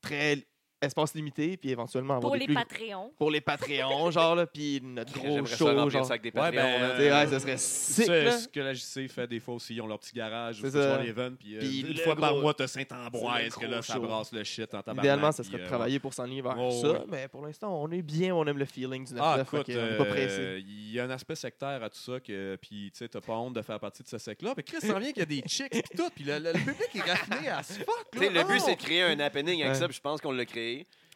[SPEAKER 2] très espace limité, puis éventuellement avoir
[SPEAKER 3] Pour
[SPEAKER 2] des
[SPEAKER 3] les
[SPEAKER 2] plus-
[SPEAKER 3] Patreons.
[SPEAKER 2] pour les Patreons, genre, là, puis notre gros
[SPEAKER 1] J'aimerais
[SPEAKER 2] show.
[SPEAKER 1] ça remplir
[SPEAKER 2] genre.
[SPEAKER 1] ça avec des
[SPEAKER 4] Ouais,
[SPEAKER 1] Patreons.
[SPEAKER 4] ben,
[SPEAKER 1] là.
[SPEAKER 2] Tu sais, ouais, ça serait sick.
[SPEAKER 4] C'est
[SPEAKER 2] là.
[SPEAKER 4] ce que la JC fait des fois aussi. Ils ont leur petit garage,
[SPEAKER 2] C'est
[SPEAKER 4] ils font
[SPEAKER 2] ça.
[SPEAKER 4] les events, puis euh,
[SPEAKER 2] Puis
[SPEAKER 4] une
[SPEAKER 2] le
[SPEAKER 4] fois par
[SPEAKER 2] gros-
[SPEAKER 4] mois, t'as
[SPEAKER 2] c'est le
[SPEAKER 4] Saint-Ambroise, que là,
[SPEAKER 2] gros
[SPEAKER 4] ça
[SPEAKER 2] show.
[SPEAKER 4] brasse le shit en tabarnak.
[SPEAKER 2] Idéalement, ça
[SPEAKER 4] puis,
[SPEAKER 2] serait de
[SPEAKER 4] euh,
[SPEAKER 2] travailler pour s'enligner vers
[SPEAKER 4] Ouais,
[SPEAKER 2] ça,
[SPEAKER 4] ouais.
[SPEAKER 2] mais pour l'instant, on est bien, on aime le feeling du 9
[SPEAKER 4] Ah,
[SPEAKER 2] fait
[SPEAKER 4] écoute,
[SPEAKER 2] qu'on est pas
[SPEAKER 4] euh,
[SPEAKER 2] pressé.
[SPEAKER 4] il y a un aspect sectaire à tout ça, que, puis tu sais, t'as pas honte de faire partie de ce secte-là. Mais Chris, ça vient qu'il y a des chicks, puis tout, puis le, le- le public est raffiné à ce fuck.
[SPEAKER 1] Tu sais,
[SPEAKER 4] là.
[SPEAKER 1] le but,
[SPEAKER 4] Oh!
[SPEAKER 1] c'est de créer un happening avec
[SPEAKER 2] Ouais.
[SPEAKER 1] ça, puis je pense qu'on l'a créé.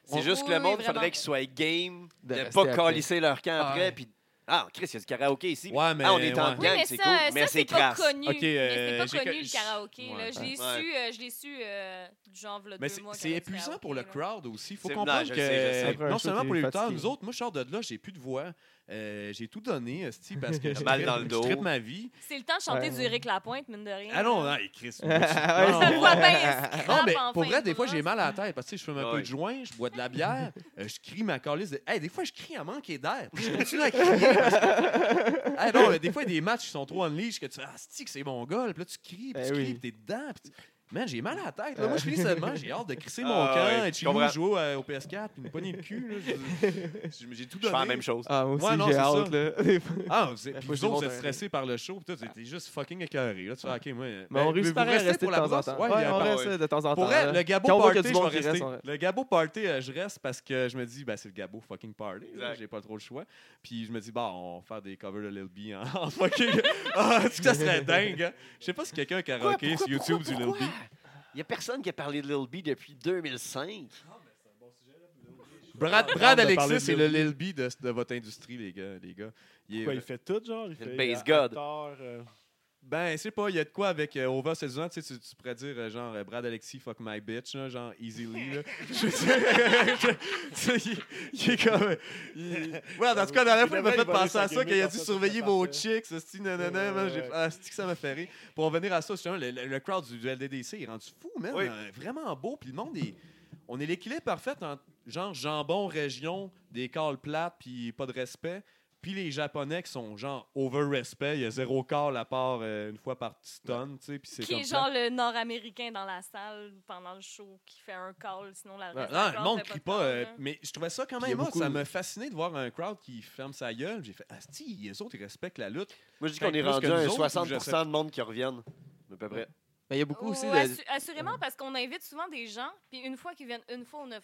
[SPEAKER 1] C'est
[SPEAKER 2] On-
[SPEAKER 1] juste que
[SPEAKER 3] Oui,
[SPEAKER 1] le
[SPEAKER 3] oui,
[SPEAKER 1] monde, il
[SPEAKER 3] vraiment.
[SPEAKER 1] faudrait qu'ils soient game,
[SPEAKER 2] De
[SPEAKER 1] de ne
[SPEAKER 2] rester
[SPEAKER 1] pas
[SPEAKER 2] après.
[SPEAKER 1] calisser leur camp
[SPEAKER 2] Ah, ouais.
[SPEAKER 1] après. Puis, ah, Chris, il y a du karaoké ici.
[SPEAKER 4] Ouais, mais.
[SPEAKER 1] ah, on est en
[SPEAKER 4] ouais.
[SPEAKER 3] Oui,
[SPEAKER 1] gang,
[SPEAKER 3] mais
[SPEAKER 1] c'est
[SPEAKER 3] ça,
[SPEAKER 1] cool,
[SPEAKER 3] ça,
[SPEAKER 1] mais
[SPEAKER 3] c'est
[SPEAKER 1] c'est
[SPEAKER 3] pas
[SPEAKER 1] crasse.
[SPEAKER 3] connu.
[SPEAKER 4] Ok, euh,
[SPEAKER 3] mais c'est
[SPEAKER 4] j'ai
[SPEAKER 3] pas
[SPEAKER 4] co-
[SPEAKER 3] connu le karaoké.
[SPEAKER 4] Ouais.
[SPEAKER 3] là. Je l'ai
[SPEAKER 1] Ouais.
[SPEAKER 3] su, euh, je l'ai su euh, genre v'là
[SPEAKER 4] Mais
[SPEAKER 3] deux
[SPEAKER 4] c'est-
[SPEAKER 3] mois.
[SPEAKER 4] c'est
[SPEAKER 3] quand
[SPEAKER 4] épuisant
[SPEAKER 3] j'étais
[SPEAKER 4] pour le
[SPEAKER 3] karaoké, là.
[SPEAKER 4] crowd aussi. Il faut
[SPEAKER 1] C'est-
[SPEAKER 4] comprendre
[SPEAKER 1] non, je
[SPEAKER 4] que
[SPEAKER 1] sais, je sais.
[SPEAKER 2] Après un show,
[SPEAKER 4] non seulement
[SPEAKER 2] t'es
[SPEAKER 4] pour les lutteurs,
[SPEAKER 2] fatigué.
[SPEAKER 4] nous autres, moi je sors de là, j'ai plus de voix. Euh, j'ai tout donné, esti, parce que je
[SPEAKER 1] Mal
[SPEAKER 4] traite-
[SPEAKER 1] dans le
[SPEAKER 4] je
[SPEAKER 1] dos.
[SPEAKER 4] traite ma vie.
[SPEAKER 3] C'est le temps de chanter
[SPEAKER 2] Ouais.
[SPEAKER 3] du Éric Lapointe, mine de rien.
[SPEAKER 4] Ah non, non, hey, Chris. moi, tu-
[SPEAKER 2] Ouais,
[SPEAKER 4] non,
[SPEAKER 3] Ça me
[SPEAKER 4] non.
[SPEAKER 3] voit bien.
[SPEAKER 4] Non, mais pour vrai, des fois, j'ai mal à la tête parce que tu sais, je fume un peu
[SPEAKER 1] Ouais.
[SPEAKER 4] de joint, je bois de la bière, euh, je crie ma calice. de- Hey, des fois, je crie à manquer d'air. puis Je continue à crier. parce que- Hey, Ah non, mais des fois, il y a des matchs qui sont trop en leash que tu fais Ah, c'est que c'est mon gars. Puis là, tu cries, puis
[SPEAKER 2] Eh
[SPEAKER 4] tu
[SPEAKER 2] oui. Ah.
[SPEAKER 4] cries, puis t'es dedans. Puis tu- Man, j'ai mal à la tête. là. Moi, je finis seulement, j'ai hâte de crisser mon
[SPEAKER 1] Ah,
[SPEAKER 4] camp,
[SPEAKER 1] ouais,
[SPEAKER 4] être
[SPEAKER 1] je
[SPEAKER 4] chez nous,
[SPEAKER 1] comprends.
[SPEAKER 4] jouer euh, au PS4, puis me pogner le cul. là. Je- J'ai tout
[SPEAKER 1] Je fais
[SPEAKER 4] donné.
[SPEAKER 1] la même chose.
[SPEAKER 2] Ah, moi aussi,
[SPEAKER 4] Ouais, non,
[SPEAKER 2] j'ai
[SPEAKER 4] c'est
[SPEAKER 2] hâte, là. Des fois.
[SPEAKER 4] Ah, vous, êtes-
[SPEAKER 2] Ben, faut que
[SPEAKER 4] puis vous
[SPEAKER 2] je
[SPEAKER 4] autres,
[SPEAKER 2] monte
[SPEAKER 4] vous êtes
[SPEAKER 2] un-
[SPEAKER 4] stressés par le show. Putain, vous étites juste fucking écœurés. Là, tu fais, OK, moi. ben,
[SPEAKER 2] Mais Ben, on réussit pareil à rester de temps en temps. Ouais, on reste de temps en temps.
[SPEAKER 4] Pour vrai,
[SPEAKER 2] là.
[SPEAKER 4] le Gabo
[SPEAKER 2] Quand on voit
[SPEAKER 4] Party,
[SPEAKER 2] qu'il y a
[SPEAKER 4] je
[SPEAKER 2] du
[SPEAKER 4] vais
[SPEAKER 2] monde qui
[SPEAKER 4] rester.
[SPEAKER 2] reste, on reste.
[SPEAKER 4] Le Gabo Party, euh, je reste parce que je me dis, ben, c'est le Gabo fucking party. là,
[SPEAKER 1] Exact.
[SPEAKER 4] J'ai pas trop le choix. Puis je me dis, bah, on va faire des covers de Lil B en, en fucking. ah, est-ce que ça serait dingue? hein? Je sais pas si quelqu'un a karaoké sur YouTube du Lil B.
[SPEAKER 1] Il n'y a personne qui a parlé de Lil B depuis 2005.
[SPEAKER 4] Brad,
[SPEAKER 5] Ah,
[SPEAKER 4] Brad
[SPEAKER 5] on a parlé
[SPEAKER 4] Alexis,
[SPEAKER 5] de
[SPEAKER 4] c'est le
[SPEAKER 5] Lil
[SPEAKER 4] Lil B de, de votre industrie, les gars. Les gars. Il est-
[SPEAKER 5] Quoi, il fait tout, genre? Il fait
[SPEAKER 1] Le base
[SPEAKER 5] euh,
[SPEAKER 1] god.
[SPEAKER 5] acteur, euh,
[SPEAKER 4] Ben, je sais pas, il y a de quoi avec euh, Over Seduisant, tu sais, tu tu pourrais dire euh, genre euh, Brad Alexis, fuck my bitch, là, genre easily. Là. Je sais- tu sais, il, il est comme. euh, il- Ouais, en tout cas, la dernière fois, il m'a fait penser à ça, qu'il a dit surveiller vos chicks, ceci, nanana, man, j'ai- ah, c'est que ça m'a fait rire. Pour en venir à ça, justement, le, le- le crowd du, du LDDC est rendu fou, man,
[SPEAKER 1] Oui.
[SPEAKER 4] euh, vraiment beau, puis le monde est. On est l'équilibre parfait entre genre jambon, région, des calls plates, puis pas de respect. Puis les Japonais qui sont genre over-respect, il y a zéro call à part euh, une fois par petit ton, tu sais, puis c'est
[SPEAKER 3] Qui
[SPEAKER 4] comme
[SPEAKER 3] est genre le Nord-Américain dans la salle pendant le show qui fait un call, sinon la
[SPEAKER 4] ça.
[SPEAKER 3] reste de la
[SPEAKER 4] Non,
[SPEAKER 3] classe
[SPEAKER 4] le monde
[SPEAKER 3] fait
[SPEAKER 4] crie
[SPEAKER 3] de
[SPEAKER 4] pas,
[SPEAKER 3] call,
[SPEAKER 4] euh,
[SPEAKER 3] là.
[SPEAKER 4] mais je trouvais ça quand
[SPEAKER 2] Puis il y
[SPEAKER 4] même
[SPEAKER 2] a
[SPEAKER 4] hot. Ça
[SPEAKER 2] beaucoup-
[SPEAKER 4] m'a fasciné de voir un crowd qui ferme sa gueule. J'ai fait, Asti, les autres, ils respectent la lutte.
[SPEAKER 1] Moi, je dis
[SPEAKER 4] Ben,
[SPEAKER 1] qu'on est
[SPEAKER 4] plus
[SPEAKER 1] rendu
[SPEAKER 4] que
[SPEAKER 1] à
[SPEAKER 4] nous
[SPEAKER 1] un
[SPEAKER 4] autres,
[SPEAKER 1] 60
[SPEAKER 4] ou je sais
[SPEAKER 1] de monde qui reviennent, à peu près.
[SPEAKER 2] Mais il y a beaucoup aussi
[SPEAKER 3] Ou
[SPEAKER 2] de.
[SPEAKER 3] assu- Assurément, parce qu'on invite souvent des gens, puis une fois qu'ils viennent une fois au 9-9,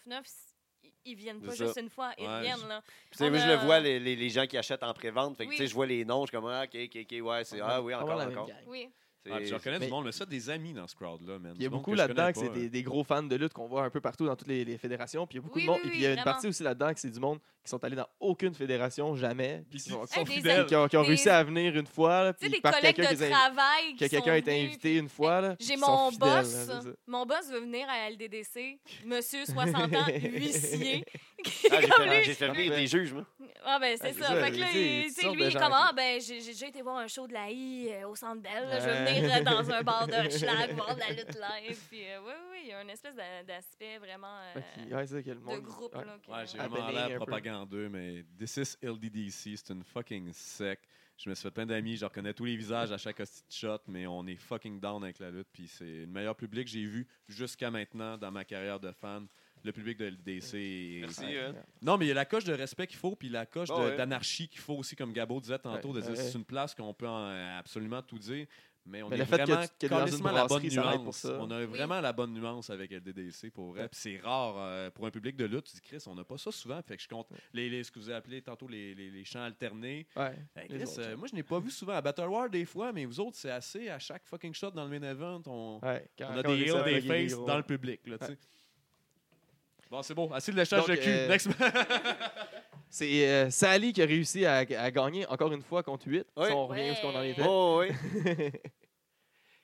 [SPEAKER 3] ils- ils viennent pas
[SPEAKER 1] C'est ça.
[SPEAKER 3] juste une fois, ils
[SPEAKER 4] Ouais,
[SPEAKER 3] viennent, là.
[SPEAKER 1] Puis, tu sais,
[SPEAKER 3] On
[SPEAKER 1] moi, je le
[SPEAKER 3] a-
[SPEAKER 1] vois, les, les, les gens qui achètent en pré-vente. Fait que,
[SPEAKER 3] Oui.
[SPEAKER 1] tu sais, je vois les noms, je suis comme, ah, ok, ok, ok, ouais, c'est, ah oui,
[SPEAKER 2] Pas mal
[SPEAKER 1] encore,
[SPEAKER 2] la même
[SPEAKER 1] encore.
[SPEAKER 2] gang.
[SPEAKER 3] Oui.
[SPEAKER 1] C'est-
[SPEAKER 4] Ah, puis je reconnais
[SPEAKER 2] Mais-
[SPEAKER 4] du monde, mais ça, des amis dans ce crowd-là,
[SPEAKER 2] Puis
[SPEAKER 4] man.
[SPEAKER 2] Il y
[SPEAKER 4] Du
[SPEAKER 2] a
[SPEAKER 4] monde
[SPEAKER 2] beaucoup
[SPEAKER 4] que je
[SPEAKER 2] là-dedans
[SPEAKER 4] connais
[SPEAKER 2] que c'est
[SPEAKER 4] pas,
[SPEAKER 2] des, des gros fans de lutte qu'on voit un peu partout dans toutes les, les fédérations. Puis il y a beaucoup
[SPEAKER 3] Oui,
[SPEAKER 2] de monde. et
[SPEAKER 3] oui,
[SPEAKER 2] puis il y a
[SPEAKER 3] oui,
[SPEAKER 2] une
[SPEAKER 3] vraiment.
[SPEAKER 2] partie aussi là-dedans que c'est du monde qui sont allés dans aucune fédération jamais.
[SPEAKER 4] euh.
[SPEAKER 2] Puis qui sont, qui
[SPEAKER 3] Hey,
[SPEAKER 2] sont
[SPEAKER 3] des
[SPEAKER 2] fidèles,
[SPEAKER 3] amis-
[SPEAKER 2] qui ont, qui ont
[SPEAKER 3] des-
[SPEAKER 2] réussi à venir une fois. là,
[SPEAKER 3] Tu sais,
[SPEAKER 2] puis
[SPEAKER 3] des
[SPEAKER 2] par
[SPEAKER 3] collègues
[SPEAKER 2] quelqu'un qui
[SPEAKER 3] de
[SPEAKER 2] les a-
[SPEAKER 3] travail
[SPEAKER 2] que
[SPEAKER 3] qui
[SPEAKER 2] quelqu'un a été
[SPEAKER 3] sont venus,
[SPEAKER 2] invité une fois. là,
[SPEAKER 3] J'ai
[SPEAKER 2] puis ils sont
[SPEAKER 3] mon
[SPEAKER 2] fidèles, là,
[SPEAKER 3] boss.
[SPEAKER 2] c'est ça.
[SPEAKER 3] Mon boss veut venir à LDDC. Monsieur 60 ans, huissier.
[SPEAKER 1] Ah, j'ai
[SPEAKER 3] Comme
[SPEAKER 1] fait-
[SPEAKER 3] lui.
[SPEAKER 1] j'ai fait venir des juges, moi.
[SPEAKER 3] Ah, ben, c'est
[SPEAKER 2] Ah, c'est
[SPEAKER 3] ça.
[SPEAKER 2] ça,
[SPEAKER 3] Fait que là,
[SPEAKER 2] tu sais,
[SPEAKER 3] il-
[SPEAKER 2] toutes
[SPEAKER 3] tu sais,
[SPEAKER 2] sortes
[SPEAKER 3] lui,
[SPEAKER 2] de
[SPEAKER 3] il est
[SPEAKER 2] gens,
[SPEAKER 3] comme,
[SPEAKER 2] ça.
[SPEAKER 3] ah, ben, j'ai j'ai déjà été voir un show de la I euh, au centre Bell. là. Je vais
[SPEAKER 2] Ouais.
[SPEAKER 3] venir euh, dans un bar de schlag voir de la lutte live. Puis, euh, oui, oui, il y a une espèce d'a- d'aspect vraiment euh,
[SPEAKER 2] Fait qu'il- ouais, c'est ça que le
[SPEAKER 3] de
[SPEAKER 2] monde-
[SPEAKER 3] groupe.
[SPEAKER 2] ouais.
[SPEAKER 3] là, que-
[SPEAKER 4] Ouais, j'ai
[SPEAKER 2] Ah,
[SPEAKER 4] vraiment
[SPEAKER 2] ben, un
[SPEAKER 4] l'air
[SPEAKER 2] peu.
[SPEAKER 4] propagandeux, mais This is LDDC, c'est une fucking sec. Je me suis fait plein d'amis, je reconnais tous les visages à chaque hostie de shot, mais on est fucking down avec la lutte. Puis c'est le meilleur public que j'ai vu jusqu'à maintenant dans ma carrière de fan. Le public de LDDC. est-
[SPEAKER 1] Merci.
[SPEAKER 2] Ouais,
[SPEAKER 1] euh.
[SPEAKER 2] ouais.
[SPEAKER 4] Non, mais il y a la coche de respect qu'il faut, puis la coche
[SPEAKER 1] Ah
[SPEAKER 4] de-
[SPEAKER 1] ouais.
[SPEAKER 4] d'anarchie qu'il faut aussi, comme Gabo disait tantôt, de
[SPEAKER 2] Ouais,
[SPEAKER 4] dire
[SPEAKER 2] ouais.
[SPEAKER 4] c'est une place qu'on peut en- absolument tout dire. Mais on
[SPEAKER 2] Mais
[SPEAKER 4] a
[SPEAKER 2] le fait que
[SPEAKER 4] vraiment
[SPEAKER 2] tu- que dans une
[SPEAKER 4] calissement la bonne
[SPEAKER 2] brasserie, ça l'aide
[SPEAKER 4] nuance.
[SPEAKER 2] pour ça.
[SPEAKER 4] On a vraiment la bonne nuance avec LDDC pour vrai. Puis c'est rare euh, pour un public de lutte. Tu dis, Chris, on n'a pas ça souvent. Fait que je compte les, les- ce que vous avez appelé tantôt les, les, les chants alternés.
[SPEAKER 2] Ouais.
[SPEAKER 4] Hey,
[SPEAKER 2] Les
[SPEAKER 4] Chris,
[SPEAKER 2] autres,
[SPEAKER 4] euh,
[SPEAKER 2] ouais.
[SPEAKER 4] moi, je n'ai pas vu souvent à Battle War des fois, mais vous autres, c'est assez à chaque fucking shot dans le main event. On,
[SPEAKER 2] Ouais, quand-
[SPEAKER 4] on a
[SPEAKER 2] quand
[SPEAKER 4] des
[SPEAKER 2] réussit à
[SPEAKER 4] heels, des
[SPEAKER 2] plugger les
[SPEAKER 4] faces
[SPEAKER 2] gros.
[SPEAKER 4] dans le public. Là, tu sais. Bon, c'est bon. Assez de l'échange de
[SPEAKER 2] Donc,
[SPEAKER 4] cul.
[SPEAKER 2] euh,
[SPEAKER 4] Next man.
[SPEAKER 2] C'est euh, Sally qui a réussi à, à gagner encore une fois contre 8.
[SPEAKER 1] Ouais.
[SPEAKER 2] Si on revient où est-ce qu'on en était.
[SPEAKER 1] Oh, oui.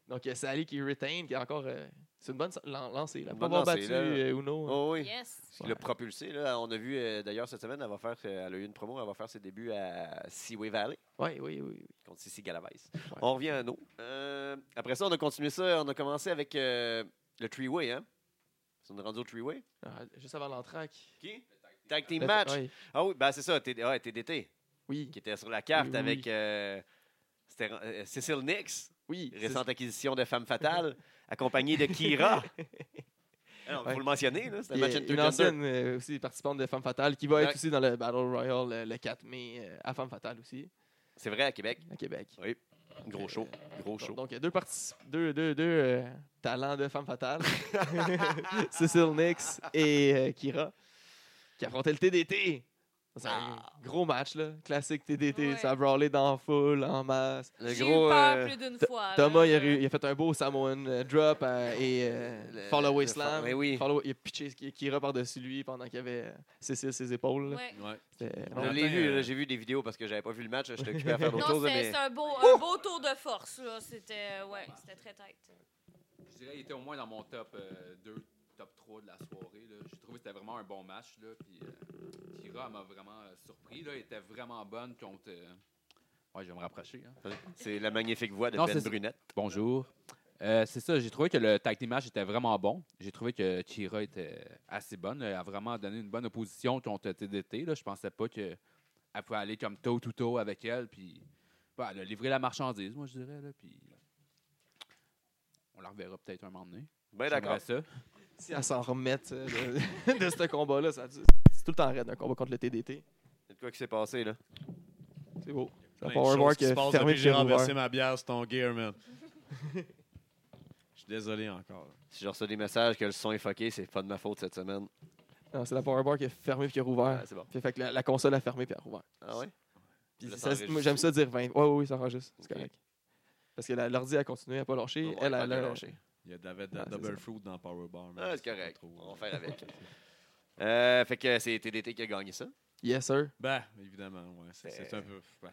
[SPEAKER 2] Donc, euh, Sally qui retain, qui est encore. euh, c'est une bonne sa- lan- lancée. Là.
[SPEAKER 1] Une
[SPEAKER 2] Pas
[SPEAKER 1] bonne
[SPEAKER 2] avoir
[SPEAKER 1] lancée,
[SPEAKER 2] battu
[SPEAKER 1] là.
[SPEAKER 2] euh, Uno.
[SPEAKER 1] Oh, oui.
[SPEAKER 3] Yes.
[SPEAKER 1] Ce qui l'a propulsé, là, on a vu euh, d'ailleurs cette semaine, elle, va faire, euh, elle a eu une promo, elle va faire ses débuts à Seaway Valley
[SPEAKER 2] Ouais, oui, oui, oui.
[SPEAKER 1] contre Cici Galavais. On revient à nous. Euh, après ça, on a continué ça, on a commencé avec euh, le Treeway. Hein? On est rendu au Treeway.
[SPEAKER 2] Ah, juste avant l'entraque.
[SPEAKER 1] Qui? Tag Team
[SPEAKER 2] Le-
[SPEAKER 1] Match.
[SPEAKER 2] ouais.
[SPEAKER 1] Ah oui, ben c'est ça, TD, ouais, TDT,
[SPEAKER 2] Oui,
[SPEAKER 1] qui était sur la carte
[SPEAKER 2] Oui, oui,
[SPEAKER 1] avec
[SPEAKER 2] oui.
[SPEAKER 1] euh, c'était, euh, Cécile Nix,
[SPEAKER 2] oui. c'est-
[SPEAKER 1] récente acquisition de Femme Fatale, accompagnée de Kira. Il
[SPEAKER 2] Ouais.
[SPEAKER 1] faut le mentionner, là, c'était un
[SPEAKER 2] Puis,
[SPEAKER 1] match
[SPEAKER 2] euh, une
[SPEAKER 1] intergender.
[SPEAKER 2] ancienne euh, aussi participante de Femme Fatale qui va être
[SPEAKER 1] Exact.
[SPEAKER 2] aussi dans le Battle Royale euh, le, 4 mai euh, à Femme Fatale aussi,
[SPEAKER 1] C'est vrai, à Québec.
[SPEAKER 2] à Québec.
[SPEAKER 1] Gros show, gros show.
[SPEAKER 2] Donc, donc, il y a deux, partici- deux, deux, deux, euh, talents de Femme Fatale Cécile Nix et euh, Kira qui affrontaient le TDT. C'est un
[SPEAKER 1] Ah.
[SPEAKER 2] gros match, là. classique TDT.
[SPEAKER 3] Ouais.
[SPEAKER 2] Ça a brawlé dans la foule, en masse.
[SPEAKER 1] Le
[SPEAKER 3] J'ai eu
[SPEAKER 1] gros,
[SPEAKER 3] peur
[SPEAKER 1] euh,
[SPEAKER 3] plus d'une
[SPEAKER 2] T-
[SPEAKER 3] fois.
[SPEAKER 2] Thomas,
[SPEAKER 3] là.
[SPEAKER 2] il a, ré- il a fait un beau Samoan euh, drop euh, et
[SPEAKER 1] Le-
[SPEAKER 2] euh, Follow
[SPEAKER 1] le
[SPEAKER 2] Slam.
[SPEAKER 1] fall- eh oui.
[SPEAKER 2] Follow- il a pitché Ki- Kira par-dessus lui pendant qu'il y avait euh, Cécile ses épaules. là.
[SPEAKER 3] Ouais.
[SPEAKER 4] Ouais.
[SPEAKER 2] C'était-
[SPEAKER 1] Je
[SPEAKER 4] Ouais.
[SPEAKER 1] l'ai
[SPEAKER 4] Attends,
[SPEAKER 1] vu,
[SPEAKER 4] euh,
[SPEAKER 1] là, j'ai vu des vidéos parce que j'avais pas vu le match, j'étais occupé à faire
[SPEAKER 3] Non,
[SPEAKER 1] d'autres choses.
[SPEAKER 3] c'était
[SPEAKER 1] Mais...
[SPEAKER 3] c'était un, beau, un beau tour de force. là. C'était euh, ouais, c'était très tight.
[SPEAKER 6] Je dirais qu'il était au moins dans mon top 2, top 3 de la soirée. là. J'ai trouvé que c'était vraiment un bon match. Là, puis, euh, Kira elle m'a vraiment euh, surpris. Là. Elle était vraiment bonne contre. euh, Ouais, je vais me rapprocher. hein.
[SPEAKER 1] C'est la magnifique voix de
[SPEAKER 6] Non,
[SPEAKER 1] Ben
[SPEAKER 6] c'est ça.
[SPEAKER 1] Brunette.
[SPEAKER 6] Bonjour. Euh, c'est ça, j'ai trouvé que le tag team match était vraiment bon. J'ai trouvé que Kira était assez bonne. Elle a vraiment donné une bonne opposition contre TDT. Là. Je pensais pas qu'elle pouvait aller comme tôt tout tôt avec elle. Puis, bah, elle a livré la marchandise, moi, je dirais. Là. Puis, on la reverra peut-être un moment donné.
[SPEAKER 1] Ben d'accord.
[SPEAKER 6] J'aimerais ça.
[SPEAKER 2] Si elle s'en remettre euh, de, de ce combat-là, ça- c'est tout le temps raide un combat contre le TDT.
[SPEAKER 1] C'est quoi qui s'est passé, là?
[SPEAKER 2] C'est beau. Ça
[SPEAKER 4] Plein
[SPEAKER 2] va
[SPEAKER 4] de
[SPEAKER 2] pas
[SPEAKER 4] choses
[SPEAKER 2] avoir
[SPEAKER 4] qui se
[SPEAKER 2] que
[SPEAKER 4] passent
[SPEAKER 2] fermé
[SPEAKER 4] depuis que J'ai
[SPEAKER 2] chez
[SPEAKER 4] renversé
[SPEAKER 2] Rover.
[SPEAKER 4] ma bière, c'est ton gear, man. Je suis désolé encore.
[SPEAKER 1] Si je reçois des messages que le son est fucké, c'est pas de ma faute cette semaine.
[SPEAKER 2] Non, c'est la Power Bar qui a fermé puis qui a rouvert.
[SPEAKER 1] Ah, c'est bon.
[SPEAKER 2] Puis fait que la, la console a fermé puis elle a rouvert.
[SPEAKER 1] Ah ouais?
[SPEAKER 2] Puis
[SPEAKER 1] Là, ça
[SPEAKER 2] ça-
[SPEAKER 1] enregistre.
[SPEAKER 2] moi, j'aime ça dire 20. Ouais, ouais, oui, ça enregistre. C'est
[SPEAKER 1] Ok.
[SPEAKER 2] correct. Parce que la- l'ordi a continué à pas
[SPEAKER 4] Ah
[SPEAKER 2] lâcher.
[SPEAKER 1] Ouais,
[SPEAKER 2] elle,
[SPEAKER 1] pas
[SPEAKER 2] elle,
[SPEAKER 1] de
[SPEAKER 2] a-
[SPEAKER 1] lâcher.
[SPEAKER 4] Il y a David de
[SPEAKER 2] Ah, c'est
[SPEAKER 4] Double
[SPEAKER 2] ça.
[SPEAKER 4] Fruit dans Power Bar. man.
[SPEAKER 1] Ah, c'est
[SPEAKER 4] pas
[SPEAKER 1] correct.
[SPEAKER 4] trop-
[SPEAKER 1] On va faire avec. Euh, fait que c'est TDT qui a gagné ça.
[SPEAKER 2] Yes, sir.
[SPEAKER 4] Ben, évidemment, ouais. C'est
[SPEAKER 1] Ben.
[SPEAKER 4] c'est un peu. ouais.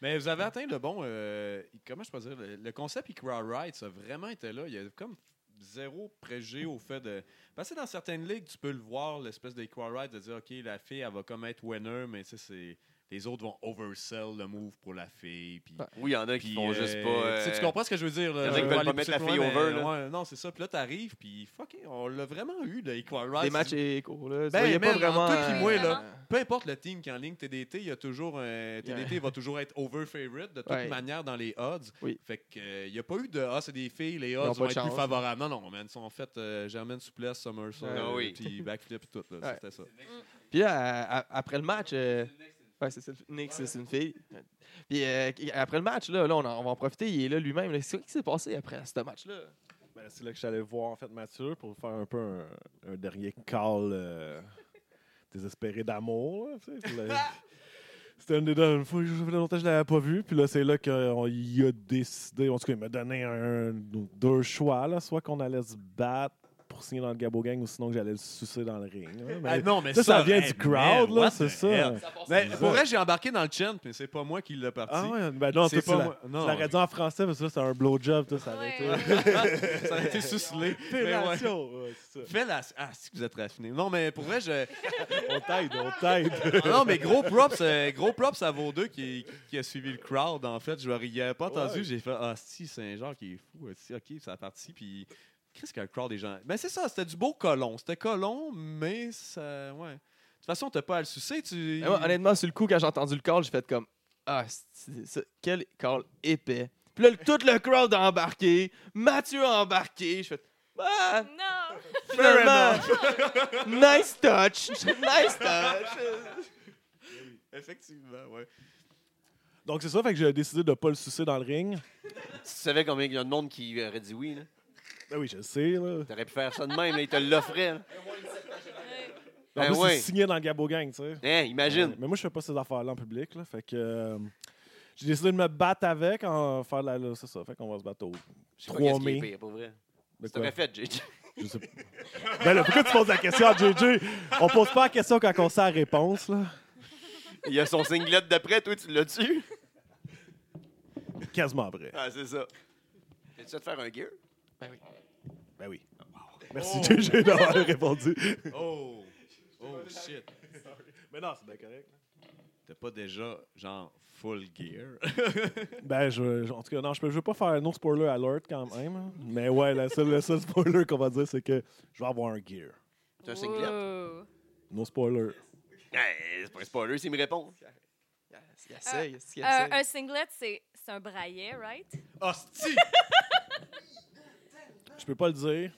[SPEAKER 4] Mais vous avez atteint le bon. euh, comment je peux dire Le, le concept Ikra Rights a vraiment été là. Il y a comme zéro préjugé au fait de. Parce que dans certaines ligues, tu peux le voir, l'espèce d'Ikra Rights, de dire OK, la fille, elle va comme être winner, mais tu sais, c'est. Les autres vont oversell le move pour la fille. Puis
[SPEAKER 2] Ouais.
[SPEAKER 1] Oui, il y en a qui
[SPEAKER 4] Puis,
[SPEAKER 1] font
[SPEAKER 4] euh,
[SPEAKER 1] juste pas.
[SPEAKER 4] tu sais,
[SPEAKER 1] euh,
[SPEAKER 4] Tu comprends ce que je veux dire? euh,
[SPEAKER 1] y en a
[SPEAKER 4] Là,
[SPEAKER 1] qui
[SPEAKER 4] Je vais
[SPEAKER 1] veulent
[SPEAKER 4] aller
[SPEAKER 1] pas mettre la
[SPEAKER 4] plus loin,
[SPEAKER 1] fille
[SPEAKER 4] mais,
[SPEAKER 1] over, là.
[SPEAKER 4] ouais, non, c'est ça. Puis là, t'arrives, puis fuck, it, on l'a vraiment eu, le Equal Rights.
[SPEAKER 2] Des matchs échos, là. Tu
[SPEAKER 4] Ben,
[SPEAKER 2] voyais pas
[SPEAKER 4] man,
[SPEAKER 2] vraiment.
[SPEAKER 4] entre toi puis
[SPEAKER 3] moi,
[SPEAKER 2] euh,
[SPEAKER 3] là.
[SPEAKER 4] Peu importe le team qui est en ligne TDT, il y a toujours euh, un- TDT va toujours être over favorite de toute
[SPEAKER 2] Ouais.
[SPEAKER 4] manière dans les odds.
[SPEAKER 2] Oui.
[SPEAKER 4] Fait que euh, il n'y a pas eu de ah c'est des filles, les
[SPEAKER 2] ont
[SPEAKER 4] odds
[SPEAKER 2] pas
[SPEAKER 4] vont
[SPEAKER 2] de
[SPEAKER 4] être plus
[SPEAKER 2] chance.
[SPEAKER 4] favorables. Non non, man, ils sont en fait euh, Germaine souplesse, somersault,
[SPEAKER 2] Ouais.
[SPEAKER 4] euh,
[SPEAKER 1] Ah oui.
[SPEAKER 4] puis backflip et tout là,
[SPEAKER 2] Ouais.
[SPEAKER 4] c'était ça.
[SPEAKER 2] Puis là, à- à- après le match. euh, Ouais, c'est ça. Nick, c'est c'est une fille. Puis euh, après le match, là, là, on, en- on va en profiter. Il est là lui-même. là. C'est- Qu'est-ce qui s'est passé après ce match-là?
[SPEAKER 5] Ben, c'est là que j'allais voir en fait Mathieu pour faire un peu un, un dernier call euh, désespéré d'amour. là, tu sais, puis là, C'était une des dernières fois que je- ça faisait longtemps que je l'avais pas vu. Puis là, c'est là qu'il a décidé. En tout cas, il m'a donné un, deux choix. Là, soit qu'on allait se battre pour signer dans le Gabo Gang ou sinon que j'allais le sucer dans le ring. là. Mais
[SPEAKER 4] Ah non, mais
[SPEAKER 5] ça, ça, vient
[SPEAKER 4] hey,
[SPEAKER 5] du crowd,
[SPEAKER 4] man,
[SPEAKER 5] là,
[SPEAKER 4] what
[SPEAKER 5] c'est
[SPEAKER 4] the
[SPEAKER 5] ça.
[SPEAKER 4] hell? Mais
[SPEAKER 5] bizarre.
[SPEAKER 4] pour vrai, j'ai embarqué dans le chant, mais c'est pas moi qui l'ai parti.
[SPEAKER 5] Ah ouais, ben non,
[SPEAKER 4] C'est
[SPEAKER 5] toi,
[SPEAKER 4] pas
[SPEAKER 5] tu l'as-
[SPEAKER 4] moi-
[SPEAKER 5] tu
[SPEAKER 4] non.
[SPEAKER 5] l'aurais dit en français parce que ça, c'est un blowjob, toi, ça aurait
[SPEAKER 3] Ouais.
[SPEAKER 5] été.
[SPEAKER 4] Ça a été sucelé. mais ouais.
[SPEAKER 5] Fellation, ouais, c'est ça.
[SPEAKER 4] Fais la... Ah, si que vous êtes raffiné. Non, mais pour vrai, je...
[SPEAKER 5] On t'aide, on t'aide.
[SPEAKER 4] Ah non, mais gros props, euh, gros props à vos deux qui, qui a suivi le crowd, en fait. Je n'aurais pas entendu.
[SPEAKER 5] Ouais.
[SPEAKER 4] J'ai fait Ah, si, c'est un genre qui est fou. Ah, Si, ok, ça a parti. Puis, qu'est-ce qu'un crowd des gens. Mais c'est ça, c'était du beau colon. C'était colon, mais ça. Ouais. De toute façon, t'as pas à le sucer. Tu...
[SPEAKER 2] Mais moi, honnêtement, sur le coup, quand j'ai entendu le call, j'ai fait comme Ah, c'est- c'est- quel call épais. Puis là, le- tout le crowd a embarqué, Mathieu a embarqué. Je fais Ah,
[SPEAKER 3] Non!
[SPEAKER 2] finalement, nice touch, nice touch.
[SPEAKER 4] Effectivement, ouais.
[SPEAKER 5] Donc, c'est ça, fait que j'ai décidé de pas le sucer dans le ring.
[SPEAKER 1] tu savais combien il y a de monde qui aurait dit oui, là,
[SPEAKER 5] Ben oui, je le sais, là.
[SPEAKER 1] t'aurais pu faire ça de même, là, il te l'offrait. là.
[SPEAKER 3] Ouais.
[SPEAKER 5] En
[SPEAKER 1] Ben
[SPEAKER 5] plus,
[SPEAKER 1] ouais.
[SPEAKER 5] c'est signé dans le Gabo Gang, tu sais.
[SPEAKER 1] Hein, imagine.
[SPEAKER 5] Ouais, Mais moi, je fais pas ces affaires-là en public, là. Fait que. euh, j'ai décidé de me battre avec en faire la. là, C'est ça, fait qu'on va se battre au.
[SPEAKER 1] Je sais pas qu'est-ce
[SPEAKER 5] 3 mai.
[SPEAKER 1] qui est pire, pour vrai.
[SPEAKER 5] de
[SPEAKER 1] Tu t'aurais
[SPEAKER 5] quoi?
[SPEAKER 1] fait, JJ.
[SPEAKER 5] Je sais pas. Ben là, pourquoi tu poses la question à JJ? On pose pas la question quand on sait la réponse, là.
[SPEAKER 1] Il a son singlet d'après, toi, tu l'as tu
[SPEAKER 5] Quasiment vrai.
[SPEAKER 1] Ah, c'est ça. Tu vas te faire un gear?
[SPEAKER 5] Ben oui. Merci,
[SPEAKER 1] Oh.
[SPEAKER 5] JJ, d'avoir répondu.
[SPEAKER 4] Oh! Oh shit!
[SPEAKER 5] Mais non, c'est bien correct.
[SPEAKER 4] T'es pas déjà, genre, full gear?
[SPEAKER 5] Ben, je, je- en tout cas, non, je ne veux pas faire no spoiler alert quand même. hein. Mais ouais, la seule- le seul spoiler qu'on va dire, c'est que je vais avoir un gear.
[SPEAKER 1] C'est un singlet?
[SPEAKER 3] Wow.
[SPEAKER 5] No spoiler.
[SPEAKER 1] Hey, c'est pas un spoiler s'il me répond.
[SPEAKER 2] Il essaye, il essaye.
[SPEAKER 3] Euh, un singlet, c'est c'est un braillet, right?
[SPEAKER 4] Hostie!
[SPEAKER 5] Je peux pas le dire,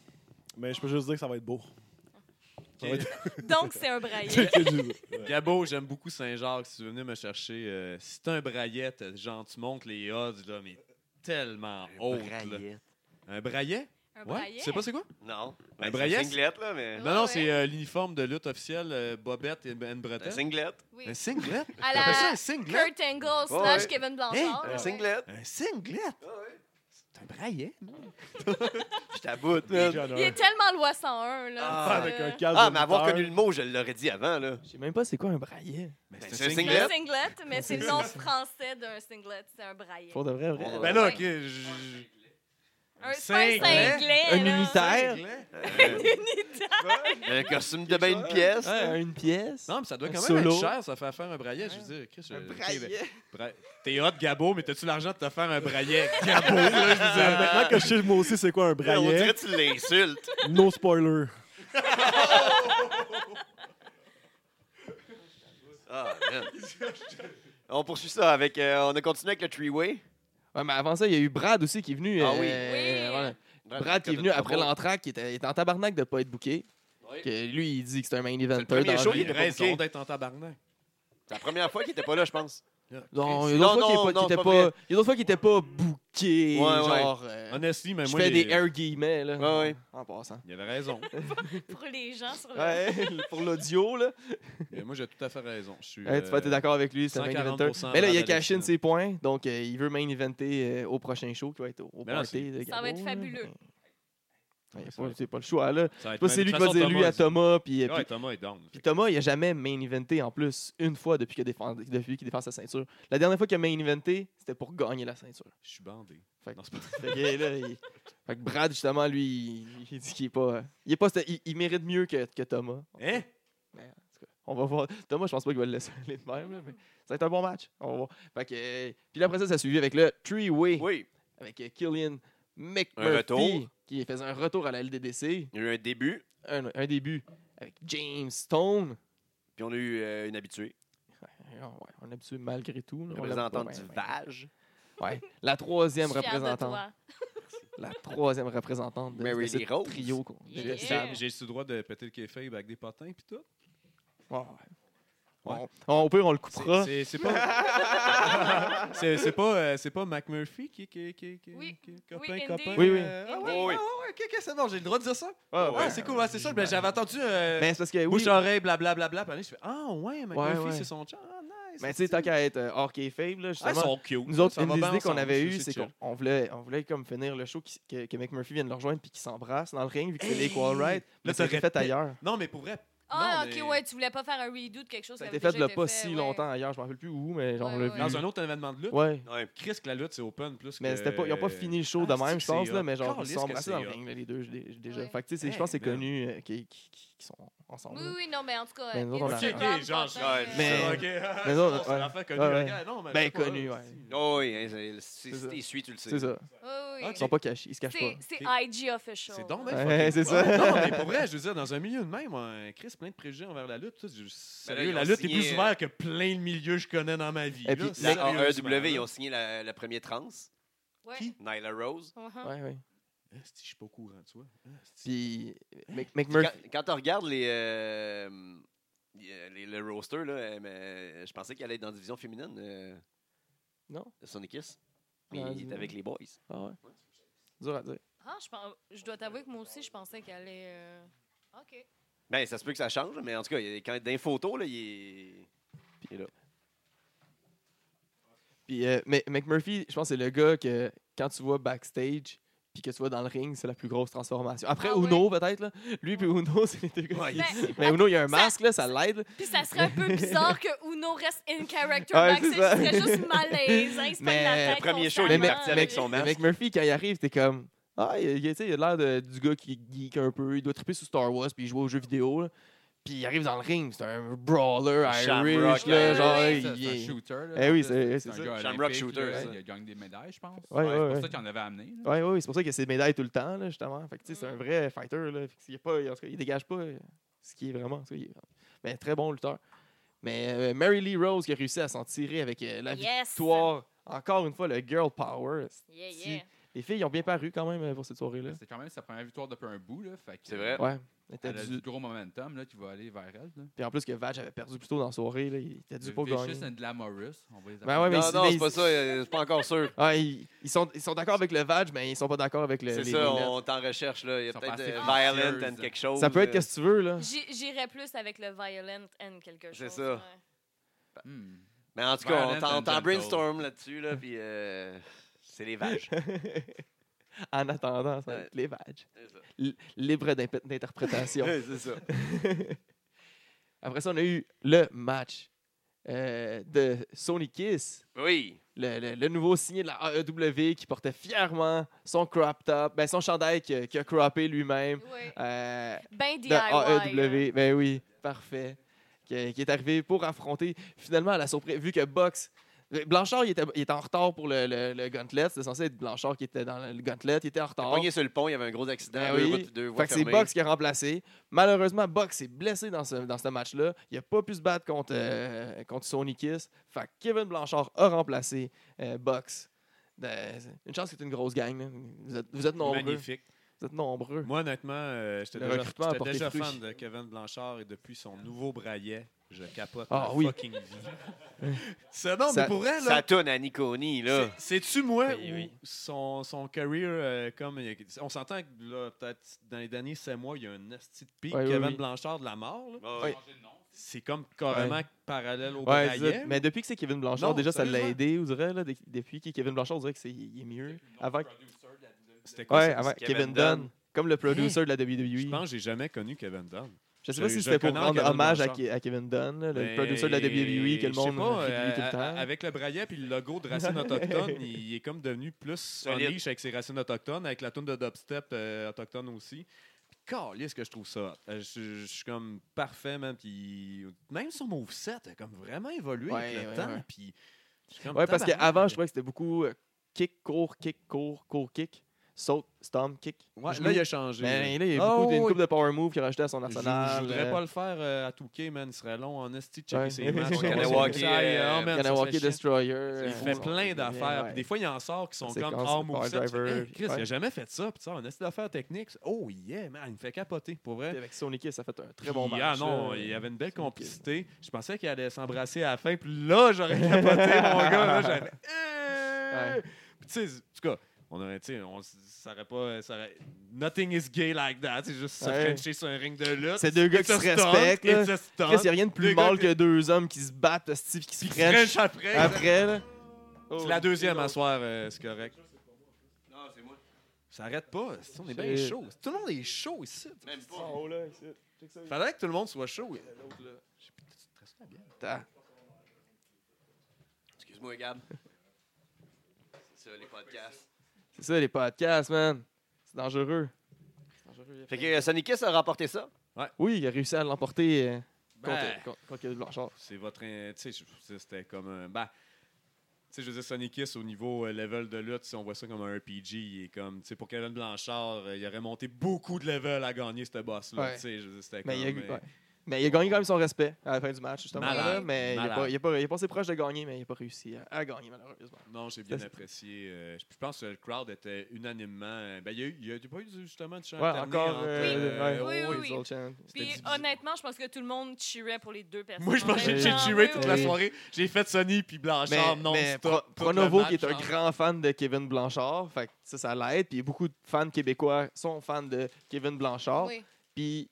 [SPEAKER 5] mais je peux juste dire que ça va être beau. Ça va être-
[SPEAKER 3] Donc, c'est un braillet.
[SPEAKER 5] C'est ce que je dis. Ouais.
[SPEAKER 4] Gabo, j'aime beaucoup Saint-Jacques. Si tu veux venir me chercher, euh, si t'as un braillet, t'as- genre, tu montes les odds, là, mais tellement haut. Un braillet?
[SPEAKER 3] Un
[SPEAKER 4] Ouais?
[SPEAKER 3] braillet?
[SPEAKER 4] Tu sais pas c'est quoi?
[SPEAKER 1] Non.
[SPEAKER 4] Un
[SPEAKER 1] Ben,
[SPEAKER 4] braillet?
[SPEAKER 1] C'est un singlet, là, mais.
[SPEAKER 3] Ouais,
[SPEAKER 4] Non, non,
[SPEAKER 3] ouais.
[SPEAKER 4] c'est euh, l'uniforme de lutte officielle, euh, bobette et une
[SPEAKER 1] Un
[SPEAKER 4] bretelle.
[SPEAKER 1] singlet.
[SPEAKER 3] Oui.
[SPEAKER 4] Un singlet?
[SPEAKER 3] À
[SPEAKER 4] T'appelles ça
[SPEAKER 3] la
[SPEAKER 4] un singlet?
[SPEAKER 3] Euh, Kurt Angle
[SPEAKER 1] Ouais,
[SPEAKER 3] slash
[SPEAKER 1] Ah, ouais. Ah,
[SPEAKER 3] Kevin
[SPEAKER 4] Hey,
[SPEAKER 3] Blanchard.
[SPEAKER 1] Un
[SPEAKER 3] ouais.
[SPEAKER 1] singlet.
[SPEAKER 4] Un singlet? C'est un braillet?
[SPEAKER 1] Je t'aboute,
[SPEAKER 5] Déjà,
[SPEAKER 1] man.
[SPEAKER 5] là.
[SPEAKER 3] Il est tellement loi 101, là.
[SPEAKER 1] Ah,
[SPEAKER 5] Ah,
[SPEAKER 3] c'est,
[SPEAKER 5] hein. avec un
[SPEAKER 3] euh,
[SPEAKER 5] casque
[SPEAKER 1] Ah,
[SPEAKER 5] de
[SPEAKER 1] mais avoir
[SPEAKER 5] lutteur.
[SPEAKER 1] connu le mot, je l'aurais dit avant, là.
[SPEAKER 2] Je sais même pas c'est quoi un braillet.
[SPEAKER 4] Mais
[SPEAKER 1] Ben,
[SPEAKER 4] c'est un
[SPEAKER 3] c'est
[SPEAKER 4] singlet?
[SPEAKER 3] un singlet, mais c'est le nom français d'un singlet. C'est un braillet.
[SPEAKER 2] Pour de vrai, vrai.
[SPEAKER 1] Ouais.
[SPEAKER 4] Ben là, ok. je-
[SPEAKER 3] Un c'est pas un
[SPEAKER 4] Singlet.
[SPEAKER 3] singlet.
[SPEAKER 2] Un
[SPEAKER 3] là.
[SPEAKER 2] unitaire.
[SPEAKER 1] Euh, Un costume de bain de pièce.
[SPEAKER 2] Ouais, une pièce.
[SPEAKER 4] Non, mais ça doit quand
[SPEAKER 2] Un
[SPEAKER 4] même
[SPEAKER 2] solo.
[SPEAKER 4] être cher, ça fait faire un braillet. Je veux dire, Chris, je- ok,
[SPEAKER 2] Braillet.
[SPEAKER 4] ben, bra- T'es hot, Gabo, mais t'as-tu l'argent de te faire un braillet? Gabo, là, je veux dire.
[SPEAKER 5] Euh, Maintenant que je sais moi aussi c'est quoi un
[SPEAKER 1] On dirait
[SPEAKER 5] braillet,
[SPEAKER 1] que tu l'insultes.
[SPEAKER 5] no spoiler.
[SPEAKER 1] Ah, man. On poursuit ça avec. euh, on a continué avec le three-way.
[SPEAKER 2] Ouais, mais avant ça, il y a eu Brad aussi qui est venu.
[SPEAKER 1] Ah oui.
[SPEAKER 2] euh,
[SPEAKER 3] Oui.
[SPEAKER 2] voilà. Brad qui est venu après l'entraque, qui était, il était en tabarnak de ne pas être booké.
[SPEAKER 1] Oui.
[SPEAKER 2] Que lui, il dit que c'est un main eventer.
[SPEAKER 1] premier
[SPEAKER 2] dans la
[SPEAKER 1] show,
[SPEAKER 2] vie.
[SPEAKER 1] il
[SPEAKER 4] J'ai
[SPEAKER 1] était pas
[SPEAKER 4] raison
[SPEAKER 1] bouqué.
[SPEAKER 4] d'être en tabarnak.
[SPEAKER 1] C'est la première fois qu'il était pas là, je pense.
[SPEAKER 2] Non, il y a
[SPEAKER 1] Non,
[SPEAKER 2] d'autres
[SPEAKER 1] non, non,
[SPEAKER 2] fois qu'il est pas- qu'il était
[SPEAKER 1] c'est
[SPEAKER 2] pas.
[SPEAKER 1] pas
[SPEAKER 2] Il y a d'autres fois qu'il était pas booké.
[SPEAKER 1] Ouais, ouais.
[SPEAKER 2] genre. euh,
[SPEAKER 4] Honestly, même
[SPEAKER 2] je
[SPEAKER 4] moi,
[SPEAKER 2] fais
[SPEAKER 4] j'ai-
[SPEAKER 2] des air guillemets, là.
[SPEAKER 1] Ouais, ouais.
[SPEAKER 2] En passant.
[SPEAKER 4] il avait raison.
[SPEAKER 3] Pour les gens sur le.
[SPEAKER 2] Ouais, pour l'audio, là.
[SPEAKER 4] Mais moi, j'ai tout à fait raison. Je suis,
[SPEAKER 2] Ouais, Eh, tu vas être
[SPEAKER 4] euh,
[SPEAKER 2] d'accord avec lui, c'est un main eventer.
[SPEAKER 4] 140%
[SPEAKER 2] Mais là, il a
[SPEAKER 4] Brad
[SPEAKER 2] caché
[SPEAKER 4] Alexander.
[SPEAKER 2] ses points, donc euh, il veut main eventer euh, au prochain show qui va être au, au
[SPEAKER 4] Mais là,
[SPEAKER 2] party. de
[SPEAKER 3] Ça va
[SPEAKER 2] Gabo,
[SPEAKER 3] être
[SPEAKER 2] là.
[SPEAKER 3] fabuleux.
[SPEAKER 2] Ouais, c'est pas- c'est pas le choix, là.
[SPEAKER 4] ça va être
[SPEAKER 2] Toi,
[SPEAKER 4] même-
[SPEAKER 2] c'est
[SPEAKER 4] de
[SPEAKER 2] lui qui
[SPEAKER 4] toute
[SPEAKER 2] va
[SPEAKER 4] façon,
[SPEAKER 2] dire lui à Thomas, puis euh,
[SPEAKER 4] Ouais,
[SPEAKER 2] puis
[SPEAKER 4] Thomas est down.
[SPEAKER 2] Puis Thomas, il a jamais main eventé en plus une fois depuis qu'il défend, depuis qu'il défend sa ceinture. La dernière fois qu'il a main eventé, c'était pour gagner la ceinture.
[SPEAKER 4] Je suis bandé.
[SPEAKER 2] Fait que-
[SPEAKER 4] Non, c'est pas-
[SPEAKER 2] Fait que, là, il- fait que Brad, justement, lui, il, il dit qu'il est pas. Il, est pas il, il mérite mieux que, que Thomas.
[SPEAKER 4] Hein?
[SPEAKER 2] On va voir. Thomas, je pense pas qu'il va le laisser aller de même, là, mais ça va être un bon match. On va voir. Fait que, euh, puis là, après ça, ça a suivi avec le Three Way,
[SPEAKER 1] Oui.
[SPEAKER 2] avec euh, Killian
[SPEAKER 1] Un
[SPEAKER 2] McMurphy,
[SPEAKER 1] retour.
[SPEAKER 2] qui faisait un retour à la LDDC,
[SPEAKER 1] Il y a eu un début,
[SPEAKER 2] un, un début avec James Stone.
[SPEAKER 1] puis on a eu euh, une habituée,
[SPEAKER 2] Ouais, on est habitué malgré tout. là, on l'aime pas,
[SPEAKER 1] représentante
[SPEAKER 2] ben,
[SPEAKER 1] du
[SPEAKER 2] ben.
[SPEAKER 1] Vage.
[SPEAKER 2] Ouais. La troisième
[SPEAKER 3] Je suis fière de
[SPEAKER 2] représentante.
[SPEAKER 3] toi.
[SPEAKER 2] La troisième représentante de,
[SPEAKER 1] Mary
[SPEAKER 2] de
[SPEAKER 1] Lee
[SPEAKER 2] ce
[SPEAKER 1] Rose.
[SPEAKER 2] trio. qu'on-
[SPEAKER 3] Yeah.
[SPEAKER 2] de-
[SPEAKER 4] J'ai- J'ai j'ai le droit de péter le café avec des patins pis tout.
[SPEAKER 2] Ouais, ouais. On- on- au pire, on le coupera.
[SPEAKER 4] C'est c'est pas. c'est c'est pas, euh, c'est pas McMurphy qui qui qui qui
[SPEAKER 3] Oui.
[SPEAKER 4] qui-
[SPEAKER 3] Oui,
[SPEAKER 4] copain
[SPEAKER 3] Indy.
[SPEAKER 4] copain.
[SPEAKER 2] Oui, oui.
[SPEAKER 4] euh, ah
[SPEAKER 3] Indy.
[SPEAKER 4] ouais,
[SPEAKER 1] Oh, oui.
[SPEAKER 4] ah ouais, ok, ok, c'est bon, j'ai le droit de dire ça.
[SPEAKER 2] Ah,
[SPEAKER 4] Ah, c'est cool, ouais, c'est ça. ben, J'avais entendu euh,
[SPEAKER 2] Mais c'est parce que oui,
[SPEAKER 4] bouche oreille, blablabla. Puis là, je fais ah ouais, McMurphy
[SPEAKER 2] ouais.
[SPEAKER 4] c'est son chat. Ah nice.
[SPEAKER 2] mais tu sais, tant qu'à être euh, hors kayfabe, là,
[SPEAKER 4] Ah, ils
[SPEAKER 2] justement,
[SPEAKER 4] sont cute.
[SPEAKER 2] Nous autres,
[SPEAKER 4] Ça
[SPEAKER 2] une
[SPEAKER 4] va
[SPEAKER 2] des
[SPEAKER 4] bien
[SPEAKER 2] idées qu'on
[SPEAKER 4] ensemble,
[SPEAKER 2] avait
[SPEAKER 4] c'est-
[SPEAKER 2] eues,
[SPEAKER 4] c'est
[SPEAKER 2] c'est
[SPEAKER 4] chill.
[SPEAKER 2] qu'on on voulait, on voulait comme finir le show qui- que, que McMurphy vienne le rejoindre puis qu'il s'embrasse dans le ring vu que c'est
[SPEAKER 4] Hey!
[SPEAKER 2] l'Equal Right.
[SPEAKER 4] Là,
[SPEAKER 2] Mais ça a été
[SPEAKER 4] t'aurais
[SPEAKER 2] fait
[SPEAKER 4] peut-
[SPEAKER 2] ailleurs.
[SPEAKER 4] Non, mais pour vrai.
[SPEAKER 3] Ah,
[SPEAKER 4] non,
[SPEAKER 3] ok,
[SPEAKER 4] mais
[SPEAKER 3] ouais, tu voulais pas faire un redo de quelque chose
[SPEAKER 2] Ça a été
[SPEAKER 3] qui avait
[SPEAKER 2] fait
[SPEAKER 3] déjà
[SPEAKER 2] là pas
[SPEAKER 3] fait,
[SPEAKER 2] si
[SPEAKER 3] ouais.
[SPEAKER 2] longtemps ailleurs, je m'en rappelle plus où, mais genre
[SPEAKER 3] Ouais,
[SPEAKER 2] on l'a
[SPEAKER 3] ouais.
[SPEAKER 2] vu.
[SPEAKER 4] Dans un autre événement de lutte,
[SPEAKER 2] Ouais.
[SPEAKER 1] Ouais.
[SPEAKER 4] Chris que la lutte c'est open plus.
[SPEAKER 2] Mais
[SPEAKER 4] que-
[SPEAKER 2] c'était pas, ils ont pas fini le show de
[SPEAKER 4] Ah,
[SPEAKER 2] même, je
[SPEAKER 4] c'est-tu
[SPEAKER 2] pense,
[SPEAKER 4] que
[SPEAKER 2] là,
[SPEAKER 4] c'est
[SPEAKER 2] mais genre,
[SPEAKER 4] hot?
[SPEAKER 2] ils se sont
[SPEAKER 4] Calisse
[SPEAKER 2] embrassés
[SPEAKER 4] que
[SPEAKER 2] dans le
[SPEAKER 4] c'est hot.
[SPEAKER 2] ring, là, les deux dé- déjà.
[SPEAKER 3] Ouais.
[SPEAKER 2] Fait que, tu sais, c'est- je
[SPEAKER 4] Hey,
[SPEAKER 2] pense que c'est
[SPEAKER 4] man.
[SPEAKER 2] connu euh, qu'ils qu'ils- qu'ils sont ensemble.
[SPEAKER 3] Oui,
[SPEAKER 4] Mm.
[SPEAKER 2] là.
[SPEAKER 3] oui, non, mais en tout cas.
[SPEAKER 2] Mais Ben, nous autres, on
[SPEAKER 3] Indy,
[SPEAKER 2] a-
[SPEAKER 3] c'est
[SPEAKER 2] Ok,
[SPEAKER 3] un grand
[SPEAKER 4] ok, genre,
[SPEAKER 3] copain,
[SPEAKER 1] ouais,
[SPEAKER 3] euh,
[SPEAKER 2] mais-
[SPEAKER 4] Ah,
[SPEAKER 2] Ouais.
[SPEAKER 4] ok.
[SPEAKER 2] Mais non,
[SPEAKER 4] C'est
[SPEAKER 2] ouais.
[SPEAKER 4] l'affaire connue,
[SPEAKER 2] Ouais, ouais.
[SPEAKER 4] regarde, non, mais
[SPEAKER 2] Ben,
[SPEAKER 4] je sais pas,
[SPEAKER 2] connu,
[SPEAKER 4] là,
[SPEAKER 2] ouais.
[SPEAKER 4] si-
[SPEAKER 1] Oh, oui, hein, c'est- si
[SPEAKER 2] C'est ça.
[SPEAKER 1] si t'es suit, tu le sais.
[SPEAKER 2] C'est ça.
[SPEAKER 3] oui, oui.
[SPEAKER 2] Ils sont pas cachés, ils se cachent
[SPEAKER 3] C'est
[SPEAKER 2] pas.
[SPEAKER 3] c'est IG official.
[SPEAKER 4] C'est donc ben,
[SPEAKER 3] là.
[SPEAKER 4] bien
[SPEAKER 2] Ouais,
[SPEAKER 4] fucking
[SPEAKER 2] c'est
[SPEAKER 4] cool.
[SPEAKER 2] ça.
[SPEAKER 4] Non, mais pour vrai, je veux dire, dans un milieu de même, hein, Chris, plein de préjugés envers la lutte. tout ça, je- sérieux,
[SPEAKER 1] Ben, ils
[SPEAKER 4] la
[SPEAKER 1] ont
[SPEAKER 4] lutte est
[SPEAKER 1] signé,
[SPEAKER 4] plus
[SPEAKER 1] euh, ben,
[SPEAKER 4] ouverte que plein de milieux que je connais dans ma vie.
[SPEAKER 2] Et puis,
[SPEAKER 4] là,
[SPEAKER 1] La
[SPEAKER 4] sérieusement,
[SPEAKER 1] AEW, ils
[SPEAKER 4] là.
[SPEAKER 1] ont signé la, la première trans,
[SPEAKER 3] Ouais.
[SPEAKER 4] Qui?
[SPEAKER 1] Nyla Rose.
[SPEAKER 3] Uh-huh.
[SPEAKER 2] Ouais, ouais.
[SPEAKER 4] Esti, Je suis pas au courant, tu vois. Esti.
[SPEAKER 2] Puis, Mc-
[SPEAKER 1] Quand,
[SPEAKER 2] McMurphy.
[SPEAKER 1] quand on regarde les, euh, les- les- le roster, là, euh, mais je pensais qu'elle allait être dans la division féminine. euh,
[SPEAKER 2] Non.
[SPEAKER 1] Sonic Kiss. Mais
[SPEAKER 2] Ah,
[SPEAKER 1] il est
[SPEAKER 2] dis-moi.
[SPEAKER 1] avec les boys.
[SPEAKER 2] Ah ouais. Dur à dire.
[SPEAKER 3] Ah, je, pense- je dois t'avouer que moi aussi, je pensais qu'elle allait. euh, OK.
[SPEAKER 1] Ben, ça se peut que ça change, mais en tout cas, il- quand dans les photos, là, il est. Puis il est là.
[SPEAKER 2] Puis euh, Mc- McMurphy, je pense que c'est le gars que quand tu vois backstage puis que tu vois dans le ring, c'est la plus grosse transformation. Après
[SPEAKER 3] Ah
[SPEAKER 2] Uno peut-être là, lui puis Uno c'est les deux gars.
[SPEAKER 1] Ouais.
[SPEAKER 2] qui-
[SPEAKER 3] Ben,
[SPEAKER 2] Mais Uno il a un
[SPEAKER 3] ça-
[SPEAKER 2] masque là, ça l'aide.
[SPEAKER 3] Puis ça serait un peu bizarre que Uno reste in character
[SPEAKER 2] Ouais,
[SPEAKER 3] back,
[SPEAKER 2] c'est
[SPEAKER 3] c'est
[SPEAKER 2] ça.
[SPEAKER 3] serait juste malaise, hein, il se
[SPEAKER 2] Mais-
[SPEAKER 3] pogne la tête
[SPEAKER 1] Le premier show, il
[SPEAKER 2] Mais
[SPEAKER 1] est
[SPEAKER 2] Mc-
[SPEAKER 3] constamment.
[SPEAKER 1] parti avec son
[SPEAKER 2] Mais
[SPEAKER 1] masque.
[SPEAKER 2] McMurphy quand il arrive, t'es comme ah, il, il- tu sais, il a l'air de- du gars qui geek un peu, il doit triper sur Star Wars puis il joue aux jeux vidéo. là. Puis il arrive dans le ring, c'est un brawler
[SPEAKER 1] Shamrock,
[SPEAKER 2] Irish là,
[SPEAKER 3] ouais,
[SPEAKER 2] genre
[SPEAKER 3] ouais,
[SPEAKER 2] il
[SPEAKER 6] C'est un
[SPEAKER 2] est-
[SPEAKER 6] shooter. là,
[SPEAKER 2] Eh oui,
[SPEAKER 6] ça,
[SPEAKER 2] c'est- c'est
[SPEAKER 6] un
[SPEAKER 2] ça.
[SPEAKER 6] gars
[SPEAKER 1] Shamrock
[SPEAKER 6] olympique,
[SPEAKER 1] shooter,
[SPEAKER 6] là,
[SPEAKER 1] ça.
[SPEAKER 6] Il a gagné des médailles, je pense.
[SPEAKER 2] Ouais, ouais,
[SPEAKER 6] c'est
[SPEAKER 2] ouais.
[SPEAKER 6] pour ça qu'il en avait amené. là.
[SPEAKER 2] Ouais, ouais, c'est pour ça que c'est médaille tout le temps, là, justement. Fait que, tu sais, c'est
[SPEAKER 1] Mm.
[SPEAKER 2] un vrai fighter, là. Fait que s'il y a pas, en tout cas, il dégage pas euh, ce qui est vraiment. en tout cas, il est- Mais très bon lutteur. Mais euh, Mary Lee Rose qui a réussi à s'en tirer avec euh, la
[SPEAKER 3] Yes.
[SPEAKER 2] victoire. Encore une fois, le girl power.
[SPEAKER 3] Yeah,
[SPEAKER 2] Si.
[SPEAKER 3] yeah.
[SPEAKER 2] Les filles ont bien paru quand même euh, pour cette soirée-là.
[SPEAKER 6] C'est quand même sa première victoire depuis un bout. là, fait que-
[SPEAKER 1] C'est vrai.
[SPEAKER 2] Ouais. Elle était
[SPEAKER 6] Elle a
[SPEAKER 2] due.
[SPEAKER 6] du gros momentum là, qui va aller vers elle. là.
[SPEAKER 2] Puis en plus que Vach avait perdu plus tôt dans la soirée, là, il était dû
[SPEAKER 6] Le
[SPEAKER 2] pour gagner.
[SPEAKER 6] Vicious and Glamorous. On va les
[SPEAKER 2] Ben ouais, mais
[SPEAKER 1] non,
[SPEAKER 2] c'est-
[SPEAKER 1] non,
[SPEAKER 2] mais
[SPEAKER 1] c'est pas ça, euh, c'est pas encore sûr.
[SPEAKER 2] Ah, ils, ils sont, ils sont d'accord avec le Vach, mais ils sont pas d'accord avec le.
[SPEAKER 1] C'est
[SPEAKER 2] les
[SPEAKER 1] ça,
[SPEAKER 2] lunettes.
[SPEAKER 1] on t'en recherche, là. Il y a
[SPEAKER 6] Ils sont
[SPEAKER 1] peut-être
[SPEAKER 6] pas
[SPEAKER 1] euh,
[SPEAKER 6] assez
[SPEAKER 1] Violent and
[SPEAKER 6] sérieuses.
[SPEAKER 1] quelque chose.
[SPEAKER 2] Ça peut être
[SPEAKER 1] euh,
[SPEAKER 2] qu'est-ce que tu veux, là.
[SPEAKER 3] J'ai- J'irais plus avec le violent and quelque chose.
[SPEAKER 1] C'est ça.
[SPEAKER 3] ouais.
[SPEAKER 6] Hmm.
[SPEAKER 1] Mais en tout cas, on
[SPEAKER 6] Violent
[SPEAKER 1] t'en-
[SPEAKER 6] and
[SPEAKER 1] on t'en
[SPEAKER 6] gentle.
[SPEAKER 1] brainstorm là-dessus, là, puis euh, c'est les vaches.
[SPEAKER 2] en attendant, ça va
[SPEAKER 1] Ouais.
[SPEAKER 2] être les Vach.
[SPEAKER 1] C'est ça.
[SPEAKER 2] li- libre d'imp- d'interprétation.
[SPEAKER 1] Ouais, c'est ça.
[SPEAKER 2] Après ça, on a eu le match euh, de Sony Kiss,
[SPEAKER 1] Oui.
[SPEAKER 2] le, le- le nouveau signé de la AEW qui portait fièrement son crop top, ben son chandail qui a, qui a croppé lui-même
[SPEAKER 3] Ouais.
[SPEAKER 2] euh,
[SPEAKER 3] Ben DIY.
[SPEAKER 2] de
[SPEAKER 3] là.
[SPEAKER 4] E
[SPEAKER 2] AEW. Ben oui, parfait. Qui, qui est arrivé pour affronter finalement à la surprise, vu que Box. Blanchard, il était, il était en retard pour le, le, le gauntlet. C'était censé être Blanchard qui était dans le gauntlet. Il était en retard.
[SPEAKER 1] Pogné sur le pont, il y avait un gros accident.
[SPEAKER 2] Ben
[SPEAKER 1] deux
[SPEAKER 2] oui.
[SPEAKER 1] routes- deux voies
[SPEAKER 2] Fait que c'est
[SPEAKER 1] fermées.
[SPEAKER 2] Box qui a remplacé. Malheureusement, Box est blessé dans ce, dans ce match-là. Il n'a pas pu se battre contre, euh, contre Sony Kiss. Fait que Kevin Blanchard a remplacé euh, Box. De- une chance que c'est une grosse gang. là. Vous êtes, vous êtes nombreux.
[SPEAKER 4] Magnifique.
[SPEAKER 2] Vous êtes nombreux.
[SPEAKER 4] Moi, honnêtement, euh, j'étais
[SPEAKER 2] Le
[SPEAKER 4] déjà,
[SPEAKER 2] recrutement a
[SPEAKER 4] j'étais
[SPEAKER 2] porté
[SPEAKER 4] déjà
[SPEAKER 2] fruit.
[SPEAKER 4] fan de Kevin Blanchard et depuis son nouveau braillet, je capote
[SPEAKER 2] Ah,
[SPEAKER 4] ma
[SPEAKER 2] oui.
[SPEAKER 4] fucking vie. C'est non,
[SPEAKER 2] Ça-
[SPEAKER 4] mais pour elle, là,
[SPEAKER 1] Ça tourne à Niconi, là.
[SPEAKER 4] C'est- C'est-tu moi
[SPEAKER 1] Oui,
[SPEAKER 4] ou
[SPEAKER 1] oui.
[SPEAKER 4] son, son career, euh, comme. il y a- On s'entend que là, peut-être dans les derniers 7 mois, il y a un asti de pic,
[SPEAKER 2] Ouais, oui,
[SPEAKER 4] Kevin
[SPEAKER 2] oui.
[SPEAKER 4] Blanchard de la mort. là.
[SPEAKER 1] Ah,
[SPEAKER 2] Oui.
[SPEAKER 4] C'est comme carrément parallèle au
[SPEAKER 2] Ouais,
[SPEAKER 4] Braillet,
[SPEAKER 2] c'est ça. mais depuis que c'est Kevin Blanchard,
[SPEAKER 4] Non,
[SPEAKER 2] déjà ça l'a
[SPEAKER 4] sérieusement.
[SPEAKER 2] aidé, on dirait. là. Dé- depuis que Kevin Blanchard, on dirait que c'est il est mieux. Avant, ouais,
[SPEAKER 4] C'était quoi ça?
[SPEAKER 2] avant Kevin,
[SPEAKER 1] Kevin
[SPEAKER 2] Dunn,
[SPEAKER 1] Dunn.
[SPEAKER 2] comme le
[SPEAKER 4] Hein?
[SPEAKER 2] producer de la
[SPEAKER 4] Je
[SPEAKER 2] WWE.
[SPEAKER 4] pense que j'ai jamais connu Kevin Dunn.
[SPEAKER 2] Je sais
[SPEAKER 4] je-
[SPEAKER 2] pas si
[SPEAKER 4] je
[SPEAKER 2] c'était pour
[SPEAKER 4] connais
[SPEAKER 2] rendre
[SPEAKER 4] Kevin
[SPEAKER 2] hommage à,
[SPEAKER 4] Blanchard.
[SPEAKER 2] Ke- à Kevin Dunn, là, le
[SPEAKER 4] Mais-
[SPEAKER 2] producer de la WWE que
[SPEAKER 4] Ben, je
[SPEAKER 2] le
[SPEAKER 4] sais
[SPEAKER 2] monde
[SPEAKER 4] pas,
[SPEAKER 2] rit de lui
[SPEAKER 4] euh,
[SPEAKER 2] tout le
[SPEAKER 4] à-
[SPEAKER 2] temps.
[SPEAKER 4] à- Avec le braillet puis le logo de Racine autochtone, il est comme devenu plus en
[SPEAKER 1] Solide.
[SPEAKER 4] niche avec ses racines autochtones, avec la tune de dubstep euh, autochtone aussi. Calisse que je trouve ça. hot. Euh, Je je suis comme parfait, man. Puis même son moveset a comme vraiment évolué
[SPEAKER 2] Ouais,
[SPEAKER 4] avec le
[SPEAKER 2] ouais,
[SPEAKER 4] temps.
[SPEAKER 2] ouais.
[SPEAKER 4] Puis je suis comme
[SPEAKER 2] Ouais, parce
[SPEAKER 4] tabarnak,
[SPEAKER 2] qu'avant,
[SPEAKER 4] mais-
[SPEAKER 2] je trouvais que c'était beaucoup euh, kick, court, kick, court, court, kick. saute, stomp, kick.
[SPEAKER 4] Ouais,
[SPEAKER 2] Genou.
[SPEAKER 4] là, il a changé.
[SPEAKER 2] Mais là, Ben, il y a
[SPEAKER 4] Ah,
[SPEAKER 2] beaucoup de-
[SPEAKER 4] ouais,
[SPEAKER 2] une
[SPEAKER 4] ouais.
[SPEAKER 2] coupe de power move qu'il a rajouté à son
[SPEAKER 4] Je-
[SPEAKER 2] arsenal.
[SPEAKER 4] Je voudrais
[SPEAKER 2] Euh,
[SPEAKER 4] pas le faire euh, à Touquet, man. Il serait long en esti de
[SPEAKER 2] Ouais.
[SPEAKER 4] checker ses matchs.
[SPEAKER 1] Kanawaki,
[SPEAKER 4] Ça,
[SPEAKER 1] euh,
[SPEAKER 4] oh, man, ça
[SPEAKER 2] Kanawaki
[SPEAKER 4] serait chiant.
[SPEAKER 2] Destroyer.
[SPEAKER 4] Il
[SPEAKER 2] euh,
[SPEAKER 4] fait
[SPEAKER 2] on-
[SPEAKER 4] plein d'affaires.
[SPEAKER 2] Ouais.
[SPEAKER 4] Puis des fois, il en sort qui sont
[SPEAKER 2] C'est
[SPEAKER 4] comme ah,
[SPEAKER 2] quand
[SPEAKER 4] hors
[SPEAKER 2] c'est
[SPEAKER 4] mouvement.
[SPEAKER 2] Power Driver,
[SPEAKER 4] Chris, il
[SPEAKER 2] ouais.
[SPEAKER 4] a jamais fait ça. Puis ça, un esti d'affaires technique. Oh yeah, man, il me fait capoter. Pour vrai.
[SPEAKER 2] Puis Avec son équipe, ça fait un très bon
[SPEAKER 4] Puis,
[SPEAKER 2] match.
[SPEAKER 4] Ah non,
[SPEAKER 2] là.
[SPEAKER 4] il y avait une belle
[SPEAKER 2] c'est
[SPEAKER 4] complicité. Je pensais qu'il allait s'embrasser à la fin. Puis là, j'aurais capoté, mon gars. Là, j'avais. Euh!
[SPEAKER 2] Ouais.
[SPEAKER 4] Puis tu sais, en tout cas, on aurait, tu sais, on s- ça aurait pas. ça aurait- Nothing is gay like that. C'est juste se
[SPEAKER 2] Ouais.
[SPEAKER 4] frencher sur un ring de lutte.
[SPEAKER 2] C'est deux gars
[SPEAKER 4] Ils
[SPEAKER 2] qui se
[SPEAKER 4] stunnent,
[SPEAKER 2] respectent.
[SPEAKER 4] ils
[SPEAKER 2] là.
[SPEAKER 4] se stunnent.
[SPEAKER 2] Chris, il n'y a rien de plus
[SPEAKER 4] Deux gars
[SPEAKER 2] mal
[SPEAKER 4] qui-
[SPEAKER 2] que deux hommes qui se battent, hostie, puis qui se
[SPEAKER 4] Puis French
[SPEAKER 2] prennent
[SPEAKER 4] après.
[SPEAKER 2] après. là. Oh,
[SPEAKER 4] C'est la deuxième à soir, euh, c'est correct.
[SPEAKER 1] Non, c'est moi.
[SPEAKER 4] Ça arrête pas. c'est- On est bien
[SPEAKER 2] C'est-
[SPEAKER 4] chaud. Tout le monde est chaud ici.
[SPEAKER 1] Même pas.
[SPEAKER 3] Oh,
[SPEAKER 4] Fallait que tout le monde soit chaud. L'autre, là.
[SPEAKER 1] Excuse-moi, Gab. C'est ça, les podcasts.
[SPEAKER 2] C'est ça, les podcasts, man. C'est dangereux.
[SPEAKER 1] Fait que euh, Sonic Kiss a remporté ça.
[SPEAKER 2] Oui, il a réussi à l'emporter euh, contre,
[SPEAKER 4] Ben.
[SPEAKER 2] contre, contre Kevin Blanchard.
[SPEAKER 4] C'est votre. euh, Tu sais, je- je- c'était comme un. Bah. Tu sais, je veux dire, Sonic Kiss, au niveau euh, level de lutte, si on voit ça comme un RPG, il est comme. Tu sais, pour Kevin Blanchard, euh, il aurait monté beaucoup de level à gagner ce boss-là.
[SPEAKER 2] Ouais.
[SPEAKER 4] Tu sais, je veux dire, c'était comme.
[SPEAKER 2] Mais il, a,
[SPEAKER 4] euh,
[SPEAKER 2] ouais. mais il a gagné quand même son respect à la fin du match, justement.
[SPEAKER 4] Malade.
[SPEAKER 2] là, mais il a
[SPEAKER 4] Malade.
[SPEAKER 2] pas- il a pas- il a passé proche de gagner, mais il n'a pas réussi à, à gagner, malheureusement.
[SPEAKER 4] Non, j'ai bien
[SPEAKER 2] Ça, c'est-
[SPEAKER 4] apprécié. euh, je je pense que le crowd était unanimement. euh, Ben, il y a eu- il y a, pas eu justement de chant
[SPEAKER 2] Ouais,
[SPEAKER 4] alterné
[SPEAKER 2] encore.
[SPEAKER 4] entre,
[SPEAKER 2] euh,
[SPEAKER 4] euh,
[SPEAKER 2] ouais,
[SPEAKER 3] Oui,
[SPEAKER 2] les
[SPEAKER 3] oui, oui.
[SPEAKER 2] autres chaînes.
[SPEAKER 3] Puis
[SPEAKER 4] divisé.
[SPEAKER 3] honnêtement, je pense que tout le monde cheerait pour les deux personnes.
[SPEAKER 4] Moi, je pense que
[SPEAKER 2] Ouais.
[SPEAKER 4] j'ai
[SPEAKER 3] Genre,
[SPEAKER 4] cheeré
[SPEAKER 3] oui,
[SPEAKER 4] toute
[SPEAKER 3] oui,
[SPEAKER 4] la
[SPEAKER 3] oui.
[SPEAKER 4] soirée. J'ai fait Sony puis Blanchard non-stop.
[SPEAKER 2] mais Pro-
[SPEAKER 4] tout le
[SPEAKER 2] Pronovo,
[SPEAKER 4] match,
[SPEAKER 2] qui est un
[SPEAKER 4] genre.
[SPEAKER 2] grand fan de Kevin Blanchard, fait que ça, ça l'aide. Puis beaucoup de fans québécois sont fans de Kevin Blanchard.
[SPEAKER 3] Oui.
[SPEAKER 2] Puis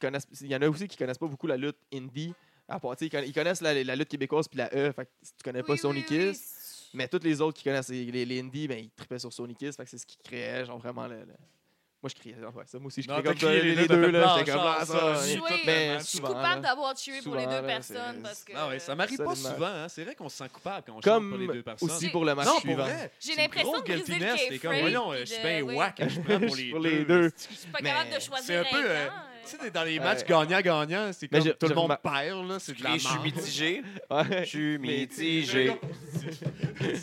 [SPEAKER 2] connaissent- il y en a aussi qui connaissent pas beaucoup la lutte indie. À part, tu sais, ils conna- ils connaissent la, la lutte québécoise puis la E, fait que si tu connais pas
[SPEAKER 3] Oui,
[SPEAKER 2] Sony
[SPEAKER 3] oui,
[SPEAKER 2] Kiss.
[SPEAKER 3] oui, c'est-
[SPEAKER 2] Mais tous les autres qui connaissent les, les, les indies, ben, ils tripaient sur Sony Kiss, fait que c'est ce qui créait, genre vraiment le. le- Moi, je criais, genre, ouais, ça, moi aussi, je
[SPEAKER 4] Non,
[SPEAKER 2] criais
[SPEAKER 4] t'as
[SPEAKER 2] comme toi,
[SPEAKER 4] crié
[SPEAKER 2] les,
[SPEAKER 4] les
[SPEAKER 2] les
[SPEAKER 4] deux,
[SPEAKER 2] deux,
[SPEAKER 4] t'as
[SPEAKER 2] là,
[SPEAKER 4] fait
[SPEAKER 2] j'étais comme
[SPEAKER 4] blanc,
[SPEAKER 2] là,
[SPEAKER 4] ça,
[SPEAKER 2] ça.
[SPEAKER 3] Je
[SPEAKER 4] oui,
[SPEAKER 2] oui.
[SPEAKER 4] tout le
[SPEAKER 3] suis-
[SPEAKER 2] Mais
[SPEAKER 3] Je suis
[SPEAKER 2] souvent,
[SPEAKER 3] coupable
[SPEAKER 2] là.
[SPEAKER 3] d'avoir tué pour les
[SPEAKER 2] Souvent,
[SPEAKER 3] deux
[SPEAKER 2] là,
[SPEAKER 3] personnes
[SPEAKER 2] c'est-
[SPEAKER 3] parce que
[SPEAKER 4] Ah ouais, ça m'arrive pas
[SPEAKER 2] Absolument.
[SPEAKER 4] souvent. Hein. C'est vrai qu'on se sent coupable quand on chante pour les deux
[SPEAKER 2] Comme
[SPEAKER 4] personnes.
[SPEAKER 2] aussi pour le match
[SPEAKER 4] non, pour
[SPEAKER 2] suivant.
[SPEAKER 4] vrai.
[SPEAKER 3] j'ai
[SPEAKER 4] c'est
[SPEAKER 3] l'impression
[SPEAKER 4] une
[SPEAKER 3] de
[SPEAKER 4] grosse
[SPEAKER 3] briser le
[SPEAKER 4] guiltiness,
[SPEAKER 3] kay
[SPEAKER 4] t'es comme,
[SPEAKER 3] frame,
[SPEAKER 4] voyons,
[SPEAKER 3] puis
[SPEAKER 4] je suis
[SPEAKER 3] de-
[SPEAKER 4] bien
[SPEAKER 3] oui.
[SPEAKER 4] whack, je prends pour les,
[SPEAKER 2] Pour les
[SPEAKER 4] deux.
[SPEAKER 2] deux.
[SPEAKER 3] Je suis pas
[SPEAKER 2] Mais
[SPEAKER 3] capable de
[SPEAKER 2] c'est
[SPEAKER 4] C'est
[SPEAKER 3] choisir
[SPEAKER 4] un peu, euh,
[SPEAKER 3] camp, euh.
[SPEAKER 4] tu sais, dans les
[SPEAKER 2] Ouais.
[SPEAKER 4] matchs gagnant-gagnant, c'est
[SPEAKER 2] Mais
[SPEAKER 4] comme
[SPEAKER 2] j'ai-
[SPEAKER 4] tout le
[SPEAKER 2] j'ai
[SPEAKER 4] monde
[SPEAKER 2] remar-
[SPEAKER 4] perd, là, c'est de la
[SPEAKER 1] Et je suis
[SPEAKER 4] merde.
[SPEAKER 1] mitigé. Je
[SPEAKER 2] Ouais.
[SPEAKER 1] suis
[SPEAKER 2] Mais-
[SPEAKER 1] mitigé.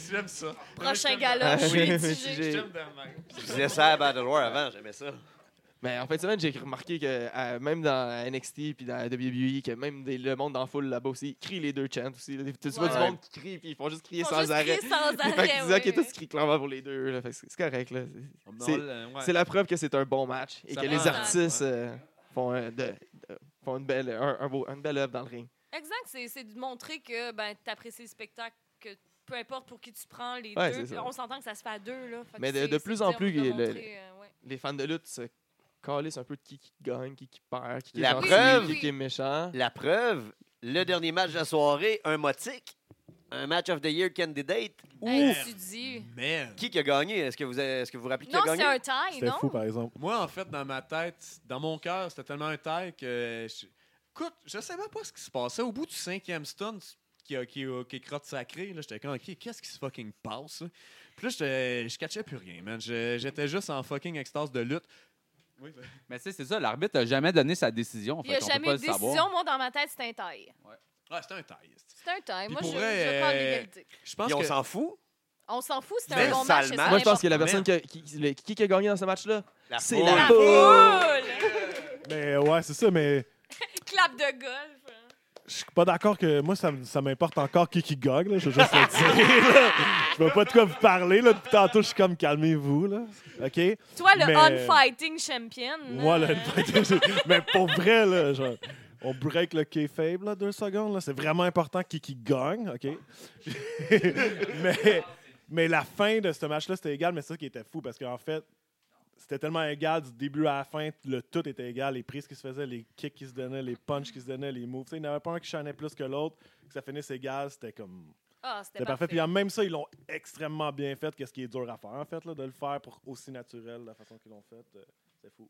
[SPEAKER 4] J'aime ça. Ah,
[SPEAKER 3] Prochain
[SPEAKER 4] gala.
[SPEAKER 3] gala, je suis
[SPEAKER 2] Oui.
[SPEAKER 3] mitigée.
[SPEAKER 4] Je
[SPEAKER 2] J'ai-
[SPEAKER 4] t'aime de même.
[SPEAKER 1] Je disais ça à Battle War avant, j'aimais ça.
[SPEAKER 2] Mais Ben, en fin de semaine, j'ai remarqué que euh, même dans NXT puis dans WWE, que même des- le monde dans la foule là-bas aussi crie les deux chants aussi. là. Tu vois du
[SPEAKER 1] Ouais.
[SPEAKER 2] monde qui crie puis ils font juste crier
[SPEAKER 3] Ils font
[SPEAKER 2] sans
[SPEAKER 3] juste
[SPEAKER 2] arrêt.
[SPEAKER 3] crier sans
[SPEAKER 2] Fait que
[SPEAKER 3] arrêt,
[SPEAKER 2] disons
[SPEAKER 3] oui.
[SPEAKER 2] qu'ils tous crient clairement pour les deux. là. Fait que c'est c'est correct. là. C'est- C'est la preuve que c'est un bon match et
[SPEAKER 4] Ça
[SPEAKER 2] que
[SPEAKER 4] prend
[SPEAKER 2] les
[SPEAKER 1] hein.
[SPEAKER 4] un-
[SPEAKER 2] artistes euh, font, euh, de- de- font une belle un, un beau- une belle œuvre dans le ring.
[SPEAKER 3] Exact, c'est c'est de montrer que ben, tu apprécies le spectacle, que peu importe pour qui tu prends les
[SPEAKER 2] Ouais,
[SPEAKER 3] deux,
[SPEAKER 2] c'est
[SPEAKER 3] puis
[SPEAKER 2] ça.
[SPEAKER 3] on s'entend que ça se fait à deux. Là. Fait que
[SPEAKER 2] Mais de-
[SPEAKER 3] c'est-
[SPEAKER 2] de
[SPEAKER 3] c'est
[SPEAKER 2] plus en
[SPEAKER 3] dire
[SPEAKER 2] plus,
[SPEAKER 3] de
[SPEAKER 2] il- le-
[SPEAKER 3] montrer, euh, ouais.
[SPEAKER 2] Les fans de lutte se calissent un peu de qui, qui gagne, qui, qui perd, qui, qui est
[SPEAKER 1] La
[SPEAKER 2] gentil,
[SPEAKER 1] preuve-
[SPEAKER 2] qui, qui est méchant.
[SPEAKER 1] La preuve, le dernier match de la soirée, un motique, un match of the year candidate. Où,
[SPEAKER 3] Hey, Ben, tu dis...
[SPEAKER 4] Man.
[SPEAKER 1] Qui qui a gagné? Est-ce que vous avez- est-ce que vous vous rappelez qui
[SPEAKER 3] Non,
[SPEAKER 1] a gagné?
[SPEAKER 3] c'est un tie,
[SPEAKER 5] C'était
[SPEAKER 3] non?
[SPEAKER 5] fou, par exemple.
[SPEAKER 4] Moi, en fait, dans ma tête, dans mon cœur, c'était tellement un taille que. je- Écoute, je savais pas ce qui se passait. Au bout du cinquième stun qui, a- qui, a- qui crotte sacré, là, j'étais comme, OK, qu'est-ce qui se fucking passe? là? Puis là, j'étais- je catchais plus rien, man. Je- J'étais juste en fucking extase de lutte. Oui,
[SPEAKER 6] Mais tu sais, c'est ça, l'arbitre n'a jamais donné sa décision.
[SPEAKER 3] Il n'y a
[SPEAKER 6] fait qu'on peut
[SPEAKER 3] jamais
[SPEAKER 6] pas
[SPEAKER 3] eu
[SPEAKER 6] le
[SPEAKER 3] de décision.
[SPEAKER 6] savoir.
[SPEAKER 3] Moi, dans ma tête, c'est un tie.
[SPEAKER 4] ah, c'était un taille.
[SPEAKER 3] C'est un tie.
[SPEAKER 4] Puis
[SPEAKER 3] Moi, je,
[SPEAKER 4] pour
[SPEAKER 3] je
[SPEAKER 4] vrai,
[SPEAKER 3] prends
[SPEAKER 4] euh,
[SPEAKER 3] l'égalité.
[SPEAKER 4] Je pense
[SPEAKER 1] Puis on
[SPEAKER 4] que.
[SPEAKER 1] s'en fout.
[SPEAKER 3] On s'en fout, c'était
[SPEAKER 4] Mais
[SPEAKER 3] un bon
[SPEAKER 1] sale
[SPEAKER 3] match.
[SPEAKER 1] match.
[SPEAKER 2] Moi, je pense que la
[SPEAKER 4] Merde.
[SPEAKER 2] personne qui a, qui, le- qui- qui a gagné dans ce match-là,
[SPEAKER 1] La
[SPEAKER 2] c'est
[SPEAKER 1] foule.
[SPEAKER 2] la
[SPEAKER 3] La
[SPEAKER 2] foule.
[SPEAKER 3] foule!
[SPEAKER 5] Mais euh, ouais, c'est ça, mais
[SPEAKER 3] Clap de golf.
[SPEAKER 5] je suis pas d'accord que. Moi, ça, m- ça m'importe encore qui qui gagne, là. Je veux juste le dire, là. Je veux pas de quoi vous parler, là. Depuis tantôt, je suis comme calmez-vous, là. OK?
[SPEAKER 3] Toi, le
[SPEAKER 5] Mais-
[SPEAKER 3] on-fighting champion.
[SPEAKER 5] Moi, là,
[SPEAKER 3] euh,
[SPEAKER 5] une fois que j'ai- mais pour vrai, là, genre, on break le K-Fable, là, deux secondes, là. C'est vraiment important qui qui gagne, OK? mais, mais la fin de ce match-là, c'était égal, mais c'est ça qui était fou, parce qu'en fait, c'était tellement égal du début à la fin, le tout était égal, les prises qui se faisaient, les kicks qui se donnaient, les punches qui se donnaient, les moves. Tu sais, il n'y en avait pas un qui chanait plus que l'autre, que ça finisse égal, c'était comme.
[SPEAKER 3] Ah, c'était
[SPEAKER 5] C'était parfait.
[SPEAKER 3] parfait.
[SPEAKER 5] Puis en même ça, ils l'ont extrêmement bien fait, qu'est-ce qui est dur à faire, en fait, là, de le faire pour aussi naturel, la façon qu'ils l'ont fait. euh, C'est fou.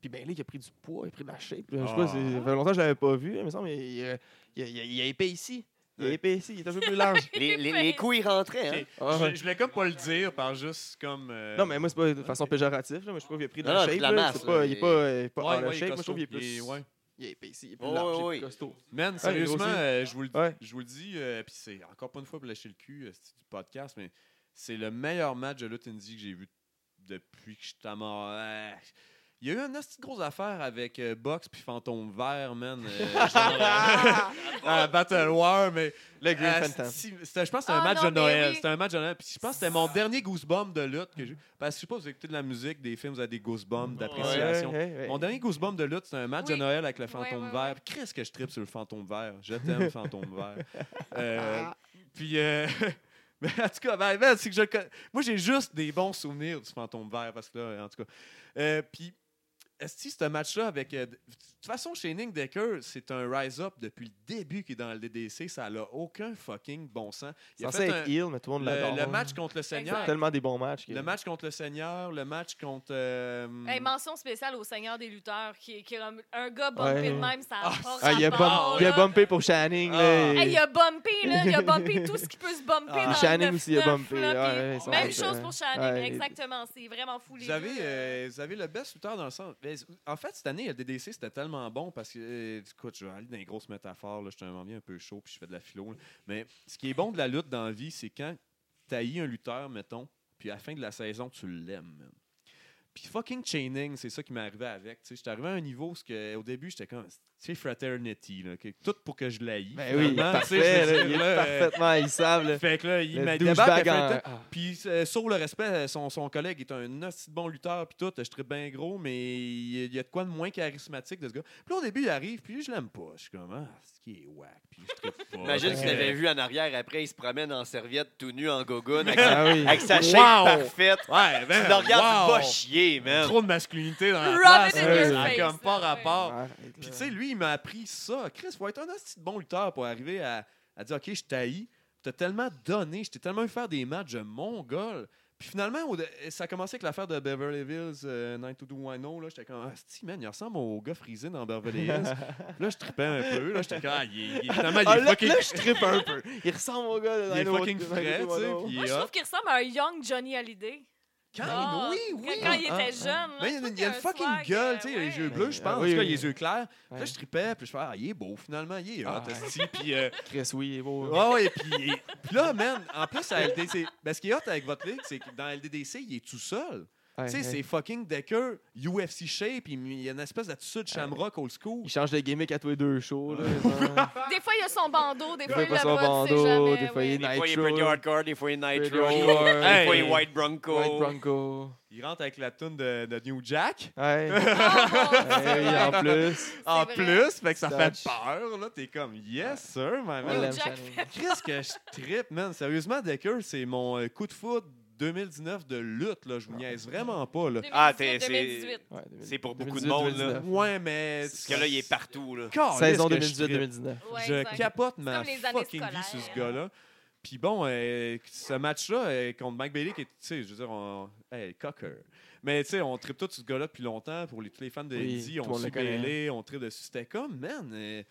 [SPEAKER 2] Puis ben là, il a pris du poids, il a pris de la shape. là. Je
[SPEAKER 4] Ah.
[SPEAKER 2] sais pas, c'est- ça fait longtemps que je l'avais pas vu, mais il me semble qu'il il, a- il, a- il a- il a épais ici. Il a
[SPEAKER 1] Ouais.
[SPEAKER 2] épais ici, il est un peu plus large.
[SPEAKER 1] Les, les, les coups, ils rentraient. Hein?
[SPEAKER 4] Ok.
[SPEAKER 2] Ah, ouais.
[SPEAKER 4] Je, je voulais comme pas le dire par juste comme. euh,
[SPEAKER 2] Non, mais moi, c'est pas de façon péjorative. Là. Moi, je trouve qu'il a pris de
[SPEAKER 1] Non, non, il
[SPEAKER 2] la
[SPEAKER 1] a pris
[SPEAKER 2] shape.
[SPEAKER 1] de la
[SPEAKER 2] là.
[SPEAKER 1] masse,
[SPEAKER 2] C'est pas,
[SPEAKER 1] là.
[SPEAKER 2] il est pas, euh, pas
[SPEAKER 4] ouais,
[SPEAKER 2] hors
[SPEAKER 4] ouais,
[SPEAKER 2] la
[SPEAKER 4] il est
[SPEAKER 2] shape. Moi, je trouve qu'il est
[SPEAKER 4] costaud.
[SPEAKER 2] plus.
[SPEAKER 4] Il est- ouais.
[SPEAKER 2] Il est épais ici, il est plus
[SPEAKER 1] Ouais,
[SPEAKER 2] large, il est
[SPEAKER 1] ouais,
[SPEAKER 2] plus
[SPEAKER 1] ouais.
[SPEAKER 2] costaud.
[SPEAKER 4] Man,
[SPEAKER 2] il est
[SPEAKER 4] sérieusement,
[SPEAKER 2] grossi.
[SPEAKER 4] euh, je vous le
[SPEAKER 2] Ouais.
[SPEAKER 4] je vous le dis, euh, puis c'est encore pas une fois pour lâcher le cul, euh, c'est du podcast, mais C'est le meilleur match de lutte indie que j'ai vu depuis que je suis à mort. Ah. Il y a eu une petite grosse affaire avec euh, Box puis Fantôme Vert, man. euh, genre,
[SPEAKER 3] Ah.
[SPEAKER 4] euh, à Battle War, mais
[SPEAKER 2] Le Green
[SPEAKER 4] ah,
[SPEAKER 2] Phantom.
[SPEAKER 4] si- c'était- Je pense que c'était un
[SPEAKER 3] Ah
[SPEAKER 4] match
[SPEAKER 3] non,
[SPEAKER 4] de
[SPEAKER 3] mais
[SPEAKER 4] Noël.
[SPEAKER 3] oui.
[SPEAKER 4] C'était un match de Noël. Puis je pense que c'était mon dernier Goosebump de lutte. Que j'ai- Parce que je sais pas, vous écoutez de la musique, des films, vous avez des Goosebumps d'appréciation.
[SPEAKER 2] Ouais, ouais, ouais.
[SPEAKER 4] Mon dernier Goosebump de lutte, c'était un match
[SPEAKER 3] Oui.
[SPEAKER 4] de Noël avec le
[SPEAKER 3] Ouais,
[SPEAKER 4] fantôme
[SPEAKER 3] ouais,
[SPEAKER 4] vert. Qu'est-ce que je tripe sur le fantôme vert? Je t'aime, fantôme vert. Euh,
[SPEAKER 3] Ah.
[SPEAKER 4] puis, euh, mais en tout cas, ben, ben, c'est que je le con- moi, j'ai juste des bons souvenirs du fantôme vert parce que là, en tout cas. Euh, puis, est-ce que ce match-là avec. euh, de toute façon, chez Nick Decker, c'est un rise-up depuis le début qui est dans le DDC. Ça n'a aucun fucking bon sens. Il a
[SPEAKER 2] Censé
[SPEAKER 4] fait
[SPEAKER 2] être
[SPEAKER 4] un- euh,
[SPEAKER 2] heel, mais tout le monde l'adore.
[SPEAKER 4] le, le match contre le
[SPEAKER 2] C'est
[SPEAKER 4] Seigneur.
[SPEAKER 2] tellement des bons matchs. que-
[SPEAKER 4] Le match contre le Seigneur, le match contre. euh,
[SPEAKER 2] Mm.
[SPEAKER 3] Hey, mention spéciale au Seigneur des lutteurs, qui est, qui est un, un gars bumpé
[SPEAKER 2] Ouais.
[SPEAKER 3] de même, ça a
[SPEAKER 4] Ah,
[SPEAKER 3] pas
[SPEAKER 2] Ah, il, a
[SPEAKER 3] rapport,
[SPEAKER 2] bump- il a
[SPEAKER 3] là.
[SPEAKER 2] bumpé pour Shanning.
[SPEAKER 4] Ah.
[SPEAKER 2] là, et-
[SPEAKER 3] Hey, il a bumpé, là. Il a bumpé tout ce qui peut se bumper
[SPEAKER 4] Ah.
[SPEAKER 3] dans
[SPEAKER 2] Channing
[SPEAKER 3] le
[SPEAKER 2] aussi, il a
[SPEAKER 3] 9,
[SPEAKER 2] bumpé,
[SPEAKER 3] là, puis
[SPEAKER 2] ouais, ouais, ils sont
[SPEAKER 3] Même
[SPEAKER 2] bons,
[SPEAKER 3] chose
[SPEAKER 2] ouais.
[SPEAKER 3] pour Channing,
[SPEAKER 2] Ouais.
[SPEAKER 3] exactement. C'est vraiment fou, les
[SPEAKER 4] Vous avez,
[SPEAKER 3] deux, là.
[SPEAKER 4] euh, vous avez le best lutteur dans le sens. mais c- en fait, cette année, le DDC, c'était tellement bon parce que, euh, écoute, je vais aller dans les grosses métaphores. Là, je suis un membre un peu chaud puis je fais de la philo. là. Mais ce qui est bon de la lutte dans la vie, c'est quand tu un lutteur, mettons, puis à la fin de la saison, tu l'aimes. man. Puis fucking chaining, c'est ça qui m'est arrivé avec. tu sais. J'étais arrivé à un niveau où, ce que, au début, j'étais comme, tu sais, fraternity, là, que- tout pour que je l'aille.
[SPEAKER 2] Ben oui, il est
[SPEAKER 4] Finalement, tu sais,
[SPEAKER 2] parfait.
[SPEAKER 4] je me
[SPEAKER 2] là,
[SPEAKER 4] suis
[SPEAKER 2] il
[SPEAKER 4] dit,
[SPEAKER 2] est
[SPEAKER 4] là, euh,
[SPEAKER 2] parfaitement haïssable. là.
[SPEAKER 4] Fait que là, il m'a
[SPEAKER 2] Le
[SPEAKER 4] débarqué.
[SPEAKER 2] douchebag en... Ah.
[SPEAKER 4] Puis, euh, sauf le respect, euh, son, son collègue est un hostie de bon lutteur, puis tout, je suis bien gros, mais il y a- il y a de quoi de moins charismatique de ce gars. Puis là, au début, il arrive, puis je l'aime pas. Je suis comme, ah, ce qui est whack, puis je trippe pas.
[SPEAKER 1] Imagine
[SPEAKER 4] Fait
[SPEAKER 1] s'il
[SPEAKER 4] que-
[SPEAKER 1] l'avait vu en arrière après, il se promène en serviette tout nu en gogoune avec, sa-
[SPEAKER 2] Ah oui.
[SPEAKER 1] avec sa
[SPEAKER 4] Wow!
[SPEAKER 1] shape parfaite.
[SPEAKER 4] Ouais, ben,
[SPEAKER 1] Tu le regardes,
[SPEAKER 4] wow!
[SPEAKER 1] tu vas chier, man.
[SPEAKER 4] Trop de masculinité dans la
[SPEAKER 3] Rub
[SPEAKER 4] place,
[SPEAKER 3] it in
[SPEAKER 4] là,
[SPEAKER 2] your
[SPEAKER 4] ça a
[SPEAKER 3] face,
[SPEAKER 4] comme pas
[SPEAKER 3] là, ouais.
[SPEAKER 4] rapport.
[SPEAKER 2] Arrête,
[SPEAKER 4] Ah. Puis
[SPEAKER 2] là.
[SPEAKER 4] tu sais, lui, il m'a appris ça. Chris, faut être un petit bon lutteur pour arriver à, à dire, OK, je t'haïs. T'as tellement donné, je t'ai tellement fait faire des matchs de mongol. Puis finalement, au- ça a commencé avec l'affaire de Beverly Hills euh, 92210. là. J'étais comme, ah, si, man, il ressemble au gars frisé dans Beverly Hills. Puis là, je tripais un peu. Là, j'étais comme, ah, il, est- il est- finalement, il
[SPEAKER 2] Ah,
[SPEAKER 4] est
[SPEAKER 2] là,
[SPEAKER 4] fucking,
[SPEAKER 2] là, je trippe un peu. Il ressemble au gars.
[SPEAKER 4] il est fucking frais, tu sais. Puis il
[SPEAKER 3] Moi,
[SPEAKER 4] est
[SPEAKER 3] je
[SPEAKER 4] hot.
[SPEAKER 3] trouve qu'il ressemble à un young Johnny Hallyday.
[SPEAKER 4] Quand-
[SPEAKER 3] Ah,
[SPEAKER 4] oui,
[SPEAKER 3] quand-
[SPEAKER 4] oui.
[SPEAKER 3] Quand il
[SPEAKER 2] Ah, ah.
[SPEAKER 3] était jeune. là,
[SPEAKER 4] Mais
[SPEAKER 3] je
[SPEAKER 4] il y a
[SPEAKER 3] trouve
[SPEAKER 4] une, il
[SPEAKER 3] qu'il
[SPEAKER 4] y a une
[SPEAKER 3] un
[SPEAKER 4] fucking
[SPEAKER 3] swag,
[SPEAKER 4] gueule,
[SPEAKER 3] euh,
[SPEAKER 4] tu sais, les
[SPEAKER 3] ouais.
[SPEAKER 4] yeux bleus, je
[SPEAKER 2] Ah
[SPEAKER 4] pense.
[SPEAKER 2] oui,
[SPEAKER 4] en tout cas,
[SPEAKER 2] oui.
[SPEAKER 4] les yeux clairs. Puis Là,
[SPEAKER 2] Ouais.
[SPEAKER 4] je tripais, puis je fais, ah, il est beau, finalement, il est hot.
[SPEAKER 2] Ah.
[SPEAKER 4] esti. Puis euh,
[SPEAKER 2] Chris, oui, il est beau. hein.
[SPEAKER 4] Ouais, ouais, puis, puis là, man, en plus, à LDC, ben, ce qui est hot avec votre ligue, c'est que dans LDDC, il est tout seul.
[SPEAKER 2] Ouais,
[SPEAKER 4] tu sais,
[SPEAKER 2] ouais.
[SPEAKER 4] c'est fucking Decker, UFC shape, il il y a une espèce d'attitude Shamrock old school.
[SPEAKER 2] Il change de gimmick à tous les deux shows. Là, genre.
[SPEAKER 3] Des fois, il a son bandeau, des
[SPEAKER 2] Des
[SPEAKER 3] fois,
[SPEAKER 2] fois,
[SPEAKER 3] il a
[SPEAKER 2] son
[SPEAKER 3] pas, tu sais
[SPEAKER 2] bandeau,
[SPEAKER 3] jamais.
[SPEAKER 2] des fois, il
[SPEAKER 3] ouais. Oh,
[SPEAKER 2] est
[SPEAKER 1] Des fois, il est
[SPEAKER 2] Nitro.
[SPEAKER 1] pretty hardcore, des fois, il est
[SPEAKER 2] Pretty
[SPEAKER 1] nitro,
[SPEAKER 2] hardcore.
[SPEAKER 1] des fois, il
[SPEAKER 4] Hey.
[SPEAKER 1] est white bronco.
[SPEAKER 2] White Bronco.
[SPEAKER 4] Il rentre avec la toune de, de New Jack.
[SPEAKER 2] Ouais.
[SPEAKER 3] Ah,
[SPEAKER 2] Ouais, oui, Eh en plus.
[SPEAKER 4] En
[SPEAKER 3] vrai.
[SPEAKER 4] plus, fait que ça
[SPEAKER 2] Touch.
[SPEAKER 4] fait peur, là. T'es comme, yes, sir, my
[SPEAKER 2] On l'aime,
[SPEAKER 4] man.
[SPEAKER 3] Jack
[SPEAKER 2] Shannon.
[SPEAKER 4] Qu'est-ce que je trippe, man? Sérieusement, Decker, c'est mon euh, coup de foot 2019 de lutte, là. Je vous niaise vraiment pas, là.
[SPEAKER 3] 2018,
[SPEAKER 1] Ah, t'es- c'est-
[SPEAKER 3] 2018.
[SPEAKER 2] Ouais, 2000.
[SPEAKER 1] C'est pour beaucoup
[SPEAKER 2] 2018,
[SPEAKER 1] de monde, là.
[SPEAKER 2] 2019.
[SPEAKER 4] Ouais, mais.
[SPEAKER 1] Parce que là, il est partout, là.
[SPEAKER 4] Calisse
[SPEAKER 2] Saison
[SPEAKER 4] que je trippe.
[SPEAKER 2] 2018-2019.
[SPEAKER 3] Ouais,
[SPEAKER 4] je
[SPEAKER 3] exact.
[SPEAKER 4] capote ma
[SPEAKER 3] comme les années
[SPEAKER 4] fucking vie
[SPEAKER 3] scolaires.
[SPEAKER 4] sur ce gars-là. Puis bon, euh, ce match-là euh, contre Mike Bailey, qui est, tu sais, je veux dire, on... hey, cocker. Mais tu sais, on tripe tout sur ce gars-là depuis longtemps. Pour les, tous les fans de
[SPEAKER 2] Oui,
[SPEAKER 4] Eddie,
[SPEAKER 2] tout le
[SPEAKER 4] on
[SPEAKER 2] monde
[SPEAKER 4] suit
[SPEAKER 2] le connaît. hein.
[SPEAKER 4] Bailey, on tripe dessus. C'était comme, man, euh,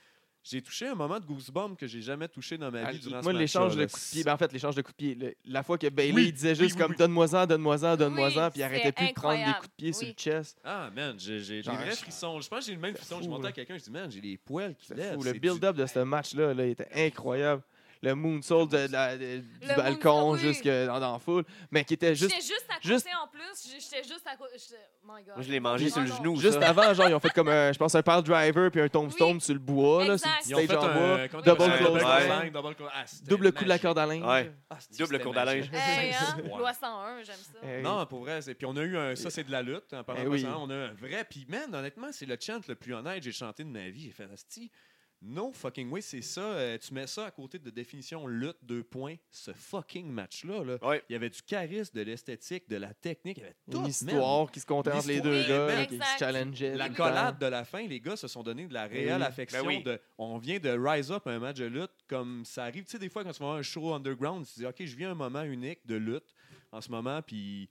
[SPEAKER 4] j'ai touché un moment de goosebump que j'ai jamais touché dans ma vie durant ce
[SPEAKER 2] Ah, Moi,
[SPEAKER 4] match-là.
[SPEAKER 2] l'échange de
[SPEAKER 4] là.
[SPEAKER 2] coups de pied, ben, en fait, l'échange de coups de pied, le- la fois que Bailey
[SPEAKER 4] Oui,
[SPEAKER 2] il disait
[SPEAKER 4] oui,
[SPEAKER 2] juste
[SPEAKER 4] oui,
[SPEAKER 2] comme
[SPEAKER 4] oui.
[SPEAKER 2] donne-moi-en, donne-moi-en, donne-moi-en,
[SPEAKER 3] Oui,
[SPEAKER 2] puis il
[SPEAKER 3] c'est
[SPEAKER 2] arrêtait plus de prendre des
[SPEAKER 3] incroyable.
[SPEAKER 2] coups de pied sur le
[SPEAKER 3] Oui.
[SPEAKER 2] chest.
[SPEAKER 4] Ah, man, j'ai j'ai des
[SPEAKER 2] Genre,
[SPEAKER 4] vrais
[SPEAKER 2] je-
[SPEAKER 4] frissons. Je pense que j'ai le même frisson. Je
[SPEAKER 2] fou,
[SPEAKER 4] montais
[SPEAKER 2] là.
[SPEAKER 4] à quelqu'un, je dis, man, j'ai les poils qui
[SPEAKER 2] C'est
[SPEAKER 4] lèvent.
[SPEAKER 2] fou. Le
[SPEAKER 4] c'est du-
[SPEAKER 2] build-up de ce match-là, là, il était incroyable. Le moonsault de la- de- du
[SPEAKER 3] Le
[SPEAKER 2] balcon
[SPEAKER 3] moonsault, oui.
[SPEAKER 2] jusque dans, dans la foule, mais qui était juste.
[SPEAKER 3] J'étais juste à côté
[SPEAKER 2] juste-
[SPEAKER 3] en plus. j'- J'étais juste à côté. j'étais- oh My God.
[SPEAKER 1] Moi, je l'ai mangé
[SPEAKER 2] Puis
[SPEAKER 1] sur le
[SPEAKER 3] non, non.
[SPEAKER 1] genou,
[SPEAKER 2] Juste
[SPEAKER 1] ça.
[SPEAKER 2] avant, genre, ils ont fait comme un, je pense, un pile driver puis un tombstone
[SPEAKER 3] Oui.
[SPEAKER 2] sur le bois, là, sur le
[SPEAKER 3] Exact.
[SPEAKER 2] petit
[SPEAKER 4] Ils ont fait
[SPEAKER 2] stage en bois.
[SPEAKER 4] un comment
[SPEAKER 2] double
[SPEAKER 4] on appelle ça?
[SPEAKER 1] close
[SPEAKER 4] Double
[SPEAKER 1] line.
[SPEAKER 4] clang, double clang. Ah, c'était
[SPEAKER 2] Double coup de la
[SPEAKER 4] magique.
[SPEAKER 2] corde à linge.
[SPEAKER 1] Ouais.
[SPEAKER 4] Ah, c'était-
[SPEAKER 1] Double
[SPEAKER 4] c'était
[SPEAKER 1] cours d'Alain.
[SPEAKER 4] magique.
[SPEAKER 3] Hey, hein?
[SPEAKER 4] Ouais.
[SPEAKER 3] Loi 101, j'aime ça.
[SPEAKER 2] Eh oui.
[SPEAKER 4] Non, pour vrai. c'est- Puis on a eu un. Ça, c'est de la lutte. En parlant
[SPEAKER 2] Eh
[SPEAKER 4] de
[SPEAKER 2] oui.
[SPEAKER 4] ça, on a un vrai. Puis, man, honnêtement, c'est le chant le plus honnête que j'ai chanté de ma vie. J'ai fait Asti. No fucking way, c'est ça. euh, tu mets ça à côté de définition lutte, deux points. Ce fucking match-là. Là.
[SPEAKER 1] Ouais.
[SPEAKER 4] Il y avait du charisme, de l'esthétique, de la technique. Il y avait tout.
[SPEAKER 2] une
[SPEAKER 4] man.
[SPEAKER 2] histoire qui se comptait entre les deux
[SPEAKER 3] L'histoire.
[SPEAKER 2] gars,
[SPEAKER 3] Oui,
[SPEAKER 2] là, qui se
[SPEAKER 3] exact.
[SPEAKER 2] challengeaient.
[SPEAKER 4] La
[SPEAKER 2] tout le
[SPEAKER 4] collab
[SPEAKER 2] temps.
[SPEAKER 4] de la fin, les gars se sont donné de la
[SPEAKER 2] Eh
[SPEAKER 4] réelle
[SPEAKER 2] oui.
[SPEAKER 4] affection.
[SPEAKER 1] Ben oui.
[SPEAKER 4] de, on vient de rise up à un match de lutte comme ça arrive. Tu sais, des fois, quand tu vas voir un show underground, tu te dis OK, je vis un moment unique de lutte en ce moment, puis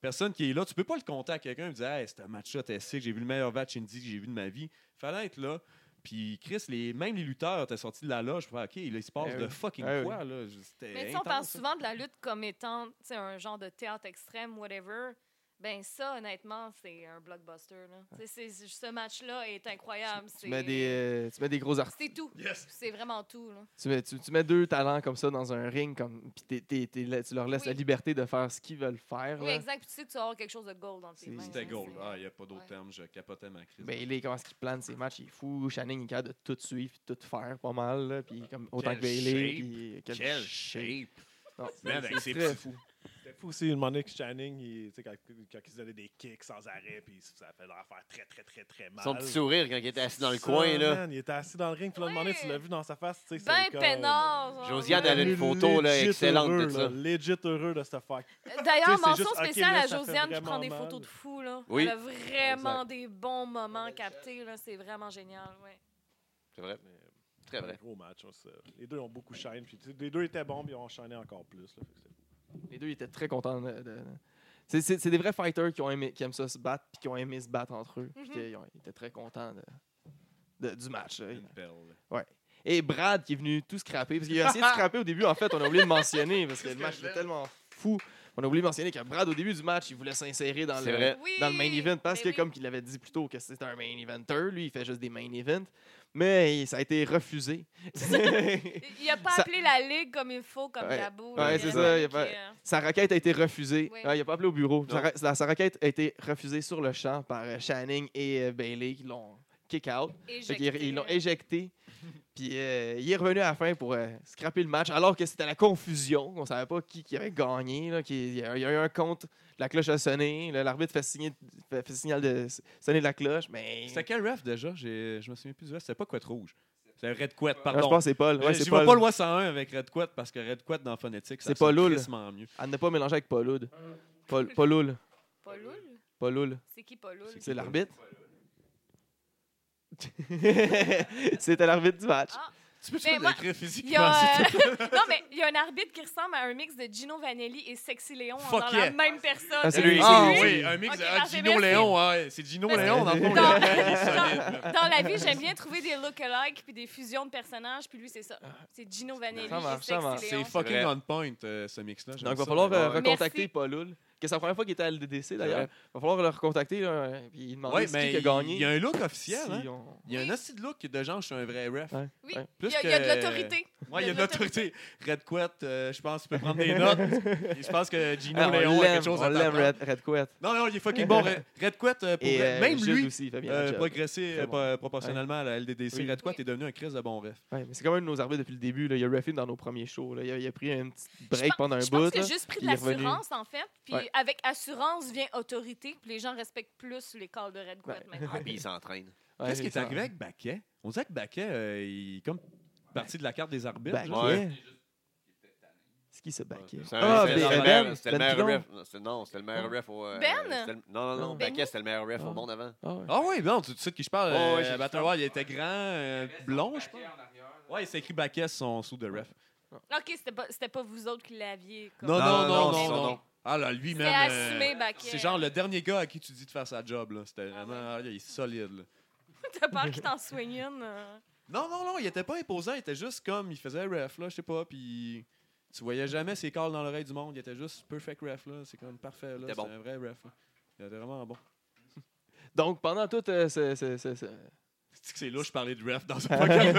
[SPEAKER 4] personne qui est là, tu peux pas le compter à quelqu'un et dire Hey, c'est un match-là, t'es sick, j'ai vu le meilleur match indie que j'ai vu de ma vie. Fallait être là. Puis Chris, les, même les lutteurs, t'es sorti de la loge, pour faire, OK, là, il se passe
[SPEAKER 2] Eh
[SPEAKER 4] de
[SPEAKER 2] oui.
[SPEAKER 4] fucking
[SPEAKER 2] Eh oui.
[SPEAKER 4] quoi, là. C'était
[SPEAKER 3] Mais tu sais, on
[SPEAKER 4] intense,
[SPEAKER 3] parle
[SPEAKER 4] ça.
[SPEAKER 3] souvent de la lutte comme étant tu sais, un genre de théâtre extrême, whatever. Ben ça, honnêtement, c'est un blockbuster. Là. Tu sais, c'est- ce match-là est incroyable.
[SPEAKER 2] Tu
[SPEAKER 3] C'est
[SPEAKER 2] mets des, euh, tu mets des gros artistes.
[SPEAKER 3] c'est tout.
[SPEAKER 4] Yes!
[SPEAKER 3] C'est vraiment tout. Là.
[SPEAKER 2] Tu mets, tu, tu mets deux talents comme ça dans un ring, comme, puis t'es- t'es- t'es là- tu leur laisses
[SPEAKER 3] Oui.
[SPEAKER 2] la liberté de faire ce qu'ils veulent faire.
[SPEAKER 3] Oui,
[SPEAKER 2] là.
[SPEAKER 3] exact. Puis tu sais que tu vas avoir quelque chose de gold dans tes
[SPEAKER 2] C'est-
[SPEAKER 3] mains.
[SPEAKER 4] C'était
[SPEAKER 3] là,
[SPEAKER 4] gold.
[SPEAKER 3] hein, c'est-
[SPEAKER 4] Ah, il n'y a pas d'autre
[SPEAKER 3] Ouais.
[SPEAKER 4] terme. Je capotais ma crise.
[SPEAKER 2] Ben, là, comment est-ce qu'il plane ses matchs? Il est fou. Shannon, il est capable de tout suivre, puis de tout faire pas mal. là, puis comme, autant
[SPEAKER 6] Quel
[SPEAKER 2] que Bailey.
[SPEAKER 6] shape!
[SPEAKER 2] puis quel-
[SPEAKER 6] Quel shape!
[SPEAKER 2] Non,
[SPEAKER 6] Man, avec
[SPEAKER 2] c'est
[SPEAKER 6] ses
[SPEAKER 2] très
[SPEAKER 6] petits-
[SPEAKER 2] fou.
[SPEAKER 5] C'était fou aussi, il demandait que Channing, il, tu sais, quand, quand il se donnait des kicks sans arrêt, puis ça fait leur faire très, très, très, très mal.
[SPEAKER 1] Son petit sourire quand il était assis dans le
[SPEAKER 5] Ça,
[SPEAKER 1] coin, là.
[SPEAKER 5] man, il était assis dans le ring, puis là, demandé,
[SPEAKER 3] Ouais.
[SPEAKER 5] tu l'as vu dans sa face, tu sais, c'est
[SPEAKER 3] Ben
[SPEAKER 5] comme-
[SPEAKER 3] peinard. genre.
[SPEAKER 1] Josiane, elle a une photo là,
[SPEAKER 5] Legit
[SPEAKER 1] excellente
[SPEAKER 5] heureux,
[SPEAKER 1] de ça.
[SPEAKER 5] là, Legit heureux de ce fuck.
[SPEAKER 3] Euh, D'ailleurs,
[SPEAKER 5] Tu sais, c'est
[SPEAKER 3] mention
[SPEAKER 5] juste, ok,
[SPEAKER 3] spéciale
[SPEAKER 5] là,
[SPEAKER 3] à
[SPEAKER 5] ça fait
[SPEAKER 3] Josiane qui
[SPEAKER 5] vraiment
[SPEAKER 3] prend des
[SPEAKER 5] mal.
[SPEAKER 3] photos de fou. Là.
[SPEAKER 1] Oui.
[SPEAKER 3] Elle a vraiment des bons moments
[SPEAKER 5] euh,
[SPEAKER 3] captés. Là. C'est vraiment génial. Ouais.
[SPEAKER 1] C'est vrai. Très vrai.
[SPEAKER 5] Gros match, hein, ça. Les deux ont beaucoup shine, puis tu sais, les deux étaient bons, puis ils ont shiné encore plus. là, fait que c'était-
[SPEAKER 2] Les deux ils étaient très contents. de- de- de- C'est, c'est- c'est des vrais fighters qui, ont aimé, qui aiment ça se battre puis qui ont aimé se battre entre eux. Puis
[SPEAKER 3] Mhm.
[SPEAKER 2] qu'ils ont- ils étaient très contents de, de- du match. là.
[SPEAKER 4] Une perle.
[SPEAKER 2] Et Brad qui est venu tout scraper. Parce qu'il a essayé de scraper au début, en fait, on a oublié de mentionner. Parce que le match était tellement fou. On a oublié de mentionner que Brad, au début du match, il voulait s'insérer dans
[SPEAKER 1] C'est
[SPEAKER 2] le,
[SPEAKER 1] vrai.
[SPEAKER 3] Oui,
[SPEAKER 2] Euh, dans le main event parce
[SPEAKER 3] ben
[SPEAKER 2] que,
[SPEAKER 3] oui.
[SPEAKER 2] comme il l'avait dit plus tôt, que c'était un main eventer, lui, il fait juste des main events. Mais il- ça a été refusé.
[SPEAKER 3] Il n'a pas
[SPEAKER 2] Ça-
[SPEAKER 3] appelé la ligue comme il faut, comme
[SPEAKER 2] Ouais.
[SPEAKER 3] Gabo.
[SPEAKER 2] Ouais,
[SPEAKER 3] là,
[SPEAKER 2] c'est
[SPEAKER 3] il
[SPEAKER 2] ça,
[SPEAKER 3] a
[SPEAKER 2] il a pas-
[SPEAKER 3] dit que- euh,
[SPEAKER 2] Sa requête a été refusée.
[SPEAKER 3] Oui.
[SPEAKER 2] Ah, il n'a pas appelé au bureau. Sa, ra- sa- sa requête a été refusée sur le champ par euh, Channing et euh, Bailey qui l'ont kick out. Fait qu'ils-
[SPEAKER 3] Éjecté, euh,
[SPEAKER 2] ils l'ont
[SPEAKER 3] là.
[SPEAKER 2] éjecté. Puis euh, il est revenu à la fin pour euh, scraper le match, alors que c'était la confusion. On savait pas qui, qui avait gagné. là, qui- il, y a, il y a eu un compte, la cloche a sonné. là, L'arbitre fait, signer- fait, fait signal de s- sonner la cloche. Mais
[SPEAKER 4] C'était quel ref déjà? J'ai- Je me souviens plus du ref. C'était pas Couette Rouge. C'était Red Couette,
[SPEAKER 2] Ah, je pense
[SPEAKER 4] pardon.
[SPEAKER 2] que c'est Paul. Ouais,
[SPEAKER 4] Euh,
[SPEAKER 2] c'est
[SPEAKER 4] J'y vois
[SPEAKER 2] Paul.
[SPEAKER 4] pas loi 101 avec Red Couette parce que Red Couette dans phonétique, ça
[SPEAKER 2] C'est pas
[SPEAKER 4] sonne
[SPEAKER 2] Loul.
[SPEAKER 4] crissement mieux.
[SPEAKER 2] À ne pas mélanger avec Paul Oud. Paul, Paul Oud.
[SPEAKER 3] Pauloul?
[SPEAKER 2] Paul Oud.
[SPEAKER 3] C'est qui Pauloul?
[SPEAKER 2] C'est l'arbitre. C'était l'arbitre du match.
[SPEAKER 3] Ah.
[SPEAKER 4] Tu peux-tu
[SPEAKER 3] Mais
[SPEAKER 4] me
[SPEAKER 3] moi, Il y a,
[SPEAKER 4] décrire physiquement?
[SPEAKER 3] euh,
[SPEAKER 4] c'est-
[SPEAKER 3] non, mais il y a un arbitre qui ressemble à un mix de Gino Vanelli et Sexy Léon hein,
[SPEAKER 4] Fuck
[SPEAKER 3] dans
[SPEAKER 4] yeah.
[SPEAKER 3] la même personne.
[SPEAKER 2] Ah, c'est lui.
[SPEAKER 4] Ah
[SPEAKER 2] c'est-
[SPEAKER 4] oui, un mix
[SPEAKER 3] Ok,
[SPEAKER 4] de ah,
[SPEAKER 3] parfait,
[SPEAKER 4] Gino
[SPEAKER 3] merci.
[SPEAKER 4] Léon. hein. C'est Gino
[SPEAKER 3] Parce que-
[SPEAKER 4] Léon, dans le fond.
[SPEAKER 2] Non.
[SPEAKER 4] il est solide.
[SPEAKER 3] Dans la vie, j'aime bien trouver des look-alike puis des fusions de personnages, puis lui, c'est ça. C'est Gino Vanelli
[SPEAKER 2] Ça marche,
[SPEAKER 3] et
[SPEAKER 2] ça marche.
[SPEAKER 3] Sexy Léon.
[SPEAKER 4] C'est fucking
[SPEAKER 1] vrai.
[SPEAKER 4] on point, euh, ce mix-là. j'aime
[SPEAKER 2] Donc, il va
[SPEAKER 4] ça.
[SPEAKER 2] falloir euh,
[SPEAKER 4] Ouais.
[SPEAKER 2] recontacter Paul Oud, que c'est la première fois qu'il était à l'DDC d'ailleurs.
[SPEAKER 1] vrai.
[SPEAKER 2] Il va falloir le recontacter là, et puis demander
[SPEAKER 4] Ouais,
[SPEAKER 2] ce
[SPEAKER 4] mais
[SPEAKER 2] qui a
[SPEAKER 4] il
[SPEAKER 2] gagné.
[SPEAKER 4] il y a un look officiel.
[SPEAKER 2] Si
[SPEAKER 4] hein.
[SPEAKER 2] on-
[SPEAKER 4] Il y a
[SPEAKER 3] Oui.
[SPEAKER 4] un aussi de look de genre, je suis un vrai ref.
[SPEAKER 2] Ouais.
[SPEAKER 3] Oui,
[SPEAKER 2] Ouais.
[SPEAKER 3] il
[SPEAKER 4] Plus
[SPEAKER 3] y, a- il y a de
[SPEAKER 4] que-
[SPEAKER 3] l'autorité.
[SPEAKER 4] Ouais, il y a de l'autorité. Red Quet, euh, je pense, tu peux prendre des notes. Et Je pense que Gino
[SPEAKER 2] Ah, on
[SPEAKER 4] Léon a
[SPEAKER 2] l'aime,
[SPEAKER 4] quelque chose
[SPEAKER 2] on
[SPEAKER 4] à
[SPEAKER 2] l'aime,
[SPEAKER 4] t'apprendre.
[SPEAKER 2] Red, Red Couette.
[SPEAKER 4] Non, non, il est fucking bon. Red Red Quet, euh, pour
[SPEAKER 2] Et
[SPEAKER 4] vrai,
[SPEAKER 2] euh,
[SPEAKER 4] même
[SPEAKER 2] Jude
[SPEAKER 4] lui,
[SPEAKER 2] aussi, il fait bien
[SPEAKER 4] euh,
[SPEAKER 2] le job.
[SPEAKER 4] progressé
[SPEAKER 2] Très
[SPEAKER 4] euh,
[SPEAKER 2] bon.
[SPEAKER 4] pas- proportionnellement à la LDDC.
[SPEAKER 2] Oui.
[SPEAKER 4] Red Quet
[SPEAKER 3] Oui.
[SPEAKER 4] est devenu un Chris de bon ref.
[SPEAKER 2] Ouais, mais c'est quand même un de nos arbitres depuis le début. Là. Il a refé dans nos premiers shows. là. Il, a, il a pris un petit break
[SPEAKER 3] pense-
[SPEAKER 2] pendant un
[SPEAKER 3] Je
[SPEAKER 2] bout.
[SPEAKER 3] pense que
[SPEAKER 2] là.
[SPEAKER 3] juste pris de
[SPEAKER 2] puis il est revenu.
[SPEAKER 3] l'assurance, en fait. Puis
[SPEAKER 2] Ouais.
[SPEAKER 3] avec assurance vient autorité. Puis les gens respectent plus les calls de Red Quet maintenant.
[SPEAKER 1] Ah, puis il s'entraîne.
[SPEAKER 2] Ouais,
[SPEAKER 4] Qu'est-ce qui est
[SPEAKER 2] ça-
[SPEAKER 4] arrivé avec Baquet On dirait que Baquet, euh, il est comme parti de la carte des arbitres.
[SPEAKER 2] Baquet.
[SPEAKER 4] genre.
[SPEAKER 1] Ouais.
[SPEAKER 2] C'est qui ce Baquet?
[SPEAKER 1] C'est un-
[SPEAKER 2] Ah,
[SPEAKER 1] c'est- c'est
[SPEAKER 2] Ben,
[SPEAKER 1] le
[SPEAKER 2] Ben,
[SPEAKER 1] meilleur- C'était le
[SPEAKER 2] Ben
[SPEAKER 1] meilleur
[SPEAKER 2] Pilon.
[SPEAKER 1] ref. Non, c'était- Non, c'était le meilleur ref au. euh,
[SPEAKER 3] Ben?
[SPEAKER 1] c'était le- Non, non, non.
[SPEAKER 3] Ben
[SPEAKER 1] Paquet, c'était le meilleur ref au
[SPEAKER 2] Ah.
[SPEAKER 1] monde avant.
[SPEAKER 2] Ah ouais.
[SPEAKER 4] Ah oui, non, tu, tu sais de qui je parle.
[SPEAKER 1] Ouais,
[SPEAKER 4] euh,
[SPEAKER 1] ouais, j'ai-
[SPEAKER 4] Battle Royale, il était grand, euh, blond, je pense. Ouais, il s'est écrit Baquet sur son sous de ref.
[SPEAKER 3] OK, c'était pas, c'était pas vous autres qui l'aviez. comme-
[SPEAKER 4] Non, non, non,
[SPEAKER 1] non,
[SPEAKER 4] non,
[SPEAKER 1] c'est son
[SPEAKER 4] non.
[SPEAKER 1] nom.
[SPEAKER 4] Ah là, lui
[SPEAKER 3] C'était
[SPEAKER 4] même. euh,
[SPEAKER 3] assumé, Baquet.
[SPEAKER 4] C'est genre le dernier gars à qui tu dis de faire sa job. là. C'était
[SPEAKER 3] Ah
[SPEAKER 4] vraiment. ah, il est solide. là.
[SPEAKER 3] T'as peur qu'il t'en soigne une. euh.
[SPEAKER 4] Non, non, non, il était pas imposant. Il était juste comme. Il faisait ref, là, je sais pas. Puis. Tu voyais jamais ses calls dans l'oreille du monde. Il était juste perfect ref, là. C'est comme parfait, là.
[SPEAKER 1] était
[SPEAKER 4] C'est
[SPEAKER 1] bon.
[SPEAKER 4] un vrai ref. là. Il était vraiment bon.
[SPEAKER 2] Donc, pendant tout euh, ce- ce- ce- ce-
[SPEAKER 4] C'est que c'est louche parler de ref dans un podcast.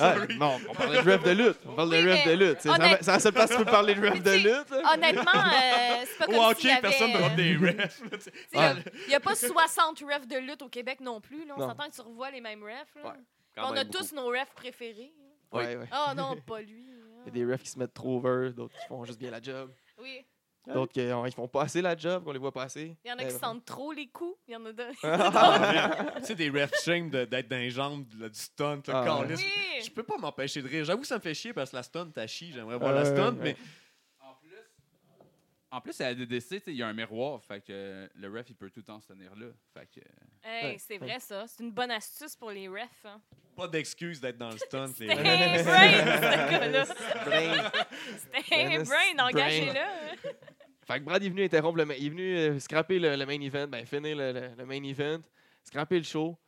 [SPEAKER 2] Ah, non, on parlait de ref de lutte. On parle
[SPEAKER 3] Oui,
[SPEAKER 2] de ref de
[SPEAKER 3] mais
[SPEAKER 2] lutte. C'est la-
[SPEAKER 3] honnête-
[SPEAKER 2] c'est la seule place où tu peux parler de ref de
[SPEAKER 3] Mais tu sais,
[SPEAKER 2] lutte. là.
[SPEAKER 3] Honnêtement, euh, c'est pas
[SPEAKER 4] Ou
[SPEAKER 3] comme s'il y
[SPEAKER 4] hockey,
[SPEAKER 3] avait...
[SPEAKER 4] personne ne
[SPEAKER 3] euh,
[SPEAKER 4] donne des refs. là, tu sais.
[SPEAKER 3] Tu
[SPEAKER 2] Ah.
[SPEAKER 3] sais, Il n'y a pas 60 refs de lutte au Québec non plus. Là. On
[SPEAKER 2] Non.
[SPEAKER 3] s'entend que tu revois les mêmes refs. là.
[SPEAKER 1] Ouais, Quand
[SPEAKER 3] On a
[SPEAKER 1] même beaucoup.
[SPEAKER 3] tous nos refs préférés.
[SPEAKER 1] Oui.
[SPEAKER 2] Ouais, ouais.
[SPEAKER 3] Ah non, pas lui. ah.
[SPEAKER 2] Il y a des refs qui se mettent trop over, d'autres qui font juste bien la job.
[SPEAKER 3] Oui.
[SPEAKER 2] D'autres qui ne font pas assez la job, qu'on les voit pas assez. Euh.
[SPEAKER 3] Il y en a
[SPEAKER 2] Ouais,
[SPEAKER 3] qui
[SPEAKER 2] vraiment.
[SPEAKER 3] sentent trop les coups. Il y en a d'autres.
[SPEAKER 4] Tu sais, des refs shame de- d'être dans les jambes, là, du stunt, le
[SPEAKER 2] Ah, ouais.
[SPEAKER 4] calice. Je
[SPEAKER 3] Oui.
[SPEAKER 4] peux pas m'empêcher de rire. J'avoue, ça me fait chier parce que la stun, t'as chié. J'aimerais voir la
[SPEAKER 2] Ouais,
[SPEAKER 4] stun,
[SPEAKER 2] ouais,
[SPEAKER 4] mais
[SPEAKER 6] En plus, en plus à la DDC, tu sais, il y a un miroir, fait que euh, le ref, il peut tout le temps se tenir là. Fait que, euh,
[SPEAKER 3] Hey, c'est vrai, ça. C'est une bonne astuce pour les refs. hein.
[SPEAKER 4] pas d'excuse d'être dans le stunt. les
[SPEAKER 3] C'était un
[SPEAKER 4] refs.
[SPEAKER 3] brain, ce gars-là.
[SPEAKER 2] Brain.
[SPEAKER 3] C'était un brain, engagez-le. hein.
[SPEAKER 2] Fait que Brad est venu interrompre le ma- il est venu euh, scraper le, le main event, ben finir le, le- le main event, scraper le show.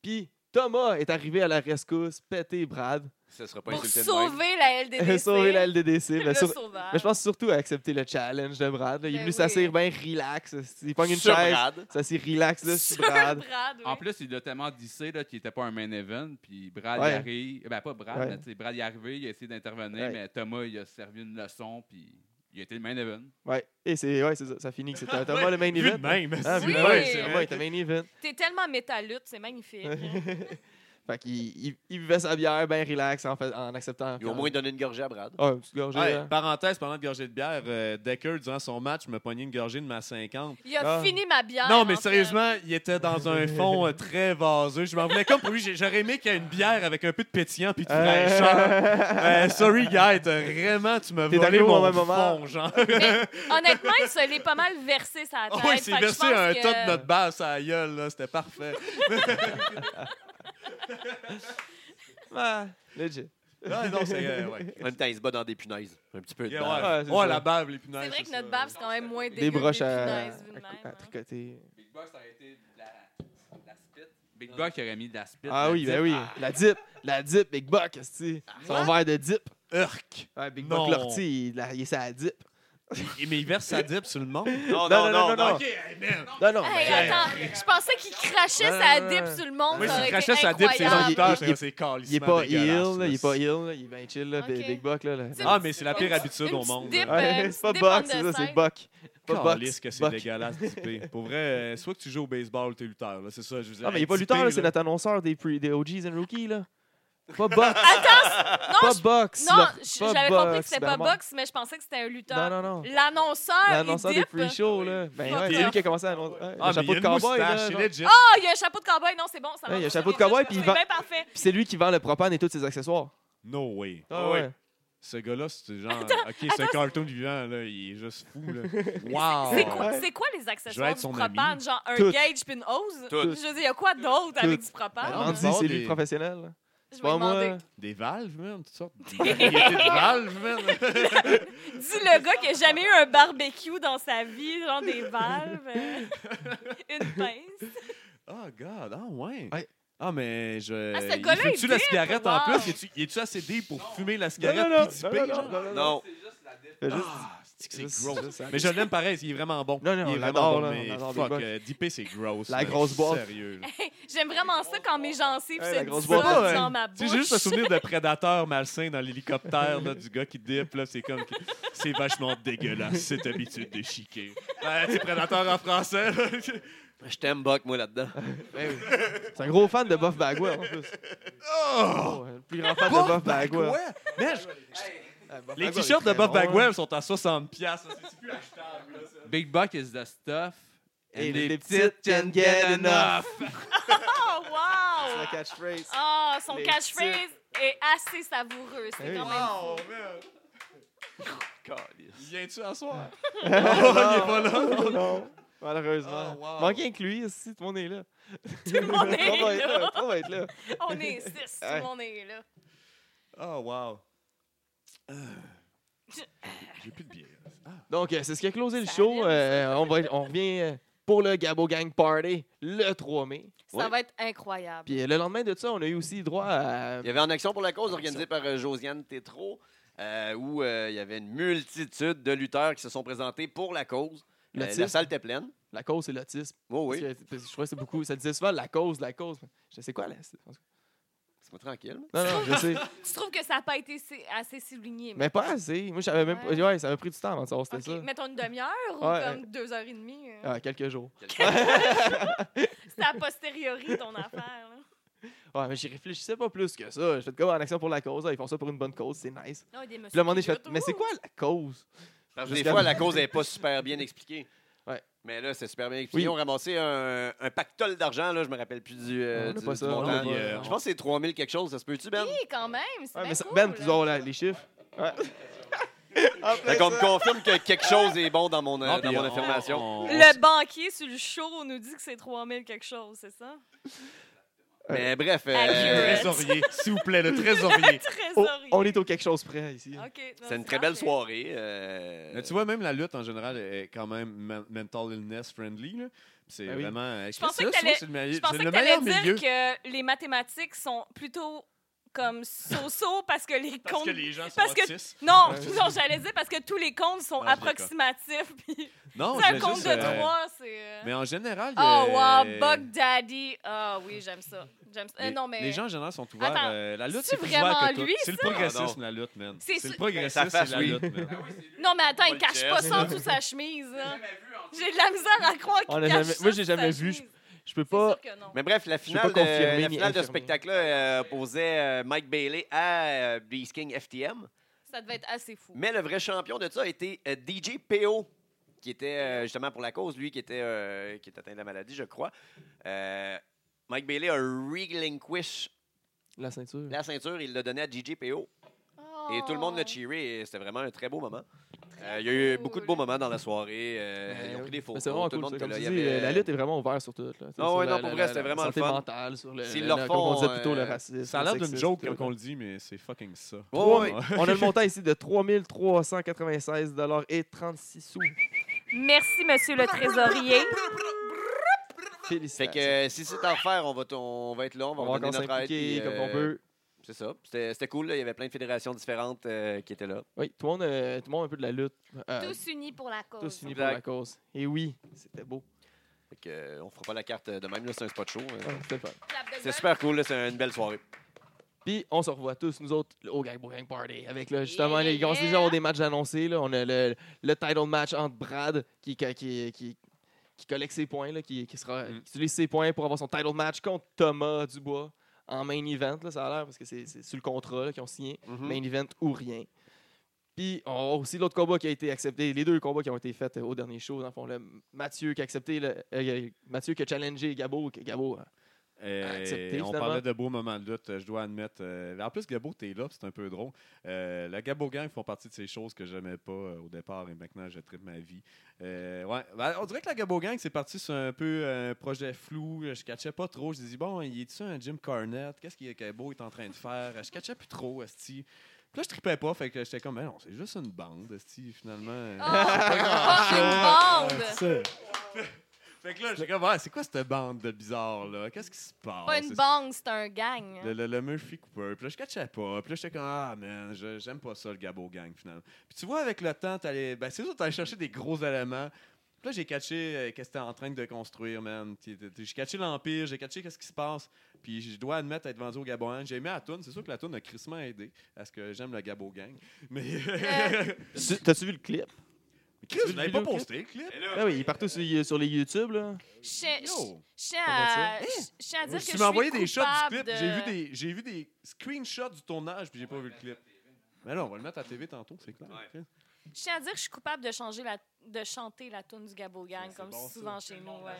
[SPEAKER 2] Puis Thomas est arrivé à la rescousse, pété brave,
[SPEAKER 1] Ça sera pas
[SPEAKER 3] Pour
[SPEAKER 1] insulté de même.
[SPEAKER 3] sauver la LDDC.
[SPEAKER 2] sauver la LDDC.
[SPEAKER 3] Le
[SPEAKER 2] mais sur-
[SPEAKER 3] sauveur.
[SPEAKER 2] mais je pense surtout à accepter le challenge de Brad. là. Il est
[SPEAKER 3] Ben
[SPEAKER 2] venu
[SPEAKER 3] oui.
[SPEAKER 2] s'asseoir bien relax. euh, Il pogne une
[SPEAKER 1] Sur
[SPEAKER 2] chaise,
[SPEAKER 1] Brad.
[SPEAKER 2] s'assied relax là, sur
[SPEAKER 3] Sur
[SPEAKER 2] Brad.
[SPEAKER 3] Brad, oui.
[SPEAKER 6] En plus, il l'a tellement dissé là, qu'il n'était pas un main event. Puis Brad
[SPEAKER 2] Ouais.
[SPEAKER 6] y arrive. Ben, pas Brad,
[SPEAKER 2] Ouais.
[SPEAKER 6] mais tu sais, Brad y est arrivé, il a essayé d'intervenir,
[SPEAKER 2] Ouais.
[SPEAKER 6] mais Thomas, il a servi une leçon, puis il a été le main event.
[SPEAKER 2] Ouais. Et c'est ouais, c'est ça, ça finit que c'était un Thomas le main
[SPEAKER 4] Vu de
[SPEAKER 2] event.
[SPEAKER 4] même.
[SPEAKER 2] Ah,
[SPEAKER 3] Oui.
[SPEAKER 2] vu de même,
[SPEAKER 3] c'est
[SPEAKER 2] c'est
[SPEAKER 3] vrai.
[SPEAKER 2] vrai, il était main event.
[SPEAKER 3] T'es tellement métalute, c'est magnifique. hein.
[SPEAKER 2] fait qu'il il, il buvait sa bière bien relax en, fait, en acceptant.
[SPEAKER 1] Il a au moins donné une gorgée à Brad.
[SPEAKER 2] Ah, une petite gorgée.
[SPEAKER 4] Hey,
[SPEAKER 2] là.
[SPEAKER 4] parenthèse, parlant de gorgée de bière, euh, Decker, durant son match, me pognait une gorgée de ma 50.
[SPEAKER 3] Il a
[SPEAKER 2] Ah.
[SPEAKER 3] fini ma bière.
[SPEAKER 4] non, mais
[SPEAKER 3] en fait.
[SPEAKER 4] sérieusement, il était dans un fond euh, très vaseux. Je m'en voulais comme pour lui. J'ai- J'aurais aimé qu'il y ait une bière avec un peu de pétillant puis de
[SPEAKER 2] Euh,
[SPEAKER 4] fraîcheur. Euh, sorry, guy, t'as vraiment, tu m'as
[SPEAKER 2] T'es
[SPEAKER 4] volé
[SPEAKER 2] arrivé au
[SPEAKER 4] mon
[SPEAKER 2] mauvais
[SPEAKER 4] fond,
[SPEAKER 2] moment.
[SPEAKER 4] genre.
[SPEAKER 3] Mais honnêtement, il se l'est pas mal versé sa tête.
[SPEAKER 4] Oh, il
[SPEAKER 3] Fait
[SPEAKER 4] s'est
[SPEAKER 3] que je
[SPEAKER 4] versé
[SPEAKER 3] pense
[SPEAKER 4] un
[SPEAKER 3] que-
[SPEAKER 4] tas de notre basse à la gueule, là. C'était parfait.
[SPEAKER 2] Ah, legit.
[SPEAKER 4] Non, non, c'est... euh, ouais.
[SPEAKER 1] En même temps, il se bat dans des punaises. Un petit peu de
[SPEAKER 4] Yeah,
[SPEAKER 1] bave.
[SPEAKER 4] ouais.
[SPEAKER 2] Ouais, c'est
[SPEAKER 4] Ouais,
[SPEAKER 2] ça.
[SPEAKER 4] la bave, les punaises.
[SPEAKER 3] C'est vrai
[SPEAKER 4] c'est
[SPEAKER 3] que
[SPEAKER 4] ça.
[SPEAKER 3] notre bave, c'est quand même moins dégueu.
[SPEAKER 2] Des broches
[SPEAKER 3] que des
[SPEAKER 2] à,
[SPEAKER 3] punaises, vu
[SPEAKER 2] à-
[SPEAKER 3] de même,
[SPEAKER 2] à
[SPEAKER 3] hein.
[SPEAKER 2] tricoter.
[SPEAKER 6] Big Buck, ça aurait été de la, de la spit. Big Buck aurait mis de la spit.
[SPEAKER 2] Ah
[SPEAKER 6] la
[SPEAKER 2] oui,
[SPEAKER 6] dip.
[SPEAKER 2] ben oui. La dip. La dip, Big Buck, c'est
[SPEAKER 3] Ah.
[SPEAKER 2] Son verre de dip.
[SPEAKER 4] Urk.
[SPEAKER 2] Ouais, Big
[SPEAKER 4] Non.
[SPEAKER 2] Buck l'ortie, il, la- il est sa dip.
[SPEAKER 4] Il- Mais il verse sa dip sur le monde.
[SPEAKER 1] Non, non,
[SPEAKER 2] Non, non, non,
[SPEAKER 1] non,
[SPEAKER 2] non.
[SPEAKER 1] non.
[SPEAKER 4] OK, hey, man.
[SPEAKER 2] Non, non.
[SPEAKER 3] Hey,
[SPEAKER 2] mais-
[SPEAKER 3] attends, je pensais qu'il crachait
[SPEAKER 2] Non,
[SPEAKER 3] sa
[SPEAKER 2] non,
[SPEAKER 3] dip
[SPEAKER 2] non.
[SPEAKER 3] sur le monde.
[SPEAKER 4] Moi,
[SPEAKER 3] ça aurait
[SPEAKER 4] s'il
[SPEAKER 3] été
[SPEAKER 4] crachait sa dip, ses
[SPEAKER 2] incroyable.
[SPEAKER 4] auditeurs,
[SPEAKER 2] Il- il-
[SPEAKER 4] c'est
[SPEAKER 2] il est pas
[SPEAKER 4] calissement dégueulasse,
[SPEAKER 2] ill, là, il est
[SPEAKER 4] là.
[SPEAKER 2] pas ill, là, il est bien chill, là, Big-
[SPEAKER 3] Ok.
[SPEAKER 2] Big Buck. Là, là.
[SPEAKER 3] C'est-
[SPEAKER 4] Ah, mais c'est la pire
[SPEAKER 3] Une
[SPEAKER 4] habitude
[SPEAKER 3] petite
[SPEAKER 4] au monde.
[SPEAKER 3] dip,
[SPEAKER 4] là.
[SPEAKER 3] euh,
[SPEAKER 2] Ouais, c'est pas
[SPEAKER 3] dip on
[SPEAKER 2] Buck,
[SPEAKER 3] the
[SPEAKER 2] c'est ça, c'est
[SPEAKER 3] side.
[SPEAKER 2] Buck. Pas Buck.
[SPEAKER 4] Calisse que c'est
[SPEAKER 2] Buck.
[SPEAKER 4] dégueulasse, Dipé. Pour vrai, euh, soit que tu joues au baseball ou t'es lutteur, là, c'est ça, je vous
[SPEAKER 2] Non, Ah, mais il est pas
[SPEAKER 4] Dipé,
[SPEAKER 2] lutteur, là, c'est
[SPEAKER 4] là.
[SPEAKER 2] notre annonceur des, pre- des OGs and rookies. Là. Pas Buck.
[SPEAKER 3] Non,
[SPEAKER 2] pas
[SPEAKER 3] je-
[SPEAKER 2] Buck.
[SPEAKER 3] non,
[SPEAKER 2] leur-
[SPEAKER 3] je-
[SPEAKER 2] pas
[SPEAKER 3] j'avais compris
[SPEAKER 2] Buck,
[SPEAKER 3] que c'était pas
[SPEAKER 2] Bernard.
[SPEAKER 3] box, mais je pensais que c'était un
[SPEAKER 2] Non,
[SPEAKER 3] lutteur.
[SPEAKER 2] non, non.
[SPEAKER 3] L'annonceur,
[SPEAKER 2] L'annonceur
[SPEAKER 3] il
[SPEAKER 2] des
[SPEAKER 3] dip.
[SPEAKER 2] pre-shows, là. Ben
[SPEAKER 3] Fuck
[SPEAKER 2] ouais, c'est lui
[SPEAKER 3] off.
[SPEAKER 2] qui a commencé à annoncer. ouais,
[SPEAKER 4] Ah,
[SPEAKER 2] le
[SPEAKER 4] mais
[SPEAKER 2] chapeau
[SPEAKER 4] il
[SPEAKER 2] de
[SPEAKER 4] y a une
[SPEAKER 2] cowboy. là, genre. Ah!
[SPEAKER 4] moustache, c'est
[SPEAKER 2] Puis
[SPEAKER 4] legit.
[SPEAKER 3] Oh, il y a un chapeau de cowboy. Non, c'est bon, ça
[SPEAKER 2] Ouais, il y a un
[SPEAKER 3] marche.
[SPEAKER 2] chapeau de cowboy, puis il
[SPEAKER 3] C'est
[SPEAKER 2] va-
[SPEAKER 3] bien parfait.
[SPEAKER 2] c'est lui qui vend le propane et tous ses accessoires.
[SPEAKER 4] No way.
[SPEAKER 2] Ah ouais.
[SPEAKER 4] Ce gars-là, c'est genre. ok, c'est un cartoon vivant, là. Il est juste fou, là. wow.
[SPEAKER 3] C'est quoi,
[SPEAKER 2] Ouais.
[SPEAKER 3] c'est quoi les
[SPEAKER 4] Je vais
[SPEAKER 3] accessoires
[SPEAKER 4] être
[SPEAKER 3] du
[SPEAKER 4] son
[SPEAKER 3] propane?
[SPEAKER 4] ami.
[SPEAKER 3] Genre un
[SPEAKER 2] Tout.
[SPEAKER 3] gauge puis une hose?
[SPEAKER 1] Tout.
[SPEAKER 3] Je veux dire, il y a quoi d'autre
[SPEAKER 2] Tout.
[SPEAKER 3] avec du propane?
[SPEAKER 4] Ben non,
[SPEAKER 2] Andy,
[SPEAKER 4] non,
[SPEAKER 2] c'est
[SPEAKER 4] des-
[SPEAKER 2] lui le professionnel. là.
[SPEAKER 3] je vais
[SPEAKER 2] Pas
[SPEAKER 3] demander.
[SPEAKER 2] moi.
[SPEAKER 4] Des valves, même, toutes sortes. Des variétés de valves, même.
[SPEAKER 3] Dis le gars qui a jamais eu un barbecue dans sa vie, genre des valves, euh, une pince.
[SPEAKER 4] Oh, God. Ah, ouais.
[SPEAKER 2] Ouais.
[SPEAKER 4] Ah, mais je.
[SPEAKER 3] Ah, ce gars-là,
[SPEAKER 4] tu
[SPEAKER 3] il
[SPEAKER 4] la
[SPEAKER 3] dip,
[SPEAKER 4] cigarette en
[SPEAKER 3] wow.
[SPEAKER 4] plus? Y est tu assez deep pour fumer la cigarette
[SPEAKER 2] non,
[SPEAKER 4] pis
[SPEAKER 2] non,
[SPEAKER 4] diper,
[SPEAKER 2] non,
[SPEAKER 4] genre?
[SPEAKER 2] non, non,
[SPEAKER 1] Non.
[SPEAKER 6] C'est juste la dip.
[SPEAKER 2] Fait juste-
[SPEAKER 4] Ah, c'est que
[SPEAKER 2] juste-
[SPEAKER 4] c'est gross.
[SPEAKER 2] juste-
[SPEAKER 4] Mais je l'aime pareil, il est vraiment bon.
[SPEAKER 2] Non, non,
[SPEAKER 4] il est
[SPEAKER 2] on l'adore, là,
[SPEAKER 4] mais
[SPEAKER 2] on adore Big
[SPEAKER 4] fuck,
[SPEAKER 2] Buck.
[SPEAKER 4] euh, Dippé, c'est gross.
[SPEAKER 2] La
[SPEAKER 4] là.
[SPEAKER 2] grosse boîte.
[SPEAKER 4] Sérieux. là.
[SPEAKER 3] J'aime vraiment ça quand mes gencives
[SPEAKER 2] Ouais, la
[SPEAKER 3] se
[SPEAKER 2] grosse
[SPEAKER 3] dissolvent
[SPEAKER 2] boîte.
[SPEAKER 4] Ouais,
[SPEAKER 3] dans
[SPEAKER 4] ouais.
[SPEAKER 3] ma
[SPEAKER 4] Tu
[SPEAKER 3] bouche.
[SPEAKER 4] sais, j'ai juste le souvenir de prédateur malsain dans l'hélicoptère là, du gars qui dippe. là, C'est comme. que C'est vachement dégueulasse, cette habitude de chiquer. Ouais, c'est prédateur en français. là.
[SPEAKER 1] Je t'aime, Buck, moi, là-dedans.
[SPEAKER 2] Ben oui. C'est un gros fan de Buff Bagwell, en plus.
[SPEAKER 4] Oh!
[SPEAKER 2] Oh, le plus grand fan de Buff Bagwell.
[SPEAKER 4] Mais je-
[SPEAKER 2] Ah, Buff
[SPEAKER 4] les
[SPEAKER 2] Bagwell est
[SPEAKER 4] t-shirts de
[SPEAKER 2] très
[SPEAKER 4] Bob
[SPEAKER 2] bon, là.
[SPEAKER 4] Bagwell sont à 60$. piastres, là, C'est plus achetable. là, ça.
[SPEAKER 6] Big Buck is the stuff.
[SPEAKER 2] ben- Et les petites can get enough.
[SPEAKER 3] Oh,
[SPEAKER 2] C'est la
[SPEAKER 3] wow!
[SPEAKER 2] catchphrase.
[SPEAKER 3] Ah, son
[SPEAKER 2] Les
[SPEAKER 3] catchphrase est assez savoureux. C'est
[SPEAKER 2] Eh
[SPEAKER 3] quand
[SPEAKER 2] oui.
[SPEAKER 3] même...
[SPEAKER 4] Oh, man.
[SPEAKER 1] Calice.
[SPEAKER 4] Viens-tu à soir?
[SPEAKER 2] non, non, malheureusement.
[SPEAKER 4] Oh, wow.
[SPEAKER 2] Ah. Manquez que lui, si tout le monde est là.
[SPEAKER 3] Tout le monde
[SPEAKER 2] On va
[SPEAKER 3] est
[SPEAKER 2] être là.
[SPEAKER 3] là.
[SPEAKER 2] on va être là.
[SPEAKER 3] On est six. Tout le
[SPEAKER 2] Ouais.
[SPEAKER 3] monde est là.
[SPEAKER 4] Oh, wow. Euh, J'ai plus de bière.
[SPEAKER 2] Donc, euh, c'est ce qui a closé le
[SPEAKER 3] Ça
[SPEAKER 2] show.
[SPEAKER 3] allume,
[SPEAKER 2] Euh, on, va être- on revient euh, pour le Gabo Gang Party le 3 mai.
[SPEAKER 3] Ça
[SPEAKER 1] Ouais.
[SPEAKER 3] va être incroyable.
[SPEAKER 2] Puis euh, le lendemain de ça, on a eu aussi droit à. euh,
[SPEAKER 1] Il y avait une action pour la cause organisée par euh, Josiane Tétrault, euh, où euh, il y avait une multitude de lutteurs qui se sont présentés pour la cause. Euh,
[SPEAKER 2] L'autisme.
[SPEAKER 1] la salle était pleine.
[SPEAKER 2] La cause, c'est l'autisme.
[SPEAKER 1] Oh, oui,
[SPEAKER 2] Parce que, parce que je trouvais que c'est beaucoup. Ça disait souvent la cause, la cause. Je sais quoi, là. c'est-
[SPEAKER 1] c'est tranquille.
[SPEAKER 2] Non, non, je sais.
[SPEAKER 3] Tu trouves que ça n'a pas été si- assez souligné?
[SPEAKER 2] Mais pas assez. Moi, je savais même pas.
[SPEAKER 3] Ouais.
[SPEAKER 2] Ouais, ça m'a pris du temps avant de savoir
[SPEAKER 3] OK,
[SPEAKER 2] c'était ça.
[SPEAKER 3] Mettons une demi-heure ou
[SPEAKER 2] Ouais,
[SPEAKER 3] comme deux heures et demie? hein?
[SPEAKER 2] Ah, quelques jours.
[SPEAKER 3] C'est a posteriori ton affaire. là.
[SPEAKER 2] Ouais, mais j'y réfléchissais pas plus que ça. Je fais comme en action pour la cause. ah, Ils font ça pour une bonne cause. C'est nice.
[SPEAKER 3] Non,
[SPEAKER 2] Puis
[SPEAKER 3] des
[SPEAKER 2] là, à un
[SPEAKER 3] messieurs
[SPEAKER 2] moment donné,
[SPEAKER 3] qui
[SPEAKER 2] je fais,
[SPEAKER 3] luttent,
[SPEAKER 2] mais c'est
[SPEAKER 3] ouh!
[SPEAKER 2] quoi la cause?
[SPEAKER 1] Parce que des
[SPEAKER 2] Jusqu'à-
[SPEAKER 1] fois, la cause n'est pas super bien expliquée.
[SPEAKER 2] Ouais.
[SPEAKER 1] Mais là, c'est super bien expliqué.
[SPEAKER 2] Oui.
[SPEAKER 1] On ramassait un, un pactole d'argent, là, je me rappelle plus du, euh,
[SPEAKER 2] On a
[SPEAKER 1] du-
[SPEAKER 2] pas
[SPEAKER 1] du
[SPEAKER 2] ça, euh, on
[SPEAKER 1] montant.
[SPEAKER 2] a
[SPEAKER 4] pas-
[SPEAKER 1] Je pense que c'est 3000 quelque chose, ça se peut-tu, Ben?
[SPEAKER 3] Oui, quand même. C'est
[SPEAKER 2] Ouais,
[SPEAKER 3] bien
[SPEAKER 2] mais ça-
[SPEAKER 3] cool.
[SPEAKER 2] ben, tu dois avoir la- les chiffres. Ouais. En plein
[SPEAKER 1] Fait qu'on
[SPEAKER 2] ça.
[SPEAKER 1] me confirme que quelque chose est bon dans mon, euh,
[SPEAKER 4] Ah,
[SPEAKER 1] dans
[SPEAKER 4] puis
[SPEAKER 1] mon
[SPEAKER 4] on-
[SPEAKER 1] affirmation.
[SPEAKER 4] on- on-
[SPEAKER 3] Le banquier sur le show nous dit que c'est 3000 quelque chose, c'est
[SPEAKER 2] Oh,
[SPEAKER 3] ça?
[SPEAKER 1] Mais bref, euh,
[SPEAKER 4] Le
[SPEAKER 3] Accurate.
[SPEAKER 4] trésorier, s'il vous plaît, le trésorier.
[SPEAKER 2] Oh,
[SPEAKER 3] Trésorier.
[SPEAKER 2] on est au quelque chose près ici.
[SPEAKER 3] OK, non,
[SPEAKER 1] c'est une très belle
[SPEAKER 3] parfait.
[SPEAKER 1] soirée. euh,
[SPEAKER 4] Mais tu vois, même la lutte en général est quand même men- mental illness friendly. là. C'est
[SPEAKER 2] Ben oui.
[SPEAKER 4] vraiment. euh,
[SPEAKER 3] Je pensais
[SPEAKER 4] Chris,
[SPEAKER 3] que
[SPEAKER 4] là,
[SPEAKER 3] t'allais-
[SPEAKER 4] c'est le meille-
[SPEAKER 3] Je
[SPEAKER 4] c'est
[SPEAKER 3] pensais
[SPEAKER 4] le
[SPEAKER 3] que t'allais dire
[SPEAKER 4] meilleur milieu.
[SPEAKER 3] que les mathématiques sont plutôt comme so-so parce que les
[SPEAKER 4] Parce
[SPEAKER 3] comptes.
[SPEAKER 4] que les gens sont
[SPEAKER 3] parce que-
[SPEAKER 4] autistes.
[SPEAKER 3] Non,
[SPEAKER 2] Ouais.
[SPEAKER 3] non j'allais dire parce que tous les comptes sont
[SPEAKER 4] Non, je déconne.
[SPEAKER 3] approximatifs. Puis
[SPEAKER 4] Non,
[SPEAKER 3] c'est
[SPEAKER 4] je
[SPEAKER 3] un
[SPEAKER 4] voulais
[SPEAKER 3] compte
[SPEAKER 4] juste,
[SPEAKER 3] de
[SPEAKER 4] euh,
[SPEAKER 3] trois, c'est. euh,
[SPEAKER 4] Mais en général.
[SPEAKER 3] Oh, wow,
[SPEAKER 4] euh,
[SPEAKER 3] Bug Daddy. Ah oui, j'aime ça. J'aime ça. Euh,
[SPEAKER 4] les-
[SPEAKER 3] non, mais.
[SPEAKER 4] Les gens en général sont ouverts.
[SPEAKER 3] Attends,
[SPEAKER 4] euh, la lutte,
[SPEAKER 3] c'est
[SPEAKER 4] c'est plus ouvert
[SPEAKER 3] vraiment
[SPEAKER 4] que tout.
[SPEAKER 3] lui,
[SPEAKER 4] C'est le
[SPEAKER 1] ça?
[SPEAKER 4] progressisme,
[SPEAKER 1] Ah,
[SPEAKER 4] la lutte, man.
[SPEAKER 3] C'est
[SPEAKER 4] C'est le
[SPEAKER 3] su-
[SPEAKER 1] Sa
[SPEAKER 4] progressisme, c'est
[SPEAKER 1] face,
[SPEAKER 4] la
[SPEAKER 1] oui.
[SPEAKER 4] lutte, man.
[SPEAKER 3] Non, mais attends,
[SPEAKER 1] Paul
[SPEAKER 3] il cache pas
[SPEAKER 1] Chess.
[SPEAKER 3] ça en dessous de sa chemise. hein. J'ai de la misère à croire qu'il
[SPEAKER 2] On a
[SPEAKER 3] cache
[SPEAKER 2] jamais-
[SPEAKER 3] ça
[SPEAKER 2] moi, j'ai
[SPEAKER 3] sous sa
[SPEAKER 2] jamais vu, je-
[SPEAKER 3] chemise.
[SPEAKER 2] Je peux
[SPEAKER 3] C'est
[SPEAKER 2] pas.
[SPEAKER 3] sûr que non.
[SPEAKER 1] Mais bref, la
[SPEAKER 2] Je peux pas
[SPEAKER 1] finale, de,
[SPEAKER 2] confirmer
[SPEAKER 1] la
[SPEAKER 2] ni
[SPEAKER 1] finale de
[SPEAKER 2] infirmer.
[SPEAKER 1] spectacle euh, opposait euh, Mike Bailey à euh, Beast King FTM.
[SPEAKER 3] Ça devait être assez fou.
[SPEAKER 1] Mais le vrai champion de ça a été euh, DJ PO, qui était euh, justement pour la cause, lui qui était euh, qui est atteint de la maladie, je crois. Euh, Mike Bailey a relinquish
[SPEAKER 2] La ceinture.
[SPEAKER 1] la ceinture, il l'a donnée à DJ PO. Et tout le monde
[SPEAKER 3] Oh.
[SPEAKER 1] l'a cheeré et c'était vraiment un très beau moment. Euh, Il y a eu beaucoup de beaux moments dans la soirée. euh,
[SPEAKER 2] Ben
[SPEAKER 1] ils ont
[SPEAKER 2] oui.
[SPEAKER 1] pris des
[SPEAKER 2] Mais
[SPEAKER 1] photos.
[SPEAKER 2] c'est vraiment
[SPEAKER 1] tout le
[SPEAKER 2] cool.
[SPEAKER 1] monde
[SPEAKER 2] ça,
[SPEAKER 1] était
[SPEAKER 2] Comme
[SPEAKER 1] là.
[SPEAKER 2] tu
[SPEAKER 1] Il
[SPEAKER 2] dis,
[SPEAKER 1] y avait-
[SPEAKER 2] euh, la lutte est vraiment ouverte sur tout. Là,
[SPEAKER 1] Ah ouais, non, pour vrai, c'était vraiment
[SPEAKER 2] la
[SPEAKER 1] le
[SPEAKER 2] santé
[SPEAKER 1] fun.
[SPEAKER 2] mentale, sur le,
[SPEAKER 1] S'ils
[SPEAKER 2] le-
[SPEAKER 1] le
[SPEAKER 2] comme
[SPEAKER 1] font,
[SPEAKER 2] on disait plutôt, le
[SPEAKER 1] euh,
[SPEAKER 2] racisme.
[SPEAKER 4] Ça a l'air
[SPEAKER 2] le
[SPEAKER 4] d'une
[SPEAKER 2] sexisme,
[SPEAKER 4] joke
[SPEAKER 2] tout,
[SPEAKER 4] quand
[SPEAKER 2] là.
[SPEAKER 4] on le dit, mais c'est fucking ça.
[SPEAKER 1] Oh,
[SPEAKER 2] Trois-
[SPEAKER 1] oui.
[SPEAKER 2] On a le montant ici de 3396 et 36 sous.
[SPEAKER 3] Merci, monsieur le trésorier.
[SPEAKER 1] Fait
[SPEAKER 2] Félicitations.
[SPEAKER 1] que euh, si c'est à refaire, on va, t- on va être là, on va,
[SPEAKER 2] on va
[SPEAKER 1] donner
[SPEAKER 2] encore
[SPEAKER 1] notre aide.
[SPEAKER 2] s'impliquer
[SPEAKER 1] puis,
[SPEAKER 2] comme on
[SPEAKER 1] euh,
[SPEAKER 2] peut.
[SPEAKER 1] C'est ça. C'était c'était cool. là. Il y avait plein de fédérations différentes euh, qui étaient là.
[SPEAKER 2] Oui, tout le monde, euh, tout le monde a un peu de la lutte. Euh,
[SPEAKER 3] Tous unis pour la cause.
[SPEAKER 2] tous unis pour
[SPEAKER 1] Exact.
[SPEAKER 2] la cause. Et oui, c'était beau.
[SPEAKER 1] Fait que, euh, on fera pas la carte euh, de même. là, C'est un spot show. euh.
[SPEAKER 2] Ouais, Ah, c'était fun.
[SPEAKER 3] Clap de
[SPEAKER 1] C'est
[SPEAKER 3] gueule.
[SPEAKER 1] super cool. là, C'est une belle soirée.
[SPEAKER 2] Puis on se revoit tous, nous autres, au Gang Gang Party. Avec là, justement,
[SPEAKER 3] Yeah,
[SPEAKER 2] les gars, on
[SPEAKER 3] yeah.
[SPEAKER 2] déjà avoir des matchs annoncés. Là. On a le, le title match entre Brad qui, qui, qui, qui- qui collecte ses points, là, qui, qui sera,
[SPEAKER 4] Mm.
[SPEAKER 2] qui utilise ses points pour avoir son title match contre Thomas Dubois en main event. Là, ça a l'air parce que c'est c'est sur le contrat là, qu'ils ont signé.
[SPEAKER 1] Mhm.
[SPEAKER 2] Main event ou rien. Puis on a aussi l'autre combat qui a été accepté, les deux combats qui ont été faits euh, au dernier show. Dans le fond, là, Mathieu qui a accepté, le- euh, Mathieu qui a challengé Gabo. que Gabo euh,
[SPEAKER 4] Euh,
[SPEAKER 2] accepté,
[SPEAKER 4] on
[SPEAKER 2] finalement.
[SPEAKER 4] parlait de beaux moments de lutte, euh, je dois admettre. euh, en plus, Gabo, t'es là, puis c'est un peu drôle. Euh, la Gabo Gang font partie de ces choses que j'aimais pas euh, au départ et maintenant je tripe ma vie. Euh, ouais, ben, on dirait que la Gabo Gang, c'est parti sur un peu euh, un projet flou. euh, Je catchais pas trop. Je dis bon, il est-tu un Jim Cornette Qu'est-ce que Gabo est en train de faire Euh, Je catchais plus trop, Esti. Puis là, je tripais pas, fait que j'étais comme, Ben non, c'est juste une bande, Esti, finalement. euh,
[SPEAKER 3] Oh, fucking bande!
[SPEAKER 5] Ça,
[SPEAKER 4] Fait que là, j'étais comme, Ouais, c'est quoi cette bande de bizarre, là Qu'est-ce qui se passe
[SPEAKER 3] Pas une
[SPEAKER 4] esti?
[SPEAKER 3] bande, c'est un gang.
[SPEAKER 4] Le, le- le Murphy Cooper. Puis là, je catchais pas. Puis là, j'étais comme, ah, man, je- j'aime pas ça, le Gabo Gang, finalement. Puis tu vois, avec le temps, t'allais. Ben, c'est sûr, t'allais chercher des gros éléments. Puis là, j'ai catché euh, qu'est-ce que t'es en train de construire, man. T'es- t'es- t'es- J'ai catché l'Empire, j'ai catché qu'est-ce qui se passe. Puis je dois admettre être vendu au Gabo Gang. J'ai aimé la toune. C'est sûr que la toune a crissement aidé à ce que j'aime le Gabo Gang. Mais.
[SPEAKER 3] Euh,
[SPEAKER 2] tu- T'as-tu vu le clip?
[SPEAKER 4] Chris, je l'avais pas
[SPEAKER 2] vidéo,
[SPEAKER 4] posté, le clip.
[SPEAKER 2] Ah oui, il est partout sur, sur les YouTube. Là.
[SPEAKER 3] Je tiens- Euh, je-
[SPEAKER 4] Yo.
[SPEAKER 3] je tiens à,
[SPEAKER 4] Comment ça?
[SPEAKER 3] je- je tiens à dire que
[SPEAKER 4] Tu
[SPEAKER 3] je
[SPEAKER 4] m'as
[SPEAKER 3] suis
[SPEAKER 4] envoyé des shots du
[SPEAKER 3] coupable
[SPEAKER 4] clip.
[SPEAKER 3] de-
[SPEAKER 4] J'ai vu des, j'ai vu des screenshots du tournage, puis j'ai pas vu le clip. Mais là, on va le mettre à TV tantôt, c'est clair. Chris.
[SPEAKER 3] Je tiens à dire que je suis coupable de, changer la, de chanter la tune du Gabo Gang, comme
[SPEAKER 4] bon,
[SPEAKER 3] souvent chez nous. ouais.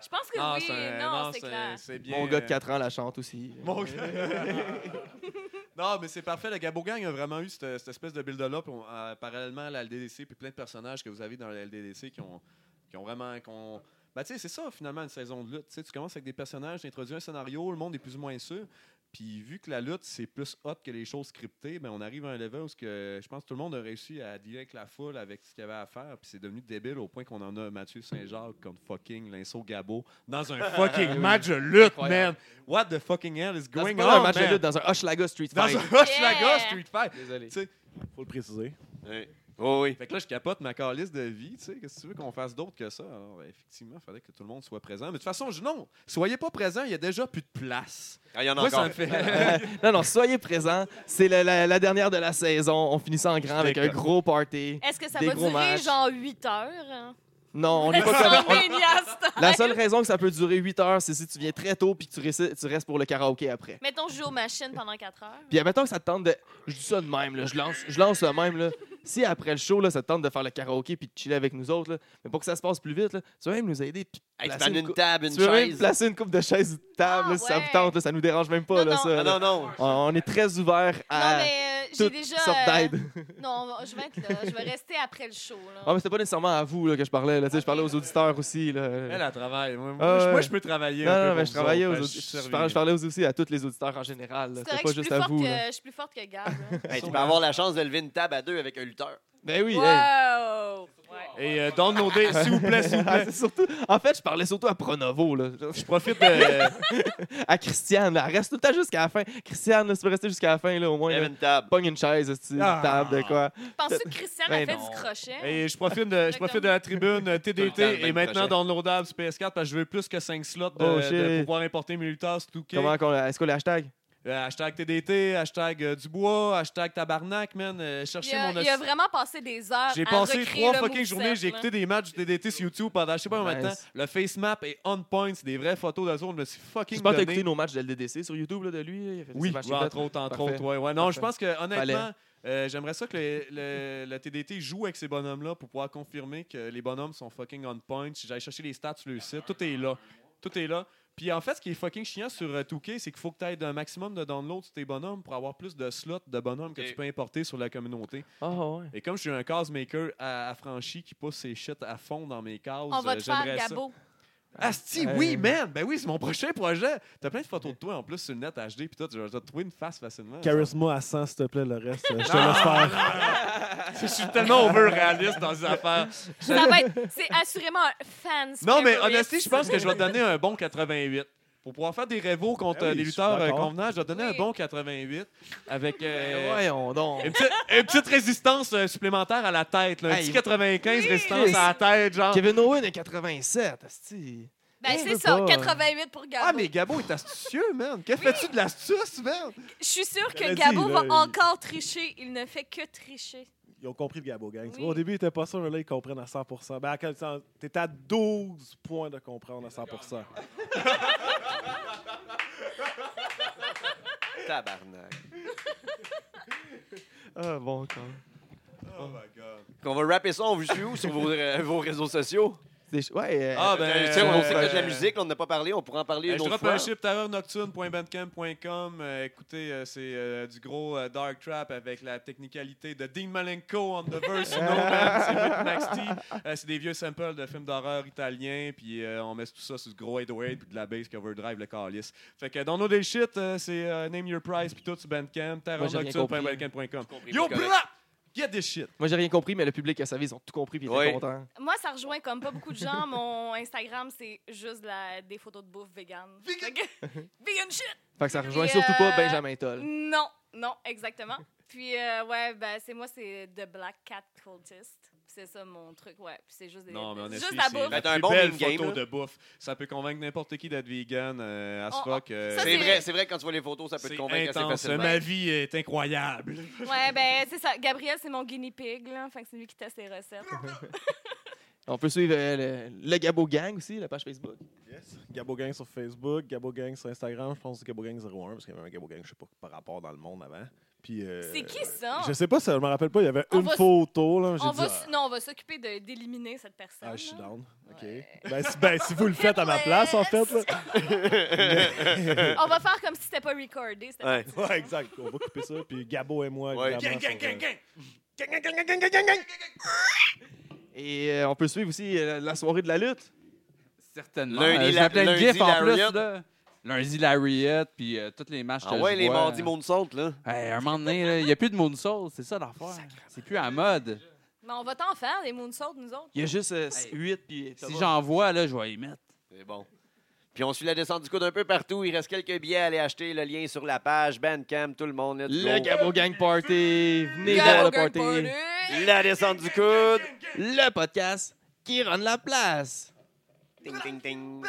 [SPEAKER 3] Je pense que
[SPEAKER 4] Ah,
[SPEAKER 3] oui,
[SPEAKER 4] c'est-
[SPEAKER 3] non,
[SPEAKER 4] non,
[SPEAKER 3] c'est clair.
[SPEAKER 4] c'est bien. euh,
[SPEAKER 2] Mon gars de 4 ans la chante aussi.
[SPEAKER 4] Mon gars. non, mais c'est parfait. Le Gabo Gang a vraiment eu cette, cette espèce de build-up on- euh, parallèlement à la LDDC, puis plein de personnages que vous avez dans la LDDC qui ont, qui ont vraiment. Qui ont- Ben, tu sais, c'est ça, finalement, une saison de lutte. Tu sais, tu commences avec des personnages, tu introduis un scénario, le monde est plus ou moins sûr. Puis vu que la lutte, c'est plus hot que les choses scriptées, ben, on arrive à un level où ce que, je pense que tout le monde a réussi à dealer avec la foule, avec ce qu'il y avait à faire. Puis c'est devenu débile au point qu'on en a Mathieu Saint-Jacques contre fucking Linceau Gabo dans un fucking match de lutte, man! What the fucking hell is
[SPEAKER 2] Dans, c'est
[SPEAKER 4] going
[SPEAKER 2] pas
[SPEAKER 4] on,
[SPEAKER 2] un match de
[SPEAKER 4] man?
[SPEAKER 2] lutte, dans un Hochelaga Street
[SPEAKER 4] Dans
[SPEAKER 2] Fight.
[SPEAKER 4] un rush la
[SPEAKER 3] Yeah!
[SPEAKER 4] gosse Street Fight.
[SPEAKER 2] Désolé.
[SPEAKER 5] faut le préciser.
[SPEAKER 1] Oui. Oh, oui.
[SPEAKER 4] Fait que là, je capote ma calice de vie, tu sais. Qu'est-ce que tu veux qu'on fasse d'autre que ça? Alors, ben, effectivement, il fallait que tout le monde soit présent. Mais de toute façon, je- non, soyez pas présents, il y a déjà plus de place.
[SPEAKER 1] Ah, il y en a
[SPEAKER 4] Moi,
[SPEAKER 1] encore.
[SPEAKER 4] ça me fait.
[SPEAKER 2] Euh, non, non, soyez présents. C'est la, la- la dernière de la saison. On finit ça en grand avec un
[SPEAKER 4] D'accord.
[SPEAKER 2] gros party.
[SPEAKER 3] Est-ce que ça
[SPEAKER 2] Des
[SPEAKER 3] va
[SPEAKER 2] gros
[SPEAKER 3] durer
[SPEAKER 2] matchs.
[SPEAKER 3] genre 8 heures?
[SPEAKER 2] Non, on n'est pas
[SPEAKER 3] Sans
[SPEAKER 2] comme. on-
[SPEAKER 3] Ménias style.
[SPEAKER 2] La seule raison que ça peut durer 8 heures, c'est si tu viens très tôt puis que tu, réci- tu restes pour le karaoké après.
[SPEAKER 3] Mettons, je joue aux machines pendant 4 heures.
[SPEAKER 2] Puis admettons que ça te tente de. Je dis ça de même, là. Je lance, je lance le même, là. Si après le show, là, ça te tente de faire le karaoké puis de chiller avec nous autres, là, mais pour que ça se passe plus vite, là, tu vas même nous aider. Puis
[SPEAKER 1] Hey, tu prends
[SPEAKER 2] placer une
[SPEAKER 1] une
[SPEAKER 2] cou-
[SPEAKER 1] table, une
[SPEAKER 2] tu veux même
[SPEAKER 1] chaise.
[SPEAKER 2] placer une coupe de chaises de table,
[SPEAKER 3] Ah,
[SPEAKER 2] là, si ça vous
[SPEAKER 3] ouais.
[SPEAKER 2] tente, là, ça nous dérange même pas,
[SPEAKER 3] Non,
[SPEAKER 2] là,
[SPEAKER 3] non.
[SPEAKER 2] ça.
[SPEAKER 1] Ah,
[SPEAKER 2] là.
[SPEAKER 1] non, non.
[SPEAKER 2] On, on est très ouvert
[SPEAKER 3] Non,
[SPEAKER 2] à
[SPEAKER 3] mais euh, j'ai
[SPEAKER 2] toutes
[SPEAKER 3] déjà.
[SPEAKER 2] sortes
[SPEAKER 3] euh,
[SPEAKER 2] d'aides.
[SPEAKER 3] Non, on va- je vais être là. Je vais rester après le show. Là.
[SPEAKER 2] Ah, mais c'était pas nécessairement à vous là, que je parlais. Là, tu sais, je parlais aux auditeurs aussi. Là.
[SPEAKER 4] Elle, elle travaille. Moi, moi,
[SPEAKER 2] Ah
[SPEAKER 4] je-
[SPEAKER 2] ouais.
[SPEAKER 4] moi, je peux travailler.
[SPEAKER 2] non,
[SPEAKER 4] un peu
[SPEAKER 2] non, mais
[SPEAKER 4] pour
[SPEAKER 2] je
[SPEAKER 4] vous
[SPEAKER 2] travaillais aux
[SPEAKER 4] autres, hein,
[SPEAKER 2] audi-
[SPEAKER 4] suis
[SPEAKER 2] je,
[SPEAKER 4] servi.
[SPEAKER 2] parlais, je parlais aussi à tous les auditeurs en général. là. C'était
[SPEAKER 3] c'est correct,
[SPEAKER 2] pas
[SPEAKER 3] je suis
[SPEAKER 2] juste
[SPEAKER 3] plus
[SPEAKER 2] à
[SPEAKER 3] forte
[SPEAKER 2] vous.
[SPEAKER 3] que-
[SPEAKER 2] là.
[SPEAKER 3] je suis plus forte que Gab. là.
[SPEAKER 1] Hey, tu peux avoir la chance de lever une table à deux avec un lutteur.
[SPEAKER 2] Ben oui, hey.
[SPEAKER 3] Wow! Ouais.
[SPEAKER 4] Et euh, Don't No Day, s'il vous plaît, s'il vous
[SPEAKER 2] Ah,
[SPEAKER 4] plaît.
[SPEAKER 2] c'est surtout... En fait, je parlais surtout à Pronovo, là.
[SPEAKER 4] Je profite de. euh,
[SPEAKER 2] à Christiane. Là. Elle reste tout le temps jusqu'à la fin. Christiane, là, si tu veux rester jusqu'à la fin, là, au moins,
[SPEAKER 1] Il y
[SPEAKER 2] là,
[SPEAKER 1] avait une table.
[SPEAKER 2] pogne une chaise, esti, une
[SPEAKER 5] Ah.
[SPEAKER 2] table, de quoi.
[SPEAKER 3] Penses-tu que Christiane a
[SPEAKER 2] Ben
[SPEAKER 3] fait
[SPEAKER 6] non.
[SPEAKER 3] du crochet?
[SPEAKER 4] Et je profite de, je profite de la tribune euh,
[SPEAKER 1] Tout le temps le
[SPEAKER 4] TDT et
[SPEAKER 1] même
[SPEAKER 4] maintenant
[SPEAKER 1] projet.
[SPEAKER 4] downloadable sur PS4 parce que je veux plus que 5 slots de,
[SPEAKER 2] Oh,
[SPEAKER 4] de
[SPEAKER 2] shit.
[SPEAKER 4] pouvoir importer mes lutteurs sur 2K.
[SPEAKER 2] Comment qu'on... Est-ce qu'on le hashtag?
[SPEAKER 4] Euh, hashtag TDT, hashtag euh, Dubois, hashtag Tabarnak, man. euh,
[SPEAKER 3] Il
[SPEAKER 4] cherchez
[SPEAKER 3] a,
[SPEAKER 4] mon
[SPEAKER 3] il a vraiment passé des heures.
[SPEAKER 4] J'ai
[SPEAKER 3] à
[SPEAKER 4] passé
[SPEAKER 3] recréer
[SPEAKER 4] trois
[SPEAKER 3] le
[SPEAKER 4] fucking
[SPEAKER 3] moveset,
[SPEAKER 4] journées, j'ai
[SPEAKER 3] là.
[SPEAKER 4] écouté des matchs du TDT sur YouTube pendant je sais pas combien de temps.
[SPEAKER 2] Nice.
[SPEAKER 4] Le face map est on point, c'est des vraies photos de la zone. Je me suis
[SPEAKER 2] Je
[SPEAKER 4] fucking
[SPEAKER 2] pense que t'as
[SPEAKER 4] donné.
[SPEAKER 2] écouté nos matchs de LDDC sur YouTube, là, de lui. là. Il a fait des
[SPEAKER 4] Oui,
[SPEAKER 2] matchs
[SPEAKER 4] ouais,
[SPEAKER 2] qu'il a
[SPEAKER 4] Bah, entre autres, entre
[SPEAKER 2] Parfait.
[SPEAKER 4] autres. ouais, ouais. Non, je
[SPEAKER 2] Parfait.
[SPEAKER 4] pense que honnêtement,
[SPEAKER 2] Fallait.
[SPEAKER 4] euh, j'aimerais ça que le, le- le TDT joue avec ces bonhommes-là pour pouvoir confirmer que les bonhommes sont fucking on point. Si j'allais chercher les stats sur le site, tout est là. Tout est là. Puis en fait, ce qui est fucking chiant sur euh, 2K, c'est qu'il faut que tu aies un maximum de downloads sur tes bonhommes pour avoir plus de slots de bonhommes que
[SPEAKER 1] Ok.
[SPEAKER 4] tu peux importer sur la communauté.
[SPEAKER 2] Ah, ouais.
[SPEAKER 4] Et comme je suis un cause maker à- affranchi qui pousse ses shit à fond dans mes cases,
[SPEAKER 3] On va
[SPEAKER 4] euh,
[SPEAKER 3] te faire,
[SPEAKER 4] j'aimerais ça.
[SPEAKER 3] Gabo.
[SPEAKER 4] Asti,
[SPEAKER 2] Euh.
[SPEAKER 4] Ah, oui, man! Ben oui, c'est mon prochain projet! T'as plein de photos de toi en plus sur le net HD, puis toi, tu vas te trouver une face facilement.
[SPEAKER 5] Charisma à 100, s'il te plaît, le reste, euh, je te laisse faire.
[SPEAKER 4] Je suis tellement over-réaliste dans les affaires.
[SPEAKER 3] Ça va être... C'est assurément un fan
[SPEAKER 4] Non, mais
[SPEAKER 3] favorite.
[SPEAKER 4] honnêtement, je pense que je vais te donner un bon 88. Pour pouvoir faire des révaux contre
[SPEAKER 5] Ben oui,
[SPEAKER 4] euh, des
[SPEAKER 5] je suis
[SPEAKER 4] lutteurs euh,
[SPEAKER 5] d'accord.
[SPEAKER 4] convenants, je vais te donner
[SPEAKER 3] Oui.
[SPEAKER 4] un bon 88 avec euh,
[SPEAKER 2] Ben voyons donc.
[SPEAKER 4] une, petite, une petite résistance euh, supplémentaire à la tête. là. Un
[SPEAKER 2] Hey.
[SPEAKER 4] petit 95
[SPEAKER 3] Oui.
[SPEAKER 4] résistance à la tête, genre.
[SPEAKER 2] Kevin Owen est 87, asti.
[SPEAKER 3] Ben,
[SPEAKER 2] Je
[SPEAKER 3] c'est
[SPEAKER 2] veux
[SPEAKER 3] ça,
[SPEAKER 2] pas.
[SPEAKER 3] 88 pour Gabo.
[SPEAKER 4] hein. Ah, mais Gabo est astucieux, man. Qu'est-ce que fais-tu de l'astuce, man?
[SPEAKER 3] Je suis sûre
[SPEAKER 5] Elle
[SPEAKER 3] que
[SPEAKER 5] a dit,
[SPEAKER 3] Gabo
[SPEAKER 5] là,
[SPEAKER 3] va
[SPEAKER 5] il-
[SPEAKER 3] encore tricher. Il ne fait que tricher.
[SPEAKER 5] Ils ont compris le Gabo Gang. Tu
[SPEAKER 3] Oui.
[SPEAKER 5] vois, Au début, ils étaient pas sûrs, mais là, ils comprennent à 100 Ben, à quel sens? T'étais à 12 points de comprendre à 100
[SPEAKER 1] Tabarnak.
[SPEAKER 2] Ah, bon, quand même.
[SPEAKER 4] Oh my god.
[SPEAKER 1] Qu'on va rapper ça, on vous suit où sur vos, euh, vos réseaux sociaux?
[SPEAKER 2] C'est- Ouais, euh,
[SPEAKER 4] Ah, ben,
[SPEAKER 1] Euh, tu sais, on
[SPEAKER 4] euh,
[SPEAKER 1] sait que t'as de la
[SPEAKER 4] euh,
[SPEAKER 1] musique, on n'a pas parlé, on pourra en parler
[SPEAKER 4] Euh,
[SPEAKER 1] une
[SPEAKER 4] je
[SPEAKER 1] autre
[SPEAKER 4] drop
[SPEAKER 1] fois.
[SPEAKER 4] un chip terrornocturne.bandcamp.com. Euh, écoutez, euh, c'est euh, du gros euh, dark trap avec la technicalité de Dean Malenko on the verse. Sinon, man, c'est Whip Max T. Euh, c'est des vieux samples de films d'horreur italiens. Puis euh, on met tout ça sur du gros 808 puis de la bass qui overdrive le calice. Fait que dans nos des shit, euh, c'est euh, Name Your Price puis tout sur Bandcamp.
[SPEAKER 2] Moi, j'ai rien compris.
[SPEAKER 4] terrornocturne.bandcamp.com.
[SPEAKER 1] compris,
[SPEAKER 4] Yo,
[SPEAKER 1] c'est correct.
[SPEAKER 4] blah! Get this shit!
[SPEAKER 2] Moi, j'ai rien compris, mais le public a savé, ils ont tout compris, puis ils
[SPEAKER 1] Ouais.
[SPEAKER 2] étaient contents.
[SPEAKER 3] Moi, ça rejoint comme pas beaucoup de gens. Mon Instagram, c'est juste de la- des photos de bouffe vegan. Vegan, vegan shit!
[SPEAKER 2] Fait que ça rejoint
[SPEAKER 3] Et,
[SPEAKER 2] surtout pas
[SPEAKER 3] euh,
[SPEAKER 2] Benjamin Toll.
[SPEAKER 3] Non, non, exactement. Puis, euh, ouais, ben, c'est moi, c'est The Black Cat Cultist. C'est ça mon truc, ouais. Puis c'est juste des.
[SPEAKER 4] Non, mais en
[SPEAKER 3] c'est
[SPEAKER 4] effet,
[SPEAKER 3] juste la
[SPEAKER 4] c'est
[SPEAKER 3] bouffe.
[SPEAKER 1] Ben, t'as un
[SPEAKER 4] la plus
[SPEAKER 1] bon
[SPEAKER 4] belle
[SPEAKER 1] meme game,
[SPEAKER 4] photo
[SPEAKER 1] là.
[SPEAKER 4] de bouffe. Ça peut convaincre n'importe qui d'être vegan euh, à ce
[SPEAKER 3] Oh, oh,
[SPEAKER 4] fuck. euh,
[SPEAKER 3] ça,
[SPEAKER 1] C'est
[SPEAKER 3] c'est-
[SPEAKER 1] vrai, c'est vrai que quand tu vois les photos, ça peut te
[SPEAKER 4] C'est
[SPEAKER 1] convaincre assez
[SPEAKER 4] intense.
[SPEAKER 1] facilement.
[SPEAKER 4] Ma vie est incroyable.
[SPEAKER 3] Ouais, ben, c'est ça. Gabriel, c'est mon guinea pig, là. Fait que c'est lui qui teste les recettes.
[SPEAKER 2] On peut suivre euh, le, le Gabo Gang aussi, la page Facebook.
[SPEAKER 5] Gabo Gang sur Facebook, Gabo Gang sur Instagram, je pense que Gabo Gang 01, parce qu'il y avait un Gabo Gang, je sais pas, par rapport dans le monde avant. Puis, euh,
[SPEAKER 3] C'est qui ça?
[SPEAKER 5] Je sais pas, ça, je me rappelle pas, il y avait
[SPEAKER 3] On
[SPEAKER 5] une
[SPEAKER 3] va s-
[SPEAKER 5] photo, là.
[SPEAKER 3] On
[SPEAKER 5] J'ai dit,
[SPEAKER 3] va,
[SPEAKER 5] ah,
[SPEAKER 3] s- non, on va s'occuper de- d'éliminer cette personne.
[SPEAKER 5] ah, je suis
[SPEAKER 3] là.
[SPEAKER 5] down. OK.
[SPEAKER 3] Ouais.
[SPEAKER 5] Ben, si, ben, si vous le faites à ma place, en fait. là.
[SPEAKER 3] On va faire comme si c'était pas recordé. cette
[SPEAKER 1] Ouais.
[SPEAKER 3] partie-là.
[SPEAKER 5] Ouais, exact. On va couper ça, puis Gabo et moi,
[SPEAKER 1] Ouais.
[SPEAKER 5] évidemment,
[SPEAKER 4] Gang, gang,
[SPEAKER 5] sur,
[SPEAKER 4] gang,
[SPEAKER 5] euh,
[SPEAKER 4] gang.
[SPEAKER 2] Et euh, on peut suivre aussi euh, la soirée de la lutte.
[SPEAKER 6] Certainement.
[SPEAKER 1] Lundi,
[SPEAKER 6] Euh, j'ai
[SPEAKER 1] la-
[SPEAKER 6] plein de
[SPEAKER 1] lundi,
[SPEAKER 6] gifs en plus.
[SPEAKER 1] Lariat.
[SPEAKER 6] là. Lundi, Lariat, puis euh, toutes les matchs.
[SPEAKER 1] Ah
[SPEAKER 6] de
[SPEAKER 1] ouais, les
[SPEAKER 6] Dubois.
[SPEAKER 1] mardis Moonsault, là.
[SPEAKER 6] euh, Hey, un moment donné, il n'y a plus de Moonsault, c'est ça l'affaire. C'est plus à mode.
[SPEAKER 3] Mais on va t'en faire, des moonsaults, nous autres.
[SPEAKER 2] Il y a juste euh,
[SPEAKER 6] Hey.
[SPEAKER 2] 8, puis
[SPEAKER 6] Si j'en vois, là, je vais y mettre.
[SPEAKER 1] C'est bon. Puis on suit la descente du coude un peu partout. Il reste quelques billets à aller acheter. Le lien est sur la page, Bandcamp, tout le monde. let's
[SPEAKER 2] Le
[SPEAKER 1] go.
[SPEAKER 2] Gabo Gang Party. Venez
[SPEAKER 3] Go,
[SPEAKER 2] dans le
[SPEAKER 3] girl,
[SPEAKER 2] party.
[SPEAKER 3] party.
[SPEAKER 1] La descente du coude.
[SPEAKER 2] Le podcast qui rend la place.
[SPEAKER 1] Ting, ting, ting.